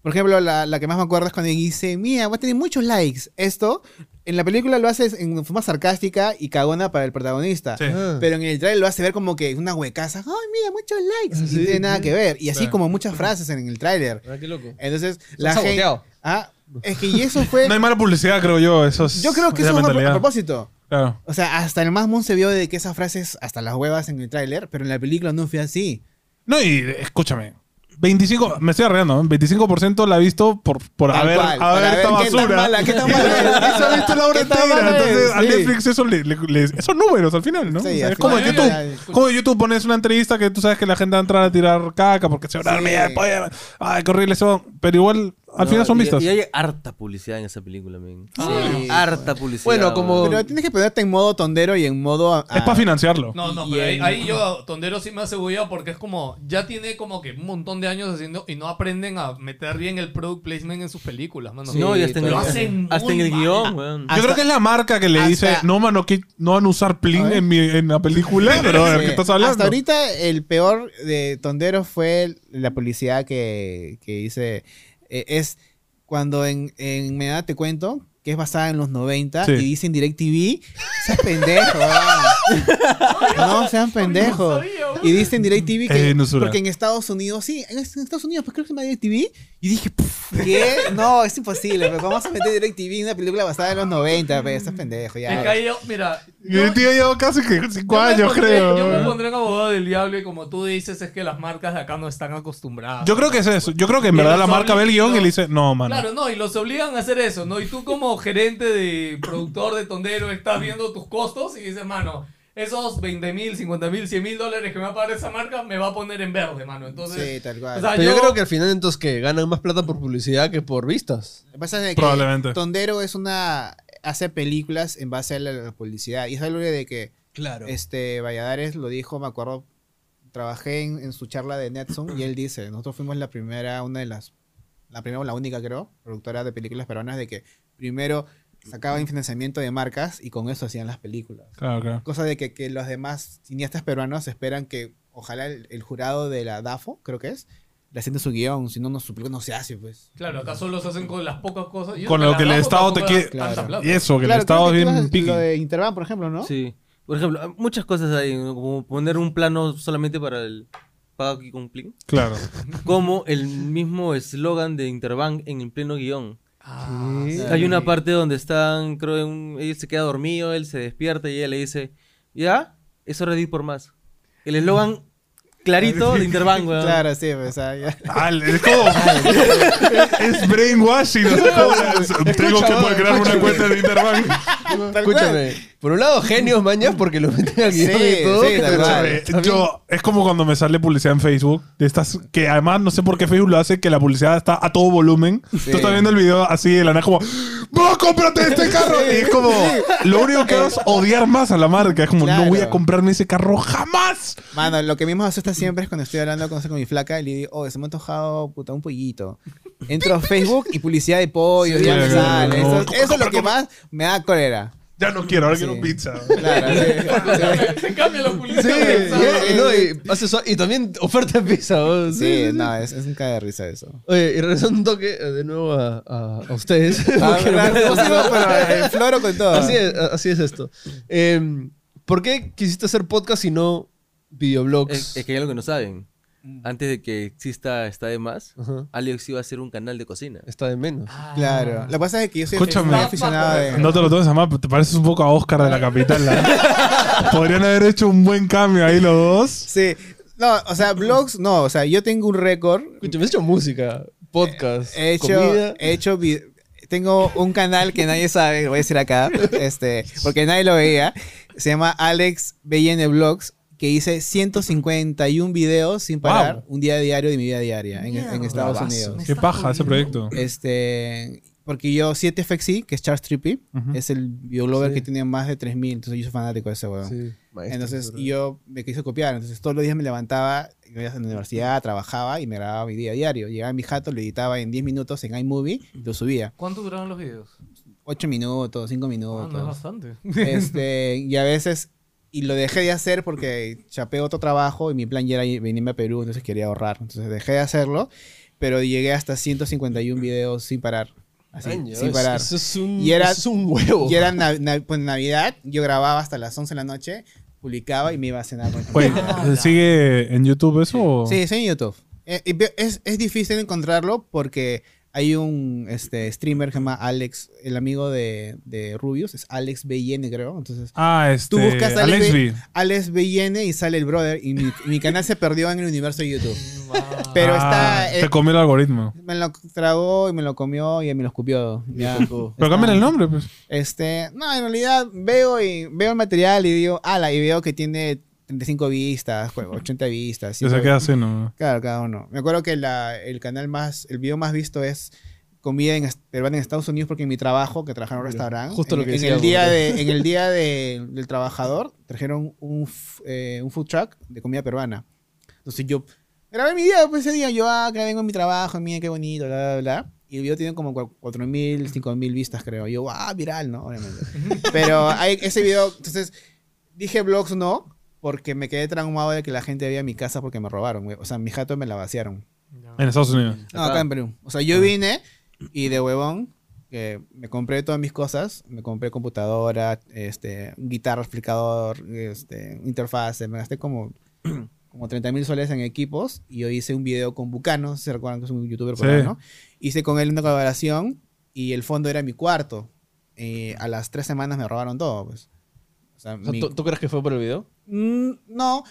[SPEAKER 2] Por ejemplo, la, la que más me acuerdo es cuando dice, mira, va a tener muchos likes. Esto, en la película lo haces en forma sarcástica y cagona para el protagonista.
[SPEAKER 5] Sí.
[SPEAKER 3] Ah.
[SPEAKER 2] Pero en el trailer lo hace ver como que una huecaza. Ay, mira, muchos likes. y
[SPEAKER 3] Sí.
[SPEAKER 2] no tiene nada que ver. Y así
[SPEAKER 5] Sí.
[SPEAKER 2] como muchas frases en el tráiler.
[SPEAKER 3] Ah, qué loco.
[SPEAKER 2] Entonces,
[SPEAKER 3] Son
[SPEAKER 2] la gente...
[SPEAKER 3] saboteado.
[SPEAKER 2] Ah, es que y eso fue...
[SPEAKER 5] No hay mala publicidad, creo yo. Eso es
[SPEAKER 2] yo creo que
[SPEAKER 5] esa
[SPEAKER 2] eso fue a
[SPEAKER 5] mentalidad.
[SPEAKER 2] propósito.
[SPEAKER 5] Claro.
[SPEAKER 2] O sea, hasta el más mon se vio de que esas frases hasta las huevas en el tráiler, pero en la película no fue así.
[SPEAKER 5] No, y escúchame. 25, me estoy arreando, ¿eh? 25% la ha visto por, por
[SPEAKER 2] Tal
[SPEAKER 5] haber,
[SPEAKER 2] cual,
[SPEAKER 5] haber
[SPEAKER 2] para ver
[SPEAKER 5] esta
[SPEAKER 2] qué tan
[SPEAKER 5] basura.
[SPEAKER 2] mala, qué tan mala es.
[SPEAKER 5] Eso ha visto la obra
[SPEAKER 2] ¿Qué tan
[SPEAKER 5] entera.
[SPEAKER 2] mala es?
[SPEAKER 5] Entonces, a
[SPEAKER 2] Sí.
[SPEAKER 5] Netflix eso le, le- le- esos números al final, ¿no?
[SPEAKER 2] Sí,
[SPEAKER 5] O sea,
[SPEAKER 2] al
[SPEAKER 5] es como en
[SPEAKER 4] final.
[SPEAKER 5] YouTube.
[SPEAKER 2] Ya, ya, ya.
[SPEAKER 5] Como en YouTube pones una entrevista que tú sabes que la gente va a entrar a tirar caca porque se van a
[SPEAKER 2] Sí.
[SPEAKER 5] dormir, pollo, Ay, qué horrible eso. Pero igual, al
[SPEAKER 1] No,
[SPEAKER 5] final son
[SPEAKER 1] y-
[SPEAKER 5] vistas. Ah.
[SPEAKER 1] Y hay harta publicidad en esa película, men.
[SPEAKER 4] Sí.
[SPEAKER 1] Harta publicidad.
[SPEAKER 3] Bueno, como-
[SPEAKER 1] weón.
[SPEAKER 2] Pero tienes que ponerte en modo tondero y en modo... ah,
[SPEAKER 5] es para financiarlo.
[SPEAKER 4] No, no,
[SPEAKER 1] Y
[SPEAKER 4] pero ahí,
[SPEAKER 1] en-
[SPEAKER 4] ahí yo, Tondero sí me hace bulla porque es como, ya tiene como que un montón de años haciendo y no aprenden a meter bien el product placement en sus películas, mano.
[SPEAKER 1] no, y hasta en el,
[SPEAKER 4] lo hacen
[SPEAKER 1] hasta en
[SPEAKER 4] muy
[SPEAKER 1] el
[SPEAKER 4] mal.
[SPEAKER 1] guión, weón.
[SPEAKER 5] Yo creo que es la marca que le
[SPEAKER 2] hasta-
[SPEAKER 5] dice, no, mano, que no van a usar
[SPEAKER 2] A
[SPEAKER 5] Plin
[SPEAKER 2] ver.
[SPEAKER 5] en, mi, en la película, pero a ver,
[SPEAKER 2] Sí.
[SPEAKER 5] ¿qué estás hablando?
[SPEAKER 2] Hasta ahorita el peor de Tondero fue la publicidad que, que hice. eh, es cuando en, en Me Da Te Cuento, que es basada en los 90,
[SPEAKER 5] Sí.
[SPEAKER 2] y dicen DirecTV, seas pendejo. ah. no sean pendejos.
[SPEAKER 4] sabía, güey.
[SPEAKER 2] Y dicen DirecTV
[SPEAKER 5] Eh, Es
[SPEAKER 2] que...
[SPEAKER 5] bien usura.
[SPEAKER 2] porque en Estados Unidos, sí, en en Estados Unidos, pues creo que se llama DirecTV. Y dije, "Pff, ¿qué? No, es imposible. Pero ¿cómo vas a meter DirecTV en una película basada en los 90? Pues, estás pendejo,
[SPEAKER 4] Me
[SPEAKER 2] ya.
[SPEAKER 4] caí yo, mira.
[SPEAKER 5] Y el tío lleva casi que 5
[SPEAKER 4] yo me
[SPEAKER 5] años,
[SPEAKER 4] pondré-
[SPEAKER 5] creo.
[SPEAKER 4] Yo me pondré en abogado del diablo y como tú dices, es que las marcas de acá no están acostumbradas.
[SPEAKER 5] Yo creo que es eso. Yo creo que en
[SPEAKER 4] Y
[SPEAKER 5] verdad
[SPEAKER 4] los
[SPEAKER 5] la marca ve el guión y
[SPEAKER 4] sólidos-
[SPEAKER 5] le dice, no, mano.
[SPEAKER 4] Claro, no, y los obligan a hacer eso, ¿no? Y tú como gerente de productor de tondero estás viendo tus costos y dices, mano, esos 20 mil, 50 mil, 100 mil dólares que me va a pagar esa marca me va a poner en verde, mano.
[SPEAKER 2] Sí,
[SPEAKER 4] Entonces,
[SPEAKER 2] tal cual.
[SPEAKER 4] o sea,
[SPEAKER 3] Pero yo,
[SPEAKER 4] yo-
[SPEAKER 3] creo que al final entonces que ganan más plata por publicidad que por vistas.
[SPEAKER 2] Lo que pasa es de que
[SPEAKER 5] Probablemente.
[SPEAKER 2] Tondero es una hace películas en base a la, la publicidad y es algo de que
[SPEAKER 3] Claro.
[SPEAKER 2] este Valladares lo dijo, me acuerdo, trabajé en, en su charla de Netson y él dice, nosotros fuimos la primera, una de las, la primera o la única creo, productora de películas peruanas de que primero sacaban financiamiento de marcas y con eso hacían las películas.
[SPEAKER 5] Claro, claro.
[SPEAKER 2] Cosa de que, que los demás cineastas peruanos esperan que ojalá el, el jurado de la DAFO, creo que es, le asiente su guión, si no, no, su película no se hace, pues.
[SPEAKER 4] claro, acá solo se hacen con las pocas cosas. y eso
[SPEAKER 5] Con lo
[SPEAKER 4] la
[SPEAKER 5] que el
[SPEAKER 4] Rafa
[SPEAKER 5] Estado te
[SPEAKER 4] tampoco da
[SPEAKER 5] quiere.
[SPEAKER 4] tanta plata.
[SPEAKER 5] Y eso, que el
[SPEAKER 2] Claro,
[SPEAKER 5] Estado es
[SPEAKER 2] creo que tú
[SPEAKER 5] bien
[SPEAKER 2] ibas-
[SPEAKER 5] picky.
[SPEAKER 2] Lo de Interban, por ejemplo, ¿no?
[SPEAKER 1] Sí. Por ejemplo, hay muchas cosas ahí, ¿no? como poner un plano solamente para el pago que cumplir,
[SPEAKER 5] Claro.
[SPEAKER 1] como el mismo eslogan de Interbank en el pleno guión.
[SPEAKER 4] Ah, sí.
[SPEAKER 1] Hay una parte donde están, creo, un- él se queda dormido, él se despierta y ella le dice, ya, es hora de ir por más. El eslogan clarito de Interbank, weón.
[SPEAKER 2] Claro, sí, pues, o sea, ya.
[SPEAKER 5] Ah, es como. es brainwashing. o sea, como- tengo que poder crear una
[SPEAKER 3] escúchame.
[SPEAKER 5] cuenta de Interbank.
[SPEAKER 3] Escúchame, por un lado genios mañas porque lo meten al guión
[SPEAKER 2] Sí,
[SPEAKER 3] y todo,
[SPEAKER 2] sí, tal
[SPEAKER 3] pero-
[SPEAKER 2] cual.
[SPEAKER 5] Escúchame, yo, es como cuando me sale publicidad en Facebook. De estas que además no sé por qué Facebook lo hace, que la publicidad está a todo volumen. Tú estás viendo el video así de la nada, como. ¡Vos cómprate este carro! Y es como. Lo único que hago es odiar más a la marca. Es como, no
[SPEAKER 2] Claro.
[SPEAKER 5] voy a comprarme ese carro jamás.
[SPEAKER 2] Mano, lo que mismo me asusta siempre es cuando estoy hablando con, con mi flaca y le digo, oh, se me ha antojado puta, un pollito. Entro a Facebook y publicidad de pollo,
[SPEAKER 5] Sí,
[SPEAKER 2] ya me
[SPEAKER 5] claro,
[SPEAKER 2] sale.
[SPEAKER 5] no.
[SPEAKER 2] Eso, eso es lo que más me da cólera.
[SPEAKER 5] Ya no quiero, ahora
[SPEAKER 2] Sí.
[SPEAKER 5] quiero pizza.
[SPEAKER 2] Claro, sí.
[SPEAKER 4] Se cambia la publicidad.
[SPEAKER 3] Sí,
[SPEAKER 4] del
[SPEAKER 3] y, no, y hace eso- y también oferta de pizza. ¿no?
[SPEAKER 2] Sí, no, es, es un cae de risa eso.
[SPEAKER 3] Oye, y regresando un toque eh, de nuevo a, a- a ustedes.
[SPEAKER 2] Ah,
[SPEAKER 3] porque-
[SPEAKER 2] claro, sí, no, pero, eh, floro con todo.
[SPEAKER 3] así, es, así es esto. Eh, ¿Por qué quisiste hacer podcast y no videoblogs?
[SPEAKER 1] Es, es que hay algo que no saben. Antes de que exista Está de Más,
[SPEAKER 3] Ajá.
[SPEAKER 1] Alex iba a hacer un canal de cocina.
[SPEAKER 3] Está de menos.
[SPEAKER 4] Ah.
[SPEAKER 2] Claro. Lo que pasa es que yo soy
[SPEAKER 5] Escúchame.
[SPEAKER 2] muy aficionado de...
[SPEAKER 5] No te lo tomes a mal, pero te pareces un poco a Oscar de la capital. ¿no? Podrían haber hecho un buen cambio ahí los dos.
[SPEAKER 2] Sí. No, o sea, blogs, no. O sea, yo tengo un récord.
[SPEAKER 3] Escúchame, has hecho música, podcast,
[SPEAKER 2] Eh, He hecho,
[SPEAKER 3] comida.
[SPEAKER 2] he hecho vi- tengo un canal que nadie sabe, lo voy a decir acá, este, porque nadie lo veía. Se llama Alex BN Vlogs, que hice 151 videos sin parar,
[SPEAKER 5] Wow.
[SPEAKER 2] un día diario de mi vida diaria en, en Estados
[SPEAKER 3] Bravazo.
[SPEAKER 2] Unidos.
[SPEAKER 5] Qué paja ese proyecto.
[SPEAKER 2] Este, porque yo 7FXI, que es Charles Trippy,
[SPEAKER 5] Ujú.
[SPEAKER 2] es el biólogo
[SPEAKER 3] Sí.
[SPEAKER 2] que tiene más de 3000, entonces yo soy fanático de ese huevón.
[SPEAKER 3] Sí, maestro,
[SPEAKER 2] Entonces
[SPEAKER 3] seguro.
[SPEAKER 2] yo me quise copiar. Entonces todos los días me levantaba, me iba a la universidad, trabajaba y me grababa mi día a diario. Llegaba a mi jato, lo editaba en 10 minutos en iMovie y lo subía.
[SPEAKER 4] ¿Cuánto duraron los videos?
[SPEAKER 2] 8 minutos, 5
[SPEAKER 4] Ah, no es
[SPEAKER 2] minutos.
[SPEAKER 4] bastante.
[SPEAKER 2] este, y a veces, y lo dejé de hacer porque chapé otro trabajo y mi plan ya era ir- venirme a Perú, entonces quería ahorrar. Entonces dejé de hacerlo. pero llegué hasta 151 videos sin parar. Así,
[SPEAKER 3] Año,
[SPEAKER 2] sin
[SPEAKER 3] es-
[SPEAKER 2] parar.
[SPEAKER 3] Eso es un,
[SPEAKER 2] Y era-
[SPEAKER 3] eso es un huevo.
[SPEAKER 2] Y era na- na- pues, Navidad, yo grababa hasta las 11 de la noche, publicaba y me iba a cenar. con-
[SPEAKER 5] Oye,
[SPEAKER 4] Pues,
[SPEAKER 5] ¿sigue en YouTube eso? o-
[SPEAKER 2] Sí, es en YouTube. Eh, y ve- Es, es difícil encontrarlo porque hay un este, streamer que se llama Alex, el amigo de, de Rubius, es Alex BN, creo. Entonces,
[SPEAKER 5] Ah, este.
[SPEAKER 2] Tú buscas a
[SPEAKER 5] Alex
[SPEAKER 2] Alex
[SPEAKER 5] B.
[SPEAKER 2] Alex BN y sale el brother y mi, mi canal se perdió en el universo de YouTube. Pero
[SPEAKER 5] Ah,
[SPEAKER 2] está... eh,
[SPEAKER 5] Te comió el algoritmo.
[SPEAKER 2] me lo tragó y me lo comió y me lo escupió. Ya.
[SPEAKER 5] Pero
[SPEAKER 2] Está-
[SPEAKER 5] cámbiale el nombre, pues.
[SPEAKER 2] Este, no, en realidad veo y veo el material y digo, ala, y veo que tiene 35 vistas, pues, 80 vistas.
[SPEAKER 5] Que se
[SPEAKER 2] 100
[SPEAKER 5] queda así, ¿no?
[SPEAKER 2] Claro, cada uno. Me acuerdo que la- el canal más, el video más visto es comida en, est- peruana en Estados Unidos porque en mi trabajo, que trabajaba en un restaurante,
[SPEAKER 3] Justo
[SPEAKER 2] en,
[SPEAKER 3] lo que
[SPEAKER 2] en
[SPEAKER 3] decíamos.
[SPEAKER 2] el día, de, en el día de- del trabajador trajeron un, f- eh, un food truck de comida peruana. Entonces yo grabé mi día, pues ese día yo, ah, que vengo en mi trabajo, mira qué bonito, bla, bla, bla. Y el video tiene como cua- 4.000, 5.000 vistas, creo. Yo, ah, viral, ¿no? Obviamente. Pero hay ese video, entonces dije blogs no, porque me quedé traumado de que la gente veía mi casa porque me robaron, güey. O sea, mi jato me la vaciaron.
[SPEAKER 5] En Estados Unidos.
[SPEAKER 2] No,
[SPEAKER 1] Acá.
[SPEAKER 2] acá en Perú. O sea, yo vine y de huevón que me compré todas mis cosas. Me compré computadora, este, guitarra, explicador, este, interfaces. Me gasté como, como 30 mil soles en equipos. Y yo hice un video con Bucano, si se recuerdan que es un youtuber
[SPEAKER 5] Sí.
[SPEAKER 2] peruano. Hice con él una colaboración y el fondo era mi cuarto. Eh, a las tres semanas me robaron todo, pues. O sea,
[SPEAKER 3] O sea,
[SPEAKER 2] mi-
[SPEAKER 3] ¿tú, tú crees que fue por el video?
[SPEAKER 2] Mm, no,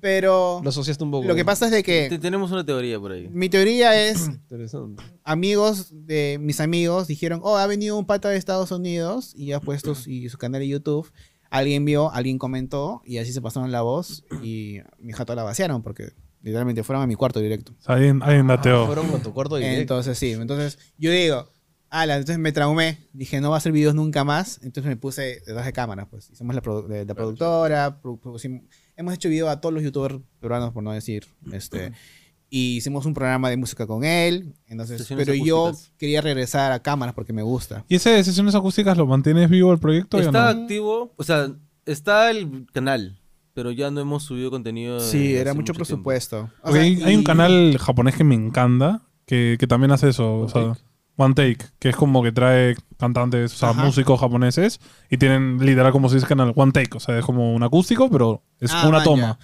[SPEAKER 2] pero
[SPEAKER 3] Lo asociaste un poco.
[SPEAKER 2] lo que pasa es de
[SPEAKER 1] Te-
[SPEAKER 2] que
[SPEAKER 1] tenemos una teoría por ahí.
[SPEAKER 2] mi teoría es
[SPEAKER 3] Interesante.
[SPEAKER 2] amigos de mis amigos dijeron, oh, ha venido un pata de Estados Unidos y ha puesto su, y su canal de YouTube. Alguien vio, alguien comentó y así se pasaron la voz y mi jato la vaciaron porque literalmente fueron a mi cuarto directo.
[SPEAKER 5] O sea, alguien, alguien
[SPEAKER 2] Ah,
[SPEAKER 5] dateó.
[SPEAKER 3] Fueron con tu cuarto directo.
[SPEAKER 2] Entonces sí, entonces yo digo, ala, entonces me traumé, dije no va a hacer videos nunca más, entonces me puse detrás de cámara, pues hicimos la, produ- de- la productora, produ- producimos- hemos hecho videos a todos los youtubers peruanos por no decir, este, y hicimos un programa de música con él, entonces,
[SPEAKER 1] Sesiones
[SPEAKER 2] pero yo
[SPEAKER 1] acústicas.
[SPEAKER 2] quería regresar a cámaras porque me gusta.
[SPEAKER 5] ¿Y ese de sesiones acústicas lo mantienes vivo el proyecto? ya
[SPEAKER 1] Está
[SPEAKER 5] no?
[SPEAKER 1] activo, o sea, está el canal, pero ya no hemos subido contenido.
[SPEAKER 2] Sí,
[SPEAKER 1] eh,
[SPEAKER 2] era
[SPEAKER 1] hace
[SPEAKER 2] mucho
[SPEAKER 1] tiempo.
[SPEAKER 2] presupuesto. O
[SPEAKER 5] Porque
[SPEAKER 2] sea,
[SPEAKER 5] hay, hay un
[SPEAKER 2] y-
[SPEAKER 5] canal eh, japonés que me encanta que, que también hace eso. o sea, One Take, que es como que trae cantantes, o sea,
[SPEAKER 2] Ajá.
[SPEAKER 5] músicos japoneses y tienen literal como se dice canal One Take. O sea, es como un acústico, pero es
[SPEAKER 2] Ah,
[SPEAKER 5] una
[SPEAKER 2] man,
[SPEAKER 5] toma.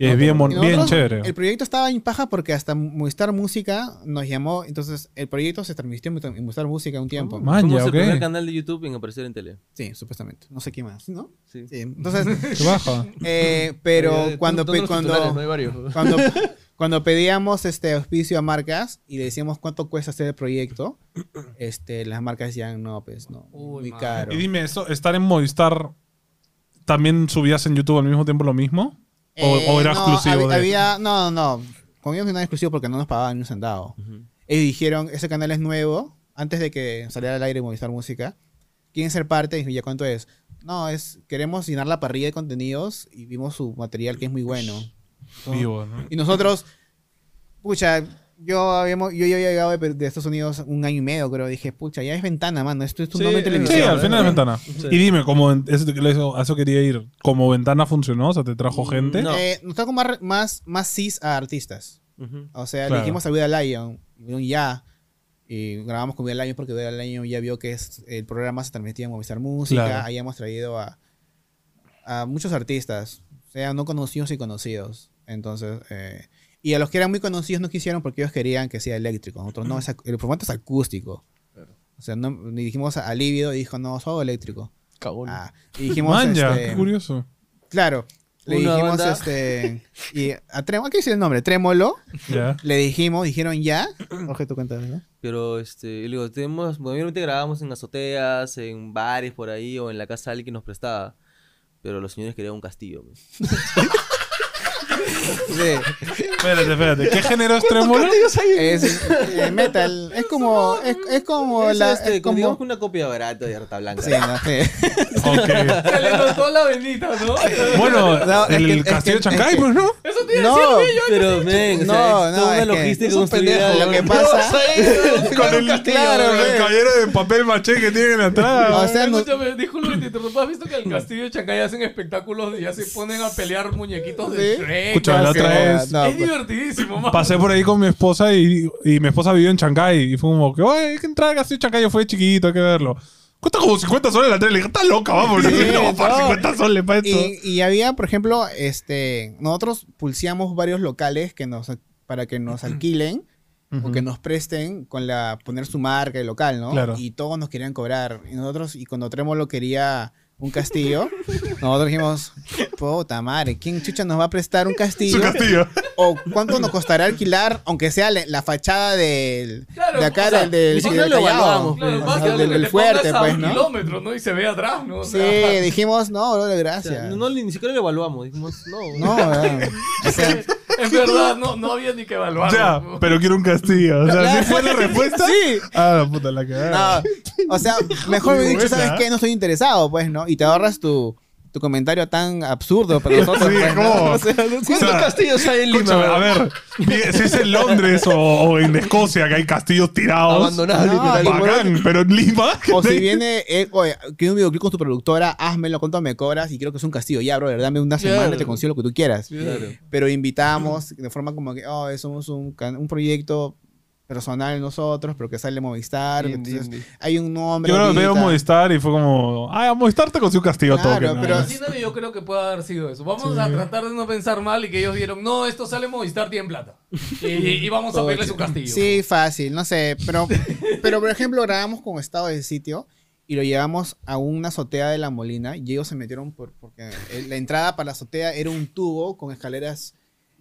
[SPEAKER 5] Y es
[SPEAKER 2] No,
[SPEAKER 5] bien,
[SPEAKER 2] pero-
[SPEAKER 5] mon-
[SPEAKER 2] y
[SPEAKER 5] bien
[SPEAKER 2] nosotros-
[SPEAKER 5] chévere.
[SPEAKER 2] El proyecto estaba en paja porque hasta Movistar Música nos llamó, entonces el proyecto se transmitió en Movistar Música un tiempo.
[SPEAKER 5] Man,
[SPEAKER 1] Fuimos
[SPEAKER 5] Ah, ya,
[SPEAKER 1] el
[SPEAKER 5] ok.
[SPEAKER 1] primer canal de YouTube en aparecer en tele.
[SPEAKER 2] Sí, supuestamente. No sé qué más, ¿no?
[SPEAKER 1] Sí.
[SPEAKER 2] Sí. Entonces,
[SPEAKER 5] Qué baja.
[SPEAKER 2] eh, pero
[SPEAKER 3] Oye,
[SPEAKER 2] cuando,
[SPEAKER 3] tú-
[SPEAKER 2] pe-
[SPEAKER 3] todos los titulares, no hay
[SPEAKER 2] cuando,
[SPEAKER 3] varios.
[SPEAKER 2] cuando, cuando pedíamos este auspicio a marcas y le decíamos cuánto cuesta hacer el proyecto, este, las marcas decían, no, pues no,
[SPEAKER 4] Uy,
[SPEAKER 2] muy
[SPEAKER 4] madre.
[SPEAKER 2] caro.
[SPEAKER 5] Y dime, eso, ¿estar en Movistar también subías en YouTube al mismo tiempo lo mismo? ¿O,
[SPEAKER 2] Eh,
[SPEAKER 5] o era
[SPEAKER 2] no,
[SPEAKER 5] exclusivo?
[SPEAKER 2] hab-
[SPEAKER 5] de-
[SPEAKER 2] había- no, no, no. Con ellos no era exclusivo porque no nos pagaban ni un centavo. Ellos dijeron, ese canal es nuevo, antes de que saliera al aire Movistar Música, quieren ser parte, y dije, ya cuánto es. No, es, queremos llenar la parrilla de contenidos y vimos su material que es muy bueno.
[SPEAKER 5] Vivo, ¿no?
[SPEAKER 2] Y nosotros, pucha, yo, habíamos, yo ya había llegado de, Perú- de Estados Unidos un año y medio, creo. Dije, pucha, ya es ventana, mano. Esto es un
[SPEAKER 3] Sí,
[SPEAKER 2] nombre de
[SPEAKER 3] es
[SPEAKER 5] Sí,
[SPEAKER 2] televisión.
[SPEAKER 5] al final de ventana.
[SPEAKER 3] Sí.
[SPEAKER 5] Y dime, ¿cómo en- eso, eso- a eso quería ir? ¿Como ventana funcionó? O sea, ¿te trajo
[SPEAKER 1] Mm,
[SPEAKER 5] gente?
[SPEAKER 1] no.
[SPEAKER 2] Eh, nos trajo más, más, más cis a artistas.
[SPEAKER 1] Ujú.
[SPEAKER 2] O sea,
[SPEAKER 5] Claro.
[SPEAKER 2] le dijimos a Vida Lion, y dijeron ya. Y grabamos con Vida Lion porque Vida Lion ya vio que es, el programa se transmitía en Movistar Música.
[SPEAKER 5] Claro.
[SPEAKER 2] Ahí hemos traído a, a muchos artistas, o sea, no conocidos y conocidos. Entonces, eh, y a los que eran muy conocidos no quisieron porque ellos querían que sea eléctrico. Nosotros no, es ac- el formato es acústico. O sea, no, le dijimos a, a Lívido y dijo, no, solo eléctrico.
[SPEAKER 3] Cagón.
[SPEAKER 2] Ah, y dijimos,
[SPEAKER 5] Manja,
[SPEAKER 2] este,
[SPEAKER 5] qué curioso.
[SPEAKER 2] claro, le
[SPEAKER 1] Una
[SPEAKER 2] dijimos,
[SPEAKER 1] banda-
[SPEAKER 2] este, y a Tremolo, ¿qué dice el nombre? Trémolo.
[SPEAKER 5] Ya.
[SPEAKER 2] Le dijimos, dijeron ya. Jorge, tú cuentas, ¿no?
[SPEAKER 1] Pero, este, y digo, tenemos, obviamente grabábamos en azoteas, en bares por ahí o en la casa de alguien que nos prestaba. Pero los señores querían un castillo. pues.
[SPEAKER 5] Espérate, espérate. ¿Qué género es trémolo?
[SPEAKER 2] Es eh, metal. Es como. Es, es como
[SPEAKER 1] Es,
[SPEAKER 2] la.
[SPEAKER 1] este,
[SPEAKER 2] es
[SPEAKER 1] como digamos
[SPEAKER 2] como.
[SPEAKER 1] que una copia barata de Rata Blanca.
[SPEAKER 2] Sí, no sé.
[SPEAKER 5] Ok.
[SPEAKER 4] Se le notó la bendita, ¿no?
[SPEAKER 5] Bueno,
[SPEAKER 2] No, es
[SPEAKER 5] el
[SPEAKER 2] que- es que-
[SPEAKER 5] castillo de
[SPEAKER 2] es
[SPEAKER 5] Chancay,
[SPEAKER 2] que-
[SPEAKER 5] pues, ¿no?
[SPEAKER 4] Eso tiene
[SPEAKER 2] No.
[SPEAKER 4] no.
[SPEAKER 1] Pero, men, o sea,
[SPEAKER 2] No,
[SPEAKER 1] es
[SPEAKER 2] no,
[SPEAKER 1] toda una
[SPEAKER 2] es que
[SPEAKER 1] logística
[SPEAKER 2] es un
[SPEAKER 1] construida.
[SPEAKER 2] pendejo, lo que
[SPEAKER 1] weón.
[SPEAKER 2] pasa-
[SPEAKER 5] Con el,
[SPEAKER 2] Claro,
[SPEAKER 5] con el
[SPEAKER 2] ve.
[SPEAKER 5] caballero de papel maché que tienen en la entrada.
[SPEAKER 2] O sea, no-
[SPEAKER 4] Escúchame, disculpa que te interrumpa. ¿Has visto que en el castillo de Chancay hacen espectáculos y ya se ponen a pelear muñequitos de
[SPEAKER 2] Sí.
[SPEAKER 4] Shrek?
[SPEAKER 5] Escucha, la
[SPEAKER 4] así?
[SPEAKER 5] otra vez.
[SPEAKER 2] No,
[SPEAKER 4] es
[SPEAKER 2] pues,
[SPEAKER 4] divertidísimo, mano.
[SPEAKER 5] Pasé por ahí con mi esposa y, y mi esposa vivió en Chancay. Y fue como que, oye, hay que entrar al castillo de Chancay. Yo fui de chiquito, hay que verlo. Cuesta como 50 soles la tele. Le dije, está loca, vamos.
[SPEAKER 2] Sí,
[SPEAKER 5] no, vamos a pagar
[SPEAKER 2] no.
[SPEAKER 5] 50 soles para esto.
[SPEAKER 2] y, y había, por ejemplo, este, nosotros pulseamos varios locales que nos, para que nos alquilen o que nos presten con la poner su marca y local, ¿no?
[SPEAKER 5] Claro.
[SPEAKER 2] Y todos nos querían cobrar. Y nosotros, y cuando Tremolo quería un castillo, nosotros dijimos, puta madre, ¿quién chucha nos va a prestar un
[SPEAKER 5] Su
[SPEAKER 2] castillo?
[SPEAKER 5] castillo.
[SPEAKER 2] ¿O cuánto nos costará alquilar, aunque sea la, la fachada del,
[SPEAKER 4] Claro,
[SPEAKER 2] de acá,
[SPEAKER 4] o sea,
[SPEAKER 2] del, del,
[SPEAKER 1] ni siquiera
[SPEAKER 2] del
[SPEAKER 1] lo
[SPEAKER 2] Callao?
[SPEAKER 1] evaluamos,
[SPEAKER 4] Claro,
[SPEAKER 2] O
[SPEAKER 4] más
[SPEAKER 2] sea,
[SPEAKER 4] que
[SPEAKER 2] del,
[SPEAKER 4] del
[SPEAKER 2] del fuerte, pues, ¿no?
[SPEAKER 4] kilómetros, ¿no? Y se ve atrás, ¿no? O
[SPEAKER 2] Sí,
[SPEAKER 4] sea,
[SPEAKER 2] dijimos, no, bro,
[SPEAKER 1] O sea,
[SPEAKER 2] gracias.
[SPEAKER 1] no, no, ni siquiera lo evaluamos. Dijimos, no.
[SPEAKER 2] No, eh, o sea,
[SPEAKER 4] es verdad, no, no había ni que evaluar.
[SPEAKER 5] Ya, pero quiero un castillo. O sea, si fue la respuesta.
[SPEAKER 2] Sí.
[SPEAKER 5] Ah, la puta, la cagada.
[SPEAKER 2] no, o sea, mejor me he dicho, ¿sabes qué? No estoy interesado, pues, ¿no? Y te ahorras tu, tu comentario tan absurdo para nosotros.
[SPEAKER 5] Sí,
[SPEAKER 2] pues, ¿no?
[SPEAKER 5] ¿cómo?
[SPEAKER 2] O sea, no sé.
[SPEAKER 3] ¿Cuántos
[SPEAKER 5] O sea,
[SPEAKER 3] castillos hay en Lima?
[SPEAKER 5] Escúchame, a ver, si es en Londres o, o en Escocia que hay castillos tirados.
[SPEAKER 3] Abandonados.
[SPEAKER 2] No,
[SPEAKER 3] literal.
[SPEAKER 2] y-
[SPEAKER 5] Bacán, pero en Lima.
[SPEAKER 2] O si viene, eh, oye, quiero un videoclip con tu productora, házmelo, cuánto me cobras y creo que es un castillo. Ya, brother, dame una semana,
[SPEAKER 4] Claro.
[SPEAKER 2] te consigo lo que tú quieras.
[SPEAKER 4] Claro.
[SPEAKER 2] Pero invitamos de forma como que, oh, somos un, can- un proyecto personal de nosotros, pero que sale Movistar.
[SPEAKER 3] Indie,
[SPEAKER 2] entonces,
[SPEAKER 3] indie.
[SPEAKER 2] hay un nombre.
[SPEAKER 5] Yo creo que veo
[SPEAKER 2] ahorita.
[SPEAKER 5] Movistar y fue como. Ah, Movistar te consiguió un castillo
[SPEAKER 2] Claro,
[SPEAKER 5] todo. que no".
[SPEAKER 2] pero-
[SPEAKER 4] Imagínate, yo creo que puede haber sido eso. Vamos a tratar de no pensar mal y que ellos dijeron, no, esto sale Movistar, tienen plata. Y, y vamos a pedirle su castillo.
[SPEAKER 2] Sí, fácil, no sé. Pero, pero por ejemplo, grabamos con estado de sitio y lo llevamos a una azotea de la Molina y ellos se metieron por, porque eh, la entrada para la azotea era un tubo con escaleras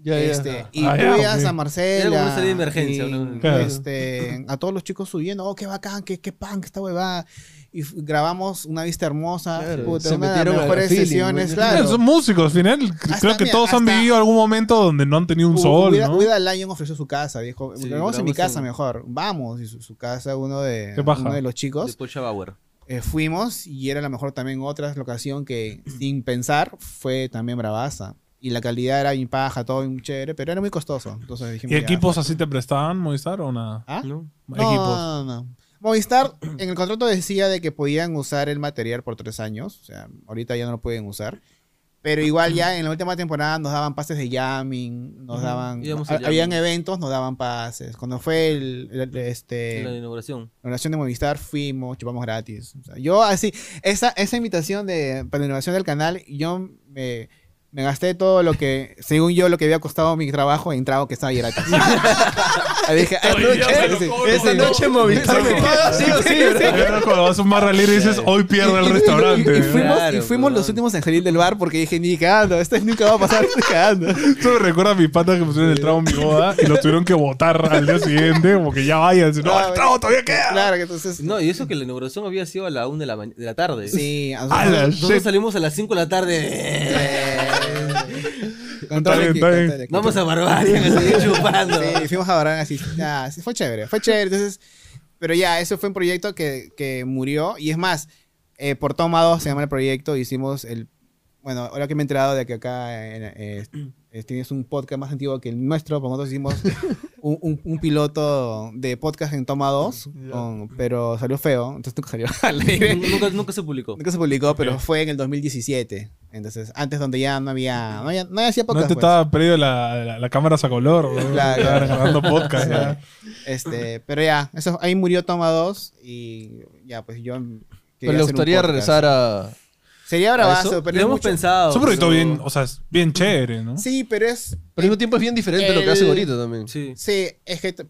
[SPEAKER 3] Ya, ya.
[SPEAKER 2] este, y
[SPEAKER 5] Ah,
[SPEAKER 2] tú
[SPEAKER 5] ya,
[SPEAKER 2] veías
[SPEAKER 5] ok.
[SPEAKER 2] a Marcela.
[SPEAKER 1] Era como una salida de emergencia,
[SPEAKER 2] y,
[SPEAKER 1] ¿no?
[SPEAKER 5] Claro.
[SPEAKER 2] este, a todos los chicos subiendo, oh, qué bacán, qué, qué pan, esta huevada. Y f- grabamos una vista hermosa,
[SPEAKER 3] Claro,
[SPEAKER 2] puta, una
[SPEAKER 3] se
[SPEAKER 2] de las
[SPEAKER 3] metieron al
[SPEAKER 2] mejores
[SPEAKER 3] feeling,
[SPEAKER 2] sesiones,
[SPEAKER 3] ¿no?
[SPEAKER 5] Mira, Son
[SPEAKER 2] claro.
[SPEAKER 5] músicos, al final. creo que
[SPEAKER 2] mira,
[SPEAKER 5] todos han
[SPEAKER 2] hasta-
[SPEAKER 5] vivido algún momento donde no han tenido un
[SPEAKER 2] Gu-
[SPEAKER 5] sol,
[SPEAKER 2] Guida,
[SPEAKER 5] ¿no?
[SPEAKER 2] Guida Lion ofreció su casa, dijo,
[SPEAKER 1] Sí,
[SPEAKER 2] vamos en mi
[SPEAKER 1] grabamos
[SPEAKER 2] casa
[SPEAKER 1] en-
[SPEAKER 2] mejor, vamos. Y su, su casa, uno de,
[SPEAKER 5] Qué paja.
[SPEAKER 2] uno de los
[SPEAKER 1] De
[SPEAKER 2] chicos.
[SPEAKER 1] Pocha Bauer.
[SPEAKER 2] Eh, fuimos y era la mejor también otra locación que sin pensar fue también bravaza. Y la calidad era bien paja, todo bien chévere, pero era muy costoso. Entonces dijimos,
[SPEAKER 5] ¿Y
[SPEAKER 2] ya.
[SPEAKER 5] equipos así te prestaban, Movistar, o nada?
[SPEAKER 2] ¿Ah?
[SPEAKER 1] ¿no?
[SPEAKER 2] No,
[SPEAKER 5] Equipos.
[SPEAKER 2] no, no. Movistar en el contrato decía de que podían usar el material por tres años. O sea, ahorita ya no lo pueden usar. Pero igual ya en la última temporada nos daban pases de jamming, nos
[SPEAKER 1] Ujú,
[SPEAKER 2] daban...
[SPEAKER 1] íbamos
[SPEAKER 2] ha-
[SPEAKER 1] al
[SPEAKER 2] habían
[SPEAKER 1] jamming.
[SPEAKER 2] eventos, nos daban pases. Cuando fue el, el-
[SPEAKER 1] En la
[SPEAKER 2] este,
[SPEAKER 1] inauguración.
[SPEAKER 2] la inauguración de Movistar, fuimos, chupamos gratis. O sea, yo así, esa, esa invitación de, para la innovación del canal, yo me, me gasté todo lo que, según yo, lo que había costado mi trabajo en trago que estaba gratis. Ahí dije, "Ay,
[SPEAKER 4] Todavía
[SPEAKER 2] aprovecha".
[SPEAKER 4] se lo
[SPEAKER 2] Sí.
[SPEAKER 4] cobro,
[SPEAKER 3] Esa
[SPEAKER 4] ¿no?
[SPEAKER 3] noche Movistar me paga, sí o sí, ¿verdad?
[SPEAKER 5] Claro, Cuando vas a un bar rally y dices, hoy pierde el
[SPEAKER 2] Y- y-
[SPEAKER 5] restaurante.
[SPEAKER 2] Y, y fuimos, y
[SPEAKER 1] Claro,
[SPEAKER 2] fuimos los
[SPEAKER 1] weón.
[SPEAKER 2] últimos en salir del bar porque dije, ni cagando, esto nunca va a pasar, estoy cagando.
[SPEAKER 5] Eso me recuerda a mis patas que pusieron el trago en mi boda y lo tuvieron que botar al día siguiente, como que ya vayan. si No,
[SPEAKER 2] Ah,
[SPEAKER 5] el trago todavía queda.
[SPEAKER 2] Claro, que entonces...
[SPEAKER 1] No, y eso que la inauguración había sido a la 1 de la, ma- de la tarde.
[SPEAKER 2] Sí, a
[SPEAKER 5] A la
[SPEAKER 1] Nosotros
[SPEAKER 5] shit.
[SPEAKER 1] salimos a las 5 de la tarde.
[SPEAKER 2] con
[SPEAKER 5] Está
[SPEAKER 2] todo
[SPEAKER 5] bien,
[SPEAKER 2] el-
[SPEAKER 5] está bien.
[SPEAKER 2] con todo el-
[SPEAKER 1] Vamos a Barbaria, a seguir chupando.
[SPEAKER 2] Sí, fuimos a Barán así. Ya, sí, fue chévere, fue chévere. Entonces, pero ya, eso fue un proyecto que, que murió. Y es más, eh, por Toma 2 se llama el proyecto. Hicimos el. Bueno, ahora que me he enterado de que acá en, eh, eh, tienes un podcast más antiguo que el nuestro, pues nosotros hicimos un, un- un piloto de podcast en Toma 2, con- pero salió feo, entonces nunca salió al aire.
[SPEAKER 1] Nunca, nunca se publicó.
[SPEAKER 2] Nunca se publicó, pero fue en el 2017. Entonces, antes donde ya no había. No había, no había
[SPEAKER 5] No
[SPEAKER 2] podcast.
[SPEAKER 5] te
[SPEAKER 2] pues.
[SPEAKER 5] estaba perdido la, la, la cámara a color, bro.
[SPEAKER 2] Claro.
[SPEAKER 5] Estaban grabando podcast. ya.
[SPEAKER 2] Este, pero ya, eso, ahí murió Toma 2 y ya, pues yo...
[SPEAKER 3] Pero le gustaría regresar a...
[SPEAKER 2] Sería
[SPEAKER 3] ¿A
[SPEAKER 2] bravazo,
[SPEAKER 3] eso?
[SPEAKER 2] pero
[SPEAKER 1] Lo
[SPEAKER 2] es
[SPEAKER 1] hemos
[SPEAKER 2] mucho-
[SPEAKER 1] pensado.
[SPEAKER 5] Es un proyecto
[SPEAKER 1] pero-
[SPEAKER 5] bien, o sea, es bien chévere, ¿no?
[SPEAKER 2] Sí, pero es...
[SPEAKER 3] Pero al mismo tiempo es bien diferente a lo que hace
[SPEAKER 2] El-
[SPEAKER 3] ahorita también.
[SPEAKER 1] Sí.
[SPEAKER 2] Sí, es que, t-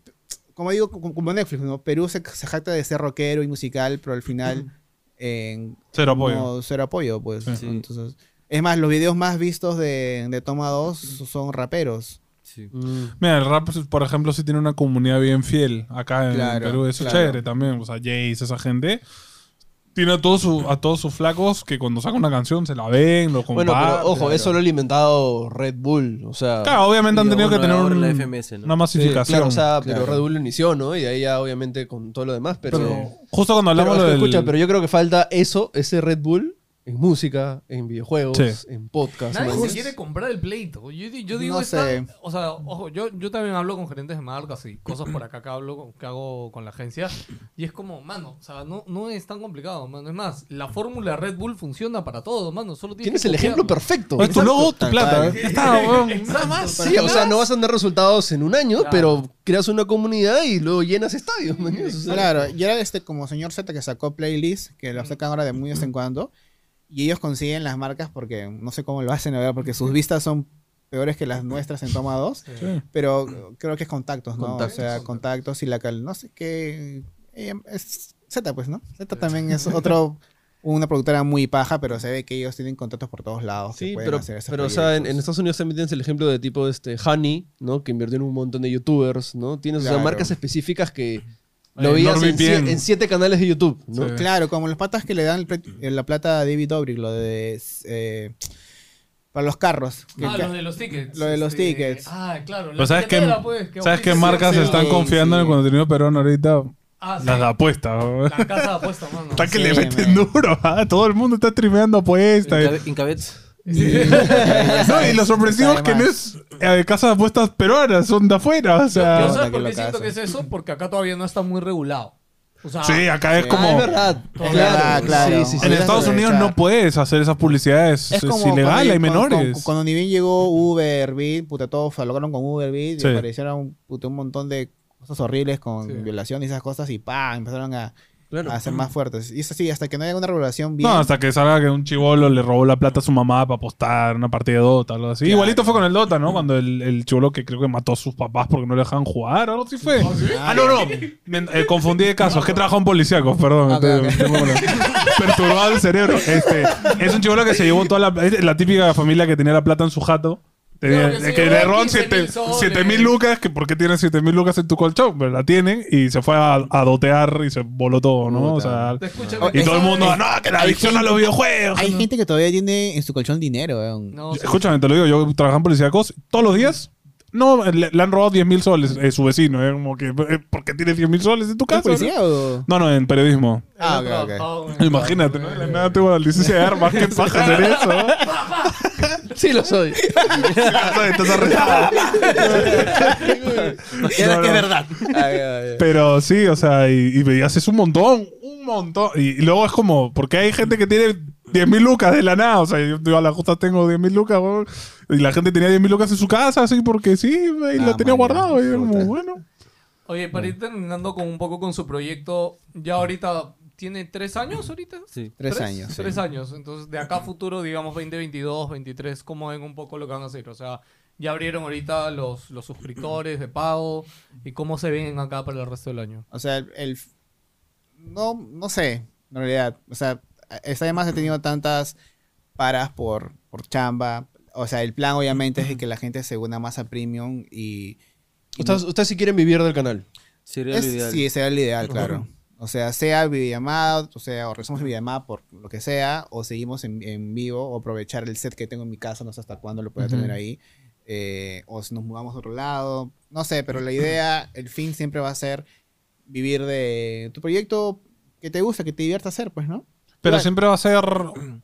[SPEAKER 2] como digo, como como Netflix, ¿no? Perú se, se jacta de ser rockero y musical, pero al final... eh,
[SPEAKER 5] Cero
[SPEAKER 2] no,
[SPEAKER 5] apoyo.
[SPEAKER 2] cero apoyo, pues.
[SPEAKER 5] Sí.
[SPEAKER 1] Sí.
[SPEAKER 2] Entonces, es más, los videos más vistos de, de Toma 2 son raperos.
[SPEAKER 1] sí.
[SPEAKER 3] Mm.
[SPEAKER 5] Mira, el rap, por ejemplo, sí tiene una comunidad bien fiel acá en
[SPEAKER 2] Claro,
[SPEAKER 5] Perú. Eso es
[SPEAKER 2] claro.
[SPEAKER 5] chévere también. O sea, Jace, esa gente. Tiene a todos, su- a todos sus flacos que cuando saca una canción se la ven, lo comparten.
[SPEAKER 3] Bueno, pero ojo, eso lo ha alimentado Red Bull, o sea...
[SPEAKER 5] Claro, obviamente han
[SPEAKER 1] Y
[SPEAKER 5] tenido que
[SPEAKER 1] ahora-
[SPEAKER 5] tener
[SPEAKER 1] ahora
[SPEAKER 5] un-
[SPEAKER 1] la FMS, ¿no?
[SPEAKER 5] una
[SPEAKER 3] Sí,
[SPEAKER 5] masificación.
[SPEAKER 3] claro, o sea, pero
[SPEAKER 2] Claro.
[SPEAKER 3] Red Bull lo inició, ¿no? Y de ahí ya obviamente con todo lo demás, pero...
[SPEAKER 5] Pero justo cuando
[SPEAKER 3] Pero,
[SPEAKER 5] hablamos
[SPEAKER 3] es que
[SPEAKER 5] de
[SPEAKER 3] escucha, pero yo creo que falta eso, ese Red Bull, en música, en videojuegos,
[SPEAKER 5] Sí.
[SPEAKER 3] en podcast.
[SPEAKER 4] Nadie
[SPEAKER 3] man.
[SPEAKER 4] se quiere comprar el pleito. Yo, di- yo digo,
[SPEAKER 2] No
[SPEAKER 4] esta-
[SPEAKER 2] sé.
[SPEAKER 4] o sea, ojo, yo, yo también hablo con gerentes de marcas y cosas por acá que hablo, con- que hago con la agencia. Y es como, mano, o sea, no, no es tan complicado, mano. Es más, la fórmula Red Bull funciona para todo, mano. Solo tienes
[SPEAKER 3] Tienes el
[SPEAKER 4] que copiar.
[SPEAKER 3] ejemplo perfecto.
[SPEAKER 5] Oye, tu logo, tu
[SPEAKER 2] Tal
[SPEAKER 5] plata.
[SPEAKER 2] cual.
[SPEAKER 5] ¿eh? Está, weón.
[SPEAKER 4] Nada más.
[SPEAKER 3] Sí, o sea, no vas a tener resultados en un año,
[SPEAKER 4] Claro.
[SPEAKER 3] pero creas una comunidad y luego llenas estadios. man. O sea,
[SPEAKER 2] Claro, y era este como señor Z que sacó playlist, que lo sacan ahora de muy de vez en cuando, y ellos consiguen las marcas porque no sé cómo lo hacen, la verdad, porque sus vistas son peores que las nuestras en toma 2, pero creo que es contactos, ¿no?
[SPEAKER 3] Contactos.
[SPEAKER 2] O sea, contactos y la cal, no sé qué. eh, es Z, pues, ¿no? Z también es otro. Una productora muy paja, pero se ve que ellos tienen contactos por todos lados. que
[SPEAKER 3] Sí,
[SPEAKER 2] pueden
[SPEAKER 3] pero,
[SPEAKER 2] hacer esos
[SPEAKER 3] pero o sea, en,
[SPEAKER 2] proyectos.
[SPEAKER 3] en Estados Unidos también tienes el ejemplo de tipo este Honey, ¿no? Que invirtió en un montón de youtubers, ¿no? Tienes o sea,
[SPEAKER 2] Claro.
[SPEAKER 3] marcas específicas que
[SPEAKER 5] Eh,
[SPEAKER 3] lo veías en,
[SPEAKER 5] NordVPN.
[SPEAKER 3] sie- en siete canales de YouTube, ¿no?
[SPEAKER 5] Sí.
[SPEAKER 2] Claro, como los patas que le dan el pre- eh, la plata a David Dobrik, lo de. eh, para los carros. que-
[SPEAKER 4] Ah,
[SPEAKER 2] que-
[SPEAKER 4] lo de los tickets.
[SPEAKER 2] Lo de los tickets.
[SPEAKER 4] Ah, claro.
[SPEAKER 5] Pero ¿sabes qué,
[SPEAKER 4] billetera, pues, que
[SPEAKER 5] ¿sabes qué
[SPEAKER 4] auspicia,
[SPEAKER 5] marcas
[SPEAKER 4] sí,
[SPEAKER 5] están
[SPEAKER 2] sí,
[SPEAKER 5] confiando en el
[SPEAKER 2] sí.
[SPEAKER 5] contenido peruano ahorita?
[SPEAKER 4] Ah, sí.
[SPEAKER 5] Las apuestas. weón.
[SPEAKER 4] La casa de apuestas, mano.
[SPEAKER 5] Está que
[SPEAKER 2] Sí,
[SPEAKER 5] le meten
[SPEAKER 2] man.
[SPEAKER 5] duro. ¿ah? Todo el mundo está trimeando apuestas. No, y lo sorpresivo es que no es eh, casa de apuestas peruanas, son de afuera. O
[SPEAKER 4] Yo
[SPEAKER 5] sea,
[SPEAKER 2] Puta,
[SPEAKER 4] sabes
[SPEAKER 2] qué
[SPEAKER 4] por qué
[SPEAKER 2] locazo.
[SPEAKER 4] siento que es eso, porque acá todavía no está muy regulado. O sea,
[SPEAKER 5] sí, acá es
[SPEAKER 2] Sí.
[SPEAKER 3] Ah,
[SPEAKER 5] como.
[SPEAKER 3] es verdad.
[SPEAKER 4] Es
[SPEAKER 2] verdad, claro.
[SPEAKER 3] Sí, sí, sí.
[SPEAKER 5] En
[SPEAKER 2] es
[SPEAKER 5] Estados Unidos
[SPEAKER 2] verdad.
[SPEAKER 5] no puedes hacer esas publicidades. Es, ilegal,
[SPEAKER 2] cuando-
[SPEAKER 5] hay
[SPEAKER 2] cuando-
[SPEAKER 5] menores.
[SPEAKER 2] Cuando, cuando ni bien llegó Uber, Beat, puta, todos lograron con Uber, Beat,
[SPEAKER 5] Sí.
[SPEAKER 2] y aparecieron puta, un montón de cosas horribles con
[SPEAKER 4] Sí.
[SPEAKER 2] violación y esas cosas, y pa, empezaron a,
[SPEAKER 3] Claro.
[SPEAKER 2] a ser más fuertes. Y eso sí, hasta que no haya una regulación bien.
[SPEAKER 5] No, hasta que salga que un chivolo le robó la plata a su mamá para apostar una partida de Dota, algo así. Igualito fue con el Dota, ¿no? Cuando el, el chivolo que creo que mató a sus papás porque no le dejaban jugar, algo así fue. Ah, no, no. Me, eh, confundí de casos. que trabajó en policíacos, perdón.
[SPEAKER 2] Ah, Ok,
[SPEAKER 5] Estoy- estoy como- Perturbado el cerebro. Este, es un chivolo que se llevó toda la. es la típica familia que tenía la plata en su jato. Tenía-
[SPEAKER 4] Pero que se
[SPEAKER 5] que
[SPEAKER 4] llevó
[SPEAKER 5] le roban
[SPEAKER 4] 15.000
[SPEAKER 5] siete-
[SPEAKER 4] soles.
[SPEAKER 5] 7.000 lucas, que ¿por qué tienen 7.000 lucas en tu colchón? Pero la tienen y se fue a, a dotear y se voló todo, ¿no? O sea,
[SPEAKER 4] te escucha-
[SPEAKER 5] y todo el mundo, ah, no, que la
[SPEAKER 2] Hay
[SPEAKER 5] adicción a
[SPEAKER 2] gente-
[SPEAKER 5] los videojuegos.
[SPEAKER 2] Hay
[SPEAKER 5] ¿no?
[SPEAKER 2] gente que todavía tiene en su colchón dinero, weón.
[SPEAKER 4] No,
[SPEAKER 5] Yo-
[SPEAKER 4] sí.
[SPEAKER 5] Escúchame, te lo digo, yo trabajaba en policíacos todos los días. No, le, le han robado 10 mil soles eh, su vecino. eh, como que, eh, ¿Por qué tienes 10 mil soles en tu
[SPEAKER 2] ¿Es
[SPEAKER 5] casa?
[SPEAKER 2] policía o...?
[SPEAKER 5] No, no, en periodismo.
[SPEAKER 2] Ah,
[SPEAKER 4] Yo he
[SPEAKER 2] ok, ok.
[SPEAKER 4] trabajado en-
[SPEAKER 5] Imagínate, ¿no? De la nada tengo la licencia de armas. ¿Qué paja hacer eso?
[SPEAKER 3] Sí, lo soy.
[SPEAKER 5] Estás arrestado.
[SPEAKER 1] Imagínate
[SPEAKER 5] No,
[SPEAKER 1] que es
[SPEAKER 5] no.
[SPEAKER 1] verdad.
[SPEAKER 5] Pero sí, o sea, y, y veías, es un montón, un montón. Y, y luego es como, porque hay gente que tiene 10 mil lucas de la nada. O sea, yo, yo a la justa tengo 10 mil lucas, weón, Y la gente tenía 10 mil lucas en su casa, así porque sí, y la
[SPEAKER 2] Ah, mañana,
[SPEAKER 5] tenía guardado. Y era como,
[SPEAKER 2] puta.
[SPEAKER 5] bueno.
[SPEAKER 4] Oye, para ir terminando con un poco con su proyecto, ya ahorita tiene tres años ahorita.
[SPEAKER 1] Sí.
[SPEAKER 2] Tres años, sí.
[SPEAKER 4] Tres años. Entonces, de acá a futuro, digamos 2022, 23, ¿cómo ven un poco lo que van a hacer? O sea, ya abrieron ahorita los, los suscriptores de pago y cómo se ven acá para el resto del año.
[SPEAKER 2] O sea, el, el- no, no sé, en realidad. O sea, es- además he tenido tantas paras por, por chamba. O sea, el plan obviamente es de que la gente se una más a premium y... y
[SPEAKER 3] Ustedes, ustedes sí quieren vivir del canal.
[SPEAKER 1] Sería
[SPEAKER 2] es-
[SPEAKER 1] lo ideal.
[SPEAKER 2] Sí, sería el ideal, claro. O sea, sea videollamada, o sea, o regresamos en videollamada por lo que sea, o seguimos en, en vivo, o aprovechar el set que tengo en mi casa, no sé hasta cuándo lo pueda tener ahí, eh, o si nos mudamos a otro lado, no sé, pero la idea, el fin siempre va a ser vivir de tu proyecto que te gusta, que te divierta hacer, pues, ¿no?
[SPEAKER 5] Pero
[SPEAKER 2] Claro.
[SPEAKER 5] siempre va a ser,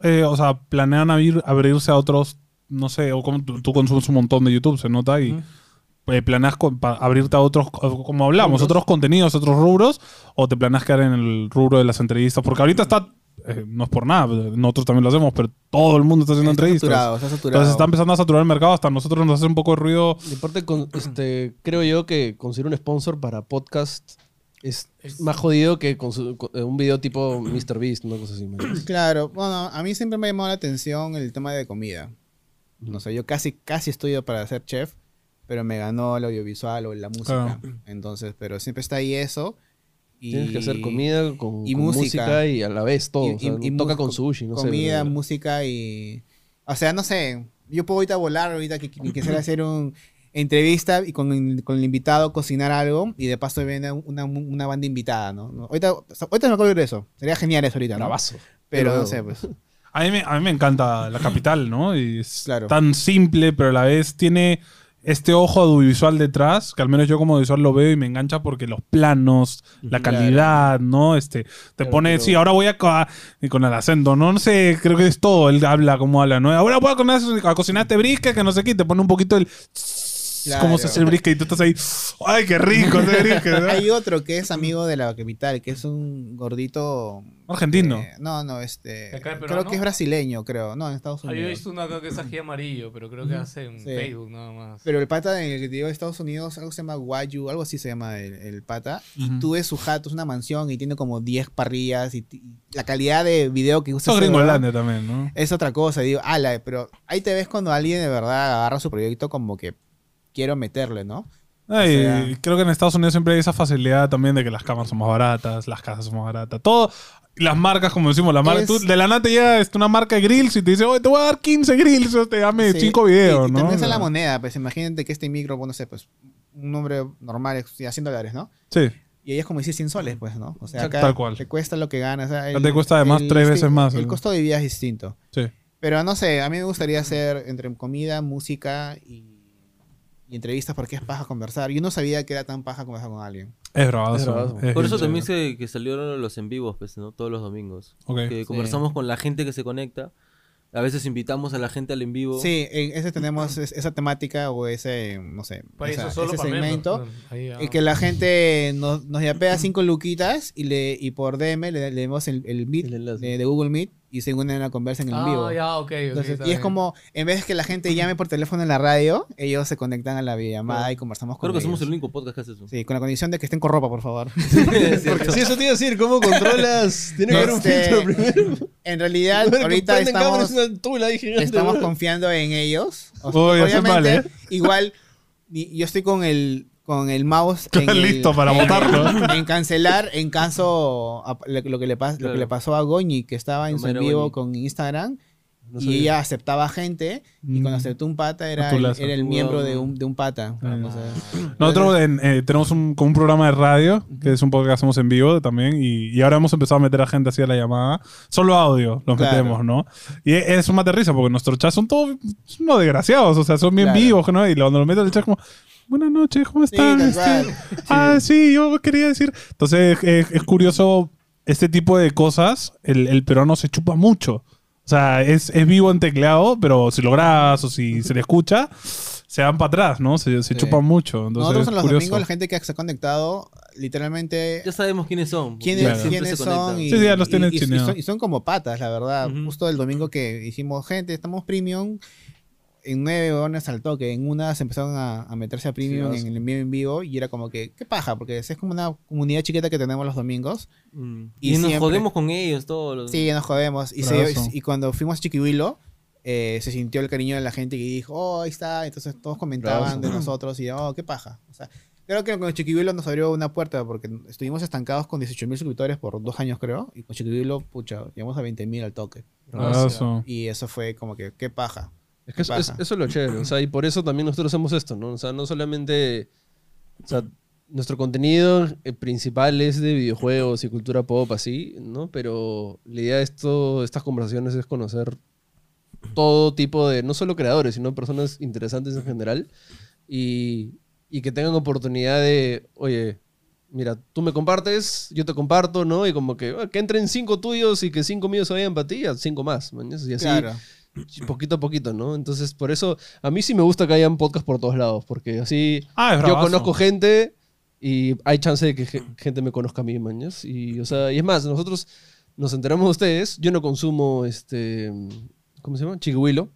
[SPEAKER 5] eh, o sea, planean abrir- abrirse a otros, no sé, o como tú, tú consumes un montón de YouTube, se nota, y eh, planeas con- pa- abrirte a otros, co- como hablamos, otros contenidos, otros rubros, o te planeas quedar en el rubro de las entrevistas, porque ahorita está, eh, no es por nada, nosotros también lo hacemos, pero todo el mundo está haciendo
[SPEAKER 2] Está
[SPEAKER 5] entrevistas.
[SPEAKER 2] saturado, está saturado.
[SPEAKER 5] Entonces está empezando a saturar el mercado, hasta a nosotros nos hace un poco de ruido.
[SPEAKER 3] De parte, con- este, creo yo que conseguir un sponsor para podcast es,
[SPEAKER 4] Es-
[SPEAKER 3] más jodido que con su- con- eh, un video tipo MrBeast, una cosa así. man.
[SPEAKER 2] Claro, bueno, a mí siempre me ha llamado la atención el tema de comida. No sé, yo casi, casi estudio para ser chef, pero me ganó el audiovisual o la música. Entonces, pero siempre está ahí eso. Y,
[SPEAKER 3] Tienes que hacer comida con,
[SPEAKER 2] y
[SPEAKER 3] con música.
[SPEAKER 2] música.
[SPEAKER 3] y a la vez todo. o sea,
[SPEAKER 2] mu-
[SPEAKER 3] toca con sushi, no sé,
[SPEAKER 2] Comida,
[SPEAKER 3] pero-
[SPEAKER 2] música y... O sea, no sé, yo puedo ahorita volar, ahorita que, que quisiera hacer un entrevista y con, con el invitado cocinar algo y de paso viene una, una banda invitada, ¿no? Ahorita, ahorita me acuerdo de eso. Sería genial eso ahorita, ¿no?
[SPEAKER 3] Bravazo.
[SPEAKER 2] Pero no sé, pues.
[SPEAKER 5] A mí, me, a mí me encanta la capital, ¿no? Y es
[SPEAKER 2] Claro.
[SPEAKER 5] tan simple, pero a la vez tiene este ojo audiovisual detrás, que al menos yo como audiovisual lo veo y me engancha porque los planos, la
[SPEAKER 3] Claro.
[SPEAKER 5] calidad, ¿no? Este, te pone,
[SPEAKER 3] pero-
[SPEAKER 5] sí, ahora voy a, co- a- y con el acento, ¿no? No sé, creo que es todo, él habla como habla, ¿no? Ahora voy a, con- a cocinar este brisket, que no sé qué, y te pone un poquito el... Cómo se hace el brisket y tú estás ahí, ¡ay, qué rico ese brisket! ¿no?
[SPEAKER 2] Hay otro que es amigo de la capital, que es un gordito.
[SPEAKER 5] Argentino.
[SPEAKER 2] eh, no, no, este.
[SPEAKER 4] ¿De acá de
[SPEAKER 2] Creo
[SPEAKER 4] peruano?
[SPEAKER 2] que es brasileño, creo. No, en Estados
[SPEAKER 4] Ah, yo he
[SPEAKER 2] Unidos.
[SPEAKER 4] visto uno acá que es ají amarillo, pero creo que hace en
[SPEAKER 2] Sí.
[SPEAKER 4] Facebook nada más.
[SPEAKER 2] Pero el pata en el que te digo de Estados Unidos, algo se llama Guayu, algo así se llama el, el pata. Y
[SPEAKER 5] Ujú.
[SPEAKER 2] tú ves su jato, es una mansión y tiene como 10 parrillas. Y, ti- y la calidad de video que usa.
[SPEAKER 5] Eso es
[SPEAKER 2] ese
[SPEAKER 5] gringolandia también, ¿no?
[SPEAKER 2] es otra cosa. y digo, ala, pero ahí te ves cuando alguien de verdad agarra su proyecto como que quiero meterle, ¿no?
[SPEAKER 5] Ay,
[SPEAKER 2] O sea-
[SPEAKER 5] Ah, creo que en Estados Unidos siempre hay esa facilidad también de que las camas son más baratas, las casas son más baratas, todo. Las marcas, como decimos, la marca,
[SPEAKER 2] Es-
[SPEAKER 5] tú de la nada te llega este, una marca de grills y te dice, oye, te voy a dar 15 grills, o te dame
[SPEAKER 2] Sí,
[SPEAKER 5] 5
[SPEAKER 2] y-
[SPEAKER 5] videos,
[SPEAKER 2] y
[SPEAKER 5] ¿no?
[SPEAKER 2] También es la
[SPEAKER 5] Sí.
[SPEAKER 2] moneda, pues imagínate que este micro, pues, no sé, pues un hombre normal es ya 100 dólares, ¿no?
[SPEAKER 5] Sí,
[SPEAKER 2] Y ahí es como decir 100 soles, pues, ¿no? O sea,
[SPEAKER 5] Exacto.
[SPEAKER 2] acá
[SPEAKER 5] Tal cual.
[SPEAKER 2] te cuesta lo que ganas. o sea,
[SPEAKER 5] Te cuesta además tres
[SPEAKER 2] este-
[SPEAKER 5] veces más,
[SPEAKER 2] El
[SPEAKER 5] ¿no?
[SPEAKER 2] costo de vida es distinto.
[SPEAKER 5] sí.
[SPEAKER 2] Pero no sé, a mí me gustaría hacer entre comida, música y, y entrevistas porque es paja conversar. Yo no sabía que era tan paja conversar con alguien.
[SPEAKER 5] Es bravazo.
[SPEAKER 3] Es bravazo.
[SPEAKER 5] es
[SPEAKER 1] Por eso
[SPEAKER 5] bien
[SPEAKER 1] también
[SPEAKER 5] chévere.
[SPEAKER 1] se, que salieron los en vivos, pues, ¿no? Todos los domingos.
[SPEAKER 5] Ok.
[SPEAKER 1] Que conversamos con la gente que se conecta. A veces invitamos a la gente al en vivo.
[SPEAKER 2] Sí, en ese tenemos es- esa temática o ese, no sé,
[SPEAKER 4] Para
[SPEAKER 2] esa-
[SPEAKER 4] eso solo
[SPEAKER 2] ese
[SPEAKER 4] para
[SPEAKER 2] segmento.
[SPEAKER 4] menos. Ahí, ah.
[SPEAKER 2] Y que la gente nos, nos yapea cinco luquitas y le y por DM le, le damos el, el Meet
[SPEAKER 3] El enlace.
[SPEAKER 2] de, de Google Meet y se unen a la conversa en el
[SPEAKER 4] Ah,
[SPEAKER 2] vivo.
[SPEAKER 4] ya, ok, ok,
[SPEAKER 2] Entonces,
[SPEAKER 4] está
[SPEAKER 2] y es
[SPEAKER 4] bien.
[SPEAKER 2] como, en vez que la gente llame por teléfono en la radio, ellos se conectan a la videollamada y conversamos con
[SPEAKER 1] Creo que somos el
[SPEAKER 2] ellos.
[SPEAKER 1] único podcast que hace eso.
[SPEAKER 2] Sí, con la condición de que estén con ropa, por favor.
[SPEAKER 3] Porque sí, eso te iba a decir, ¿cómo controlas? Tiene que haber un
[SPEAKER 2] Este,
[SPEAKER 3] filtro primero.
[SPEAKER 2] En realidad,
[SPEAKER 3] Bueno,
[SPEAKER 2] ahorita
[SPEAKER 3] prenden cámaras,
[SPEAKER 2] estamos,
[SPEAKER 3] una tula ahí gigante,
[SPEAKER 2] estamos
[SPEAKER 3] bro.
[SPEAKER 2] confiando en ellos. O
[SPEAKER 5] Uy, haces mal, ¿eh?
[SPEAKER 2] igual ni- yo estoy con el con el mouse en el-
[SPEAKER 5] Listo para
[SPEAKER 2] en el-
[SPEAKER 5] botarlo.
[SPEAKER 2] en cancelar en caso a- lo, lo que le pas- lo
[SPEAKER 1] Claro.
[SPEAKER 2] que le pasó a Goñi que estaba en su en
[SPEAKER 1] Homero
[SPEAKER 2] vivo
[SPEAKER 1] Goñi.
[SPEAKER 2] con Instagram
[SPEAKER 3] No
[SPEAKER 2] y
[SPEAKER 3] sabía.
[SPEAKER 2] ella aceptaba gente y
[SPEAKER 5] Mm.
[SPEAKER 2] cuando aceptó un pata era el,
[SPEAKER 5] Atulazo.
[SPEAKER 2] era el miembro de un, de un pata
[SPEAKER 5] Ah,
[SPEAKER 2] Entonces,
[SPEAKER 5] Nosotros en- eh, tenemos un, como un programa de radio, que es un podcast que hacemos en vivo también, y, y ahora hemos empezado a meter a gente así a la llamada. Solo audio los
[SPEAKER 2] Claro.
[SPEAKER 5] metemos, ¿no? Y e, es, es una terriza, porque nuestros chats son todos unos desgraciados, o sea, son bien
[SPEAKER 2] Claro.
[SPEAKER 5] vivos, ¿no? Y cuando los metes al chat es como, buenas noches, ¿cómo
[SPEAKER 2] sí, tal
[SPEAKER 5] están? Este,
[SPEAKER 2] cual.
[SPEAKER 5] Ah, sí, yo quería decir. Entonces es, es curioso este tipo de cosas. El, el peruano se chupa mucho. O sea, es, es vivo en tecleado, pero si lo grabas o si se le escucha, se van para atrás, ¿no? Se, se
[SPEAKER 2] Sí.
[SPEAKER 5] chupan mucho. Entonces,
[SPEAKER 2] nosotros en
[SPEAKER 5] es
[SPEAKER 2] los
[SPEAKER 5] curioso.
[SPEAKER 2] domingos la gente que se ha conectado literalmente
[SPEAKER 1] Ya sabemos quiénes son. porque
[SPEAKER 2] quiénes,
[SPEAKER 1] siempre
[SPEAKER 2] quiénes
[SPEAKER 1] se
[SPEAKER 2] son
[SPEAKER 1] conectan.
[SPEAKER 2] y,
[SPEAKER 5] Sí, sí, ya los
[SPEAKER 2] y-
[SPEAKER 5] tienen
[SPEAKER 2] y- y
[SPEAKER 5] chineados.
[SPEAKER 2] son, y son como patas, la verdad.
[SPEAKER 1] Ujú.
[SPEAKER 2] Justo el domingo que dijimos, gente, estamos premium. En nueve horas al toque, en una se empezaron a, a meterse a premium
[SPEAKER 3] Sí,
[SPEAKER 2] en el envío en vivo y era como que, qué paja, porque es como una comunidad chiquita que tenemos los domingos.
[SPEAKER 1] Mm.
[SPEAKER 2] y
[SPEAKER 1] Y, nos
[SPEAKER 2] siempre-
[SPEAKER 1] jodemos con ellos todos. los-
[SPEAKER 2] Sí, nos jodemos. Y, se-
[SPEAKER 5] Bravazo.
[SPEAKER 2] y cuando fuimos a Chiquihuilo, eh, se sintió el cariño de la gente que dijo, oh, ahí está. Entonces todos comentaban
[SPEAKER 3] Bravazo.
[SPEAKER 2] de nosotros y, oh, qué paja. O sea, creo que con Chiquihuilo nos abrió una puerta porque estuvimos estancados con 18.000 suscriptores por dos años, creo. Y con Chiquihuilo, pucha, llegamos a 20.000 al toque.
[SPEAKER 5] Brazo.
[SPEAKER 2] Y eso fue como que, qué paja.
[SPEAKER 3] Es que eso, es,
[SPEAKER 2] Baja.
[SPEAKER 3] eso es lo chévere, o sea, y por eso también nosotros hacemos esto, ¿no? O sea, no solamente, o sea, nuestro contenido eh, principal es de videojuegos y cultura pop, así, ¿no? Pero la idea de esto, estas conversaciones es conocer todo tipo de, no solo creadores, sino personas interesantes en general y, y que tengan oportunidad de, oye, mira, tú me compartes, yo te comparto, ¿no? Y como que, ah, que entren cinco tuyos y que cinco míos se vayan para ti, a cinco más, ¿no? Y así,
[SPEAKER 2] Claro.
[SPEAKER 3] poquito a poquito, ¿no? Entonces, por eso, a mí sí me gusta que hayan podcasts por todos lados, porque así
[SPEAKER 5] Ah, es
[SPEAKER 3] yo
[SPEAKER 5] bravazo.
[SPEAKER 3] conozco gente y hay chance de que ge- gente me conozca a mí, mañas. Y, o sea, y es más, nosotros nos enteramos de ustedes, yo no consumo, este, ¿cómo se llama? Chiquihuilo,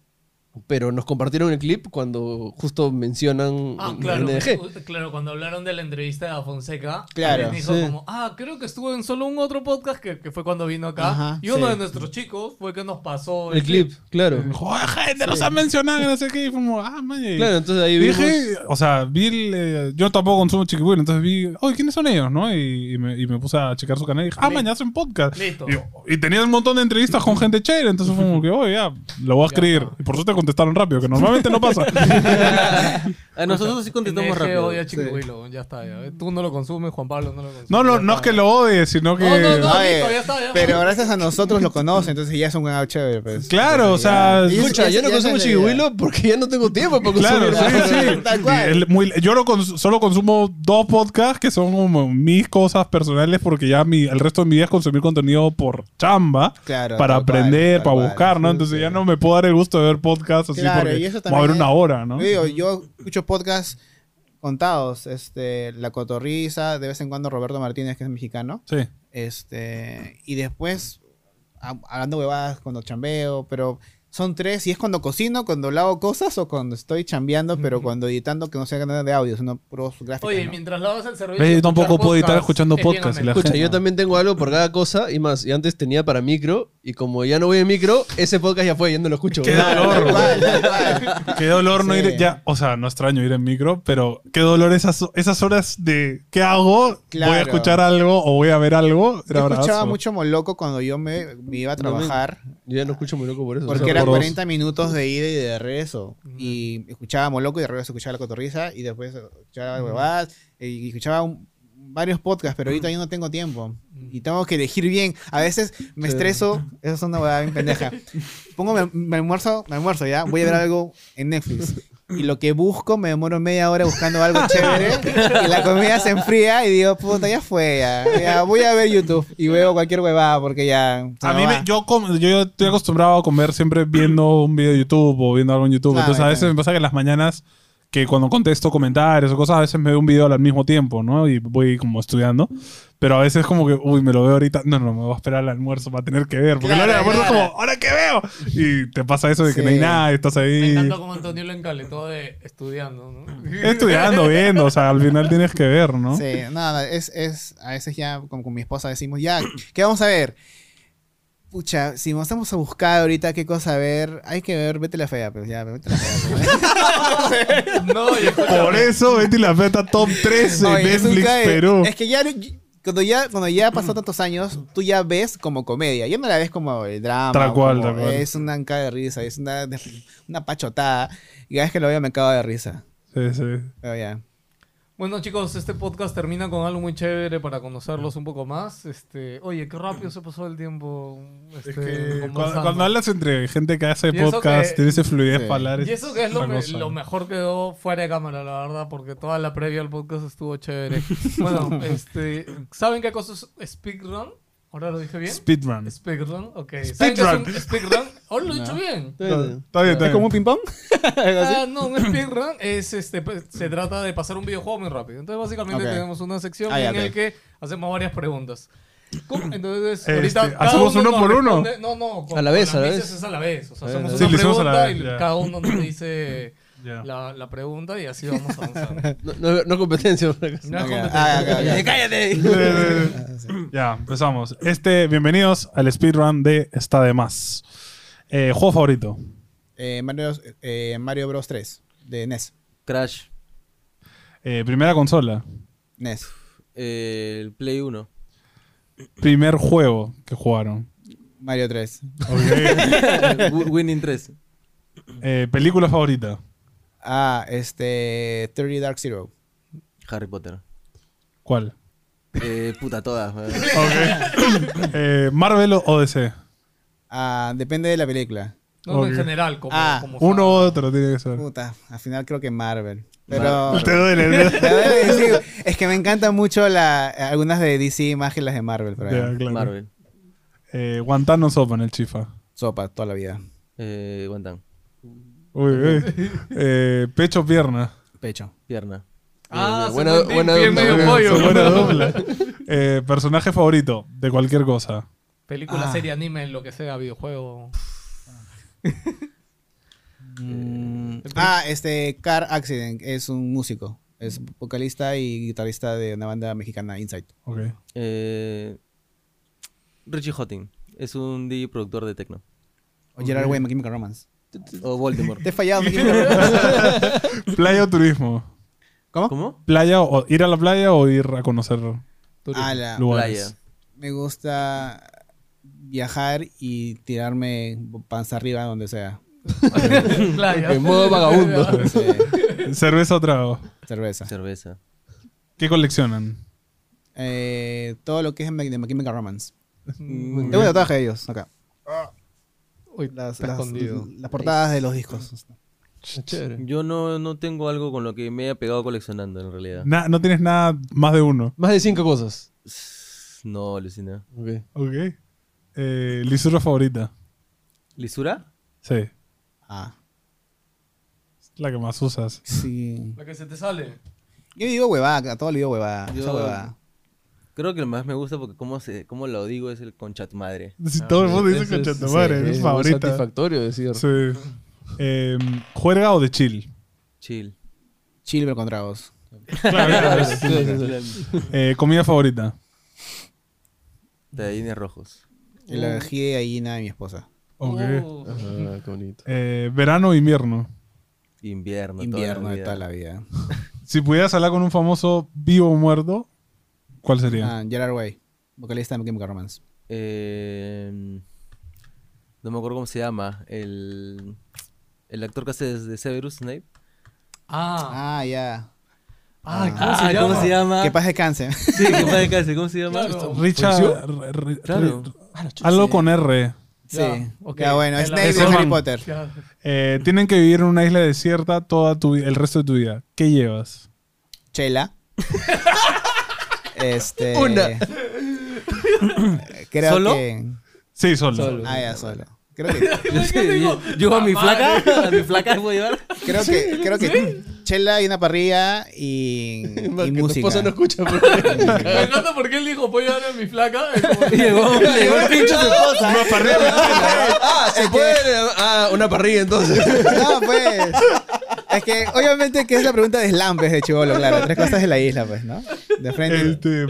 [SPEAKER 3] pero nos compartieron el clip cuando justo mencionan
[SPEAKER 4] Ah,
[SPEAKER 3] el
[SPEAKER 4] claro,
[SPEAKER 3] NDG.
[SPEAKER 4] u- claro, cuando hablaron de la entrevista de la Fonseca,
[SPEAKER 2] Claro,
[SPEAKER 4] alguien dijo
[SPEAKER 3] sí.
[SPEAKER 4] como, ah, creo que estuvo en solo un otro podcast que, que fue cuando vino acá.
[SPEAKER 2] Ajá,
[SPEAKER 4] y uno
[SPEAKER 2] sí.
[SPEAKER 4] de nuestros chicos fue que nos pasó
[SPEAKER 3] El clip, claro.
[SPEAKER 5] Joder, gente, los han mencionado, no sé qué. Y fuimos, ah, man. y-
[SPEAKER 3] Claro, entonces ahí vimos...
[SPEAKER 5] Dije, o sea, vi el, eh, yo tampoco consumo chiquibuelo, entonces vi, oye, ¿quiénes son ellos? ¿no? Y, y me, y me puse a checar su canal y dije, ah,
[SPEAKER 4] Listo.
[SPEAKER 5] mañana hacen podcast.
[SPEAKER 4] Listo.
[SPEAKER 5] Y, y tenías un montón de entrevistas con gente chévere, entonces fue como que, oye, ya, lo voy a escribir.
[SPEAKER 4] está.
[SPEAKER 5] Y por suerte contestaron rápido, que normalmente no pasa.
[SPEAKER 1] A nosotros sí contestamos
[SPEAKER 4] NG
[SPEAKER 1] rápido.
[SPEAKER 4] odia Chico Huilo, ya está. ya. Tú no lo consumes, Juan Pablo no lo consume.
[SPEAKER 5] No, no,
[SPEAKER 4] ya
[SPEAKER 5] no es
[SPEAKER 4] está.
[SPEAKER 5] que lo odie, sino que.
[SPEAKER 4] No, no, no.
[SPEAKER 2] A ver,
[SPEAKER 4] listo, ya está, ya.
[SPEAKER 2] pero gracias a nosotros lo conoce, entonces ya es un ganado chévere. pues.
[SPEAKER 5] Claro, o sea.
[SPEAKER 2] Y
[SPEAKER 3] Escucha,
[SPEAKER 2] es-
[SPEAKER 3] yo no
[SPEAKER 2] ya
[SPEAKER 3] consumo
[SPEAKER 2] es la idea.
[SPEAKER 3] chihuilo porque ya no tengo tiempo para consumir.
[SPEAKER 5] Claro, sí, sí.
[SPEAKER 2] Tal cual.
[SPEAKER 5] Y el- muy- yo lo cons- solo consumo dos podcasts que son como mis cosas personales porque ya mi, el resto de mi vida es consumir contenido por chamba,
[SPEAKER 2] Claro,
[SPEAKER 5] para
[SPEAKER 2] tal cual,
[SPEAKER 5] aprender,
[SPEAKER 2] tal
[SPEAKER 5] para
[SPEAKER 2] cual.
[SPEAKER 5] buscar, ¿no?
[SPEAKER 2] Sí,
[SPEAKER 5] Entonces
[SPEAKER 2] sí.
[SPEAKER 5] ya no me puedo dar el gusto de ver podcasts así
[SPEAKER 2] Claro, y
[SPEAKER 5] porque
[SPEAKER 2] eso
[SPEAKER 5] voy a ver
[SPEAKER 2] también
[SPEAKER 5] una
[SPEAKER 2] es-
[SPEAKER 5] hora, ¿no?
[SPEAKER 2] Yo digo, yo escucho podcasts contados, este, La Cotorriza, de vez en cuando Roberto Martínez, que es mexicano,
[SPEAKER 5] Sí.
[SPEAKER 2] este, y después a- hablando huevadas cuando chambeo, pero son tres, y es cuando cocino, cuando lavo cosas o cuando estoy chambeando, pero cuando editando que no sea nada de audio, sino puros gráficos.
[SPEAKER 4] Oye,
[SPEAKER 2] ¿no?
[SPEAKER 4] mientras lavas el servicio.
[SPEAKER 5] Ve, yo
[SPEAKER 4] escuchar
[SPEAKER 5] tampoco puedo editar
[SPEAKER 4] es
[SPEAKER 5] escuchando
[SPEAKER 4] bien
[SPEAKER 5] podcast,
[SPEAKER 4] honesto.
[SPEAKER 5] la-
[SPEAKER 3] Escucha, yo también tengo algo por cada cosa y más. Y antes tenía para micro y como ya no voy en micro, ese podcast ya fue, ya no lo escucho.
[SPEAKER 5] Qué
[SPEAKER 3] Nada.
[SPEAKER 5] dolor,
[SPEAKER 2] Tal cual, tal cual.
[SPEAKER 5] Qué dolor no
[SPEAKER 2] Sí.
[SPEAKER 5] ir, ya, o sea, no extraño ir en micro, pero qué dolor esas, esas horas de ¿qué hago? ¿Voy a
[SPEAKER 2] Claro.
[SPEAKER 5] escuchar algo o voy a ver algo? Era
[SPEAKER 2] Yo escuchaba
[SPEAKER 5] bravazo.
[SPEAKER 2] mucho Moloco cuando yo me, me iba a
[SPEAKER 3] No me-
[SPEAKER 2] trabajar.
[SPEAKER 3] Yo ya no escucho muy loco por eso.
[SPEAKER 2] Porque
[SPEAKER 3] O sea,
[SPEAKER 2] eran
[SPEAKER 5] por dos.
[SPEAKER 2] 40 minutos de ida y de regreso. Y escuchaba Moloco y de regreso escuchaba La Cotorriza y después escuchaba Huevadas y escuchaba un- varios podcasts, pero ahorita yo no tengo tiempo. Y tengo que elegir bien. A veces me
[SPEAKER 3] Sí.
[SPEAKER 2] estreso, eso es una huevada bien pendeja. Pongo me, me almuerzo, me almuerzo ya, voy a ver algo en Netflix. Y lo que busco, me demoro media hora buscando algo chévere. y la comida se enfría y digo, puta, ya fue, ya. Ya voy a ver YouTube y veo cualquier huevada porque ya. se
[SPEAKER 5] A
[SPEAKER 2] me
[SPEAKER 5] mí,
[SPEAKER 2] va.
[SPEAKER 5] me- yo, com- yo estoy acostumbrado a comer siempre viendo un video de YouTube o viendo algo en YouTube.
[SPEAKER 2] Claro,
[SPEAKER 5] Entonces, a veces
[SPEAKER 2] claro.
[SPEAKER 5] me pasa que en las mañanas, que cuando contesto comentarios o cosas, a veces me veo un video al mismo tiempo, ¿no? Y voy como estudiando. Pero a veces como que, uy, me lo veo ahorita. No, no, me voy a esperar al almuerzo para tener que ver. Porque
[SPEAKER 2] Claro,
[SPEAKER 5] la hora del almuerzo es
[SPEAKER 2] claro.
[SPEAKER 5] como, ¿ahora qué veo? Y te pasa eso de que
[SPEAKER 2] Sí.
[SPEAKER 5] no hay nada, estás
[SPEAKER 4] Me
[SPEAKER 5] ahí
[SPEAKER 4] encanta como Antonio lo encaletó de estudiando, ¿no?
[SPEAKER 5] estudiando, viendo. O sea, al final tienes que ver, ¿no?
[SPEAKER 2] Sí, nada, es, es, a veces ya como con mi esposa decimos, ya, ¿qué vamos a ver? Pucha, si nos vamos a buscar ahorita qué cosa ver, hay que ver, vete la fea, pero ya, vete la fea. pues.
[SPEAKER 4] No, y escucha,
[SPEAKER 5] Por eso, Betty la Fea está top 13 en
[SPEAKER 2] Oye, es un
[SPEAKER 5] Netflix
[SPEAKER 2] cae-
[SPEAKER 5] Perú.
[SPEAKER 2] Es que ya, cuando ya, cuando ya pasó tantos años, tú ya ves como comedia, ya no la ves como el drama.
[SPEAKER 5] Tal cual,
[SPEAKER 2] como-
[SPEAKER 5] tal cual.
[SPEAKER 2] Es una anca de risa, es una, una pachotada. Y cada vez que lo veo me cago de risa.
[SPEAKER 5] Sí, sí.
[SPEAKER 2] Pero ya.
[SPEAKER 4] Bueno chicos, este podcast termina con algo muy chévere para conocerlos un poco más. Este, oye, qué rápido se pasó el tiempo. Este,
[SPEAKER 5] Es que cu-
[SPEAKER 4] conversando.
[SPEAKER 5] cuando, hablas entre gente que hace
[SPEAKER 4] Y eso
[SPEAKER 5] podcast,
[SPEAKER 4] que-
[SPEAKER 5] tiene esa fluidez
[SPEAKER 2] sí.
[SPEAKER 5] palabra.
[SPEAKER 4] Y eso que es lo,
[SPEAKER 5] una
[SPEAKER 4] me-
[SPEAKER 5] cosa.
[SPEAKER 4] lo mejor que quedó fuera de cámara, la verdad, porque toda la previa al podcast estuvo chévere. bueno, este, ¿saben qué cosa es speedrun? ¿Ahora lo dije bien?
[SPEAKER 5] Speedrun.
[SPEAKER 4] Speedrun, ok. ¿Saben qué es un Speedrun. Ahora lo he dicho bien.
[SPEAKER 3] Está bien.
[SPEAKER 5] Está bien, está
[SPEAKER 2] ¿Es como
[SPEAKER 5] bien.
[SPEAKER 2] un ping-pong?
[SPEAKER 4] Ah, no, un speedrun es este, pues, se trata de pasar un videojuego muy rápido. Entonces, básicamente
[SPEAKER 2] Ok.
[SPEAKER 4] tenemos una sección
[SPEAKER 2] Ah, ya,
[SPEAKER 4] en la
[SPEAKER 2] ok.
[SPEAKER 4] que hacemos varias preguntas. ¿Cómo? Entonces,
[SPEAKER 5] Este,
[SPEAKER 4] ahorita cada
[SPEAKER 5] ¿hacemos uno
[SPEAKER 4] nos
[SPEAKER 5] por uno?
[SPEAKER 4] responde- No, no, con-
[SPEAKER 3] A la vez,
[SPEAKER 4] con
[SPEAKER 3] a la
[SPEAKER 4] las misas
[SPEAKER 3] vez.
[SPEAKER 4] es a la vez. O sea,
[SPEAKER 3] A
[SPEAKER 4] hacemos
[SPEAKER 3] ver,
[SPEAKER 5] sí,
[SPEAKER 4] una
[SPEAKER 5] le hicimos a la
[SPEAKER 4] pregunta
[SPEAKER 5] vez,
[SPEAKER 4] y
[SPEAKER 5] ya.
[SPEAKER 4] cada uno nos dice
[SPEAKER 5] Ya.
[SPEAKER 4] la, la pregunta y así vamos avanzando.
[SPEAKER 3] No, no- no competencia. una cosa.
[SPEAKER 4] No es
[SPEAKER 2] Ok,
[SPEAKER 4] competencia.
[SPEAKER 2] ah, ok, ok.
[SPEAKER 1] Eh, ¡Cállate!
[SPEAKER 5] Eh, ya, empezamos. Este, bienvenidos al speedrun de Está de Más. Eh, juego favorito.
[SPEAKER 2] Eh, Mario, eh, Mario Bros 3 de E NES.
[SPEAKER 1] Crash.
[SPEAKER 5] Eh, primera consola.
[SPEAKER 2] NES.
[SPEAKER 1] eh, el Play 1.
[SPEAKER 5] Primer juego que jugaron.
[SPEAKER 2] Mario 3.
[SPEAKER 1] Wi- Winning 3.
[SPEAKER 5] Eh, película favorita.
[SPEAKER 2] Ah, este. 30 Dark Zero.
[SPEAKER 1] Harry Potter.
[SPEAKER 5] ¿Cuál?
[SPEAKER 1] Eh, puta, todas. weón.
[SPEAKER 5] Ok. Eh, Marvel o DC.
[SPEAKER 2] Ah, depende de la película.
[SPEAKER 4] No, no,
[SPEAKER 5] Ok.
[SPEAKER 4] en general, como,
[SPEAKER 2] Ah,
[SPEAKER 4] como fan.
[SPEAKER 5] Uno u otro tiene que ser.
[SPEAKER 2] Puta, al final creo que Marvel. Pero.
[SPEAKER 5] Te duele, ¿no?
[SPEAKER 2] Te voy a decir, es que me encantan mucho la, algunas de DC más que las de Marvel. Pero
[SPEAKER 5] Ya, claro.
[SPEAKER 1] Marvel.
[SPEAKER 5] Eh, Guantánamo Sopa en el chifa.
[SPEAKER 2] Sopa toda la vida.
[SPEAKER 1] Eh, Guantán.
[SPEAKER 5] Uy, uy. Eh, pecho, pierna.
[SPEAKER 2] Pecho.
[SPEAKER 1] Pierna.
[SPEAKER 4] Ah,
[SPEAKER 3] Eh,
[SPEAKER 4] buena, buena,
[SPEAKER 3] buena-
[SPEAKER 5] Eso,
[SPEAKER 4] pollo.
[SPEAKER 5] buena dupla. Eh, personaje favorito de cualquier cosa.
[SPEAKER 4] Película,
[SPEAKER 2] Ah.
[SPEAKER 4] serie, anime, lo que sea, videojuego.
[SPEAKER 2] Ah, este. Car Accident es un músico. Es vocalista y guitarrista de una banda mexicana, Insight.
[SPEAKER 5] Ok.
[SPEAKER 1] Eh, Richie Hotting. Es un DJ productor de techno.
[SPEAKER 2] O Gerard Way, My Chemical Romance.
[SPEAKER 1] O Voldemort.
[SPEAKER 2] Te he fallado, My Chemical Romance.
[SPEAKER 5] Playa o turismo.
[SPEAKER 2] ¿Cómo?
[SPEAKER 1] ¿Cómo?
[SPEAKER 5] Playa o ir a la playa o ir a conocer
[SPEAKER 2] Ah, la-
[SPEAKER 5] lugares.
[SPEAKER 1] Playa.
[SPEAKER 2] Me gusta viajar y tirarme panza arriba donde sea.
[SPEAKER 4] Claro, ya.
[SPEAKER 3] En modo vagabundo.
[SPEAKER 2] Sí,
[SPEAKER 5] Cerveza o trago.
[SPEAKER 1] Ah.
[SPEAKER 2] cerveza.
[SPEAKER 1] Cerveza.
[SPEAKER 5] ¿Qué coleccionan?
[SPEAKER 2] Eh, todo lo que es de My Chemical Romance. Mm, Tengo un tatuaje de ellos acá.
[SPEAKER 4] Uy,
[SPEAKER 2] Las,
[SPEAKER 4] está
[SPEAKER 2] las-
[SPEAKER 4] escondido.
[SPEAKER 2] las portadas de los discos.
[SPEAKER 3] Ah, Chévere.
[SPEAKER 1] Yo no, no tengo algo con lo que me haya pegado coleccionando, en realidad.
[SPEAKER 5] Na- no tienes nada más de uno.
[SPEAKER 3] Más de cinco cosas.
[SPEAKER 1] No, alucina.
[SPEAKER 3] Ok.
[SPEAKER 5] Ok. Eh, lisura favorita.
[SPEAKER 1] ¿Lisura?
[SPEAKER 5] Sí.
[SPEAKER 2] Ah,
[SPEAKER 5] La que más usas.
[SPEAKER 2] sí.
[SPEAKER 4] La que se te sale.
[SPEAKER 2] Yo digo huevada, a todo le digo huevada. esa
[SPEAKER 1] Yo-
[SPEAKER 2] huevada.
[SPEAKER 1] Creo que el más me gusta porque cómo, se, cómo lo digo es el conchat madre.
[SPEAKER 5] Si todo el mundo dice
[SPEAKER 3] Ese
[SPEAKER 5] concha tu
[SPEAKER 3] Ah, sí,
[SPEAKER 5] madre, es
[SPEAKER 3] muy
[SPEAKER 5] favorita.
[SPEAKER 3] satisfactorio decir.
[SPEAKER 5] Sí. Eh, ¿Juerga o de chill?
[SPEAKER 1] Chill.
[SPEAKER 2] Chile pero con tragos.
[SPEAKER 5] Claro,
[SPEAKER 3] Sí, sí, sí.
[SPEAKER 5] Eh, ¿Comida favorita?
[SPEAKER 1] Tallarines rojos.
[SPEAKER 2] El ají de gallina de mi esposa.
[SPEAKER 5] Ok.
[SPEAKER 3] Uh.
[SPEAKER 4] Oh.
[SPEAKER 3] Ajá, qué bonito.
[SPEAKER 5] Eh, ¿Verano o invierno?
[SPEAKER 1] Invierno.
[SPEAKER 2] Invierno
[SPEAKER 1] toda la
[SPEAKER 2] de
[SPEAKER 1] vida.
[SPEAKER 2] toda la vida.
[SPEAKER 5] Si pudieras hablar con un famoso vivo o muerto, ¿cuál sería?
[SPEAKER 2] Ah, Gerard Way, vocalista de My Chemical Romance.
[SPEAKER 1] Eh, no me acuerdo cómo se llama. El, el actor que hace de Severus Snape.
[SPEAKER 4] Ah,
[SPEAKER 2] Ah, ya.
[SPEAKER 4] ah, ¿cómo,
[SPEAKER 1] Ah,
[SPEAKER 4] se llama?
[SPEAKER 1] ¿Cómo se llama?
[SPEAKER 2] Que paz descanse.
[SPEAKER 1] Sí, que paz descanse, ¿Cómo se llama?
[SPEAKER 4] Claro.
[SPEAKER 5] Richard. re- re-
[SPEAKER 1] Claro.
[SPEAKER 5] re- Algo con R.
[SPEAKER 2] sí.
[SPEAKER 4] Ya, ok.
[SPEAKER 2] Ya, bueno,
[SPEAKER 4] En la-
[SPEAKER 2] Snape de
[SPEAKER 5] Sorman.
[SPEAKER 2] Harry Potter.
[SPEAKER 4] Ya.
[SPEAKER 5] Eh, tienen que vivir en una isla desierta toda tu, vi- el resto de tu vida. ¿Qué llevas?
[SPEAKER 2] Chela. este.
[SPEAKER 3] Una.
[SPEAKER 2] Creo
[SPEAKER 1] ¿Solo?
[SPEAKER 2] que.
[SPEAKER 5] Sí, solo.
[SPEAKER 2] Ah, ya, solo. Creo que.
[SPEAKER 1] Yo, sé, yo- yo a mi flaca, a mi flaca puedo llevar.
[SPEAKER 2] Creo que. Creo que chela y una parrilla y. y
[SPEAKER 3] Que tu
[SPEAKER 2] música.
[SPEAKER 3] esposa no escucha. pero-
[SPEAKER 4] Me encanta porque él dijo, voy a darle a mi flaca. Es como-
[SPEAKER 1] Y llegó, llegó el pincho de esposa.
[SPEAKER 5] Una parrilla.
[SPEAKER 3] ah, se puede. Ah, una parrilla entonces.
[SPEAKER 2] No, pues. Es que obviamente que es la pregunta de Slam, pues, de Chivolo, claro. Tres cosas de la isla, pues, ¿no? De
[SPEAKER 3] Ah,
[SPEAKER 2] frente.
[SPEAKER 5] Este,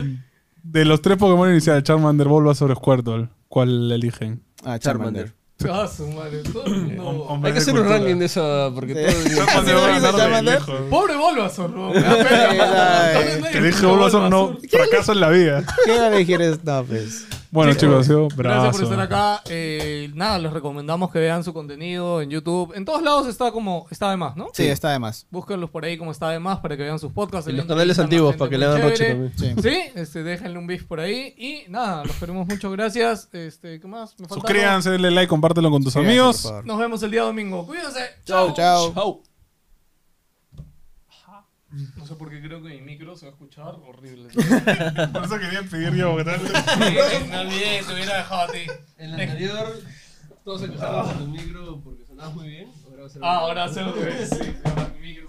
[SPEAKER 5] de los tres Pokémon iniciales, Charmander, Bulbasaur, Squirtle, ¿cuál eligen?
[SPEAKER 2] Ah,
[SPEAKER 1] Charmander.
[SPEAKER 4] Ah, su madre, todo el mundo-
[SPEAKER 3] Hay que hacer un ranking de esa porque
[SPEAKER 2] Sí.
[SPEAKER 3] todo.
[SPEAKER 2] Charmander, Sí, Bulbasaur, Charmander.
[SPEAKER 4] Pobre Bulbasaur, bro. Me da pena.
[SPEAKER 2] Ay,
[SPEAKER 4] Entonces,
[SPEAKER 5] Que
[SPEAKER 4] nadie
[SPEAKER 5] elige
[SPEAKER 4] escucha
[SPEAKER 5] Bulbasaur, no, fracaso en la vida.
[SPEAKER 2] ¿Qué era de quieres? No, pues.
[SPEAKER 5] Bueno, chicos, ha sido bravazo.
[SPEAKER 4] Gracias por estar acá. Eh, nada, les recomendamos que vean su contenido en YouTube. En todos lados está como está de más, ¿no?
[SPEAKER 2] Sí, está de más.
[SPEAKER 4] Búsquenlos por ahí como está de más para que vean sus podcasts.
[SPEAKER 3] Y los
[SPEAKER 4] Hay
[SPEAKER 3] canales
[SPEAKER 4] muchísima
[SPEAKER 3] antiguos,
[SPEAKER 4] gente
[SPEAKER 3] para que
[SPEAKER 4] muy
[SPEAKER 3] le hagan roche
[SPEAKER 4] chévere.
[SPEAKER 3] también.
[SPEAKER 2] Sí.
[SPEAKER 4] Sí, este, déjenle un beef por ahí. Y nada, los queremos mucho. Gracias. Este, ¿Qué más? Me falta algo.
[SPEAKER 5] Suscríbanse, denle like, compártelo con tus
[SPEAKER 2] Sí,
[SPEAKER 5] amigos.
[SPEAKER 2] por favor.
[SPEAKER 4] Nos vemos el día domingo. Cuídense.
[SPEAKER 2] Chao, chao.
[SPEAKER 3] Chau.
[SPEAKER 4] No sé por qué creo que mi micro se va a escuchar horrible.
[SPEAKER 5] Por eso quería pedir yo,
[SPEAKER 4] me olvidé, te hubiera dejado a ti.
[SPEAKER 3] En el anterior, todos escucharon con tu micro porque sonaba muy bien. Ah, Ahora va a ser
[SPEAKER 4] Ah, ahora sé lo que ves. Sí, se llama micro.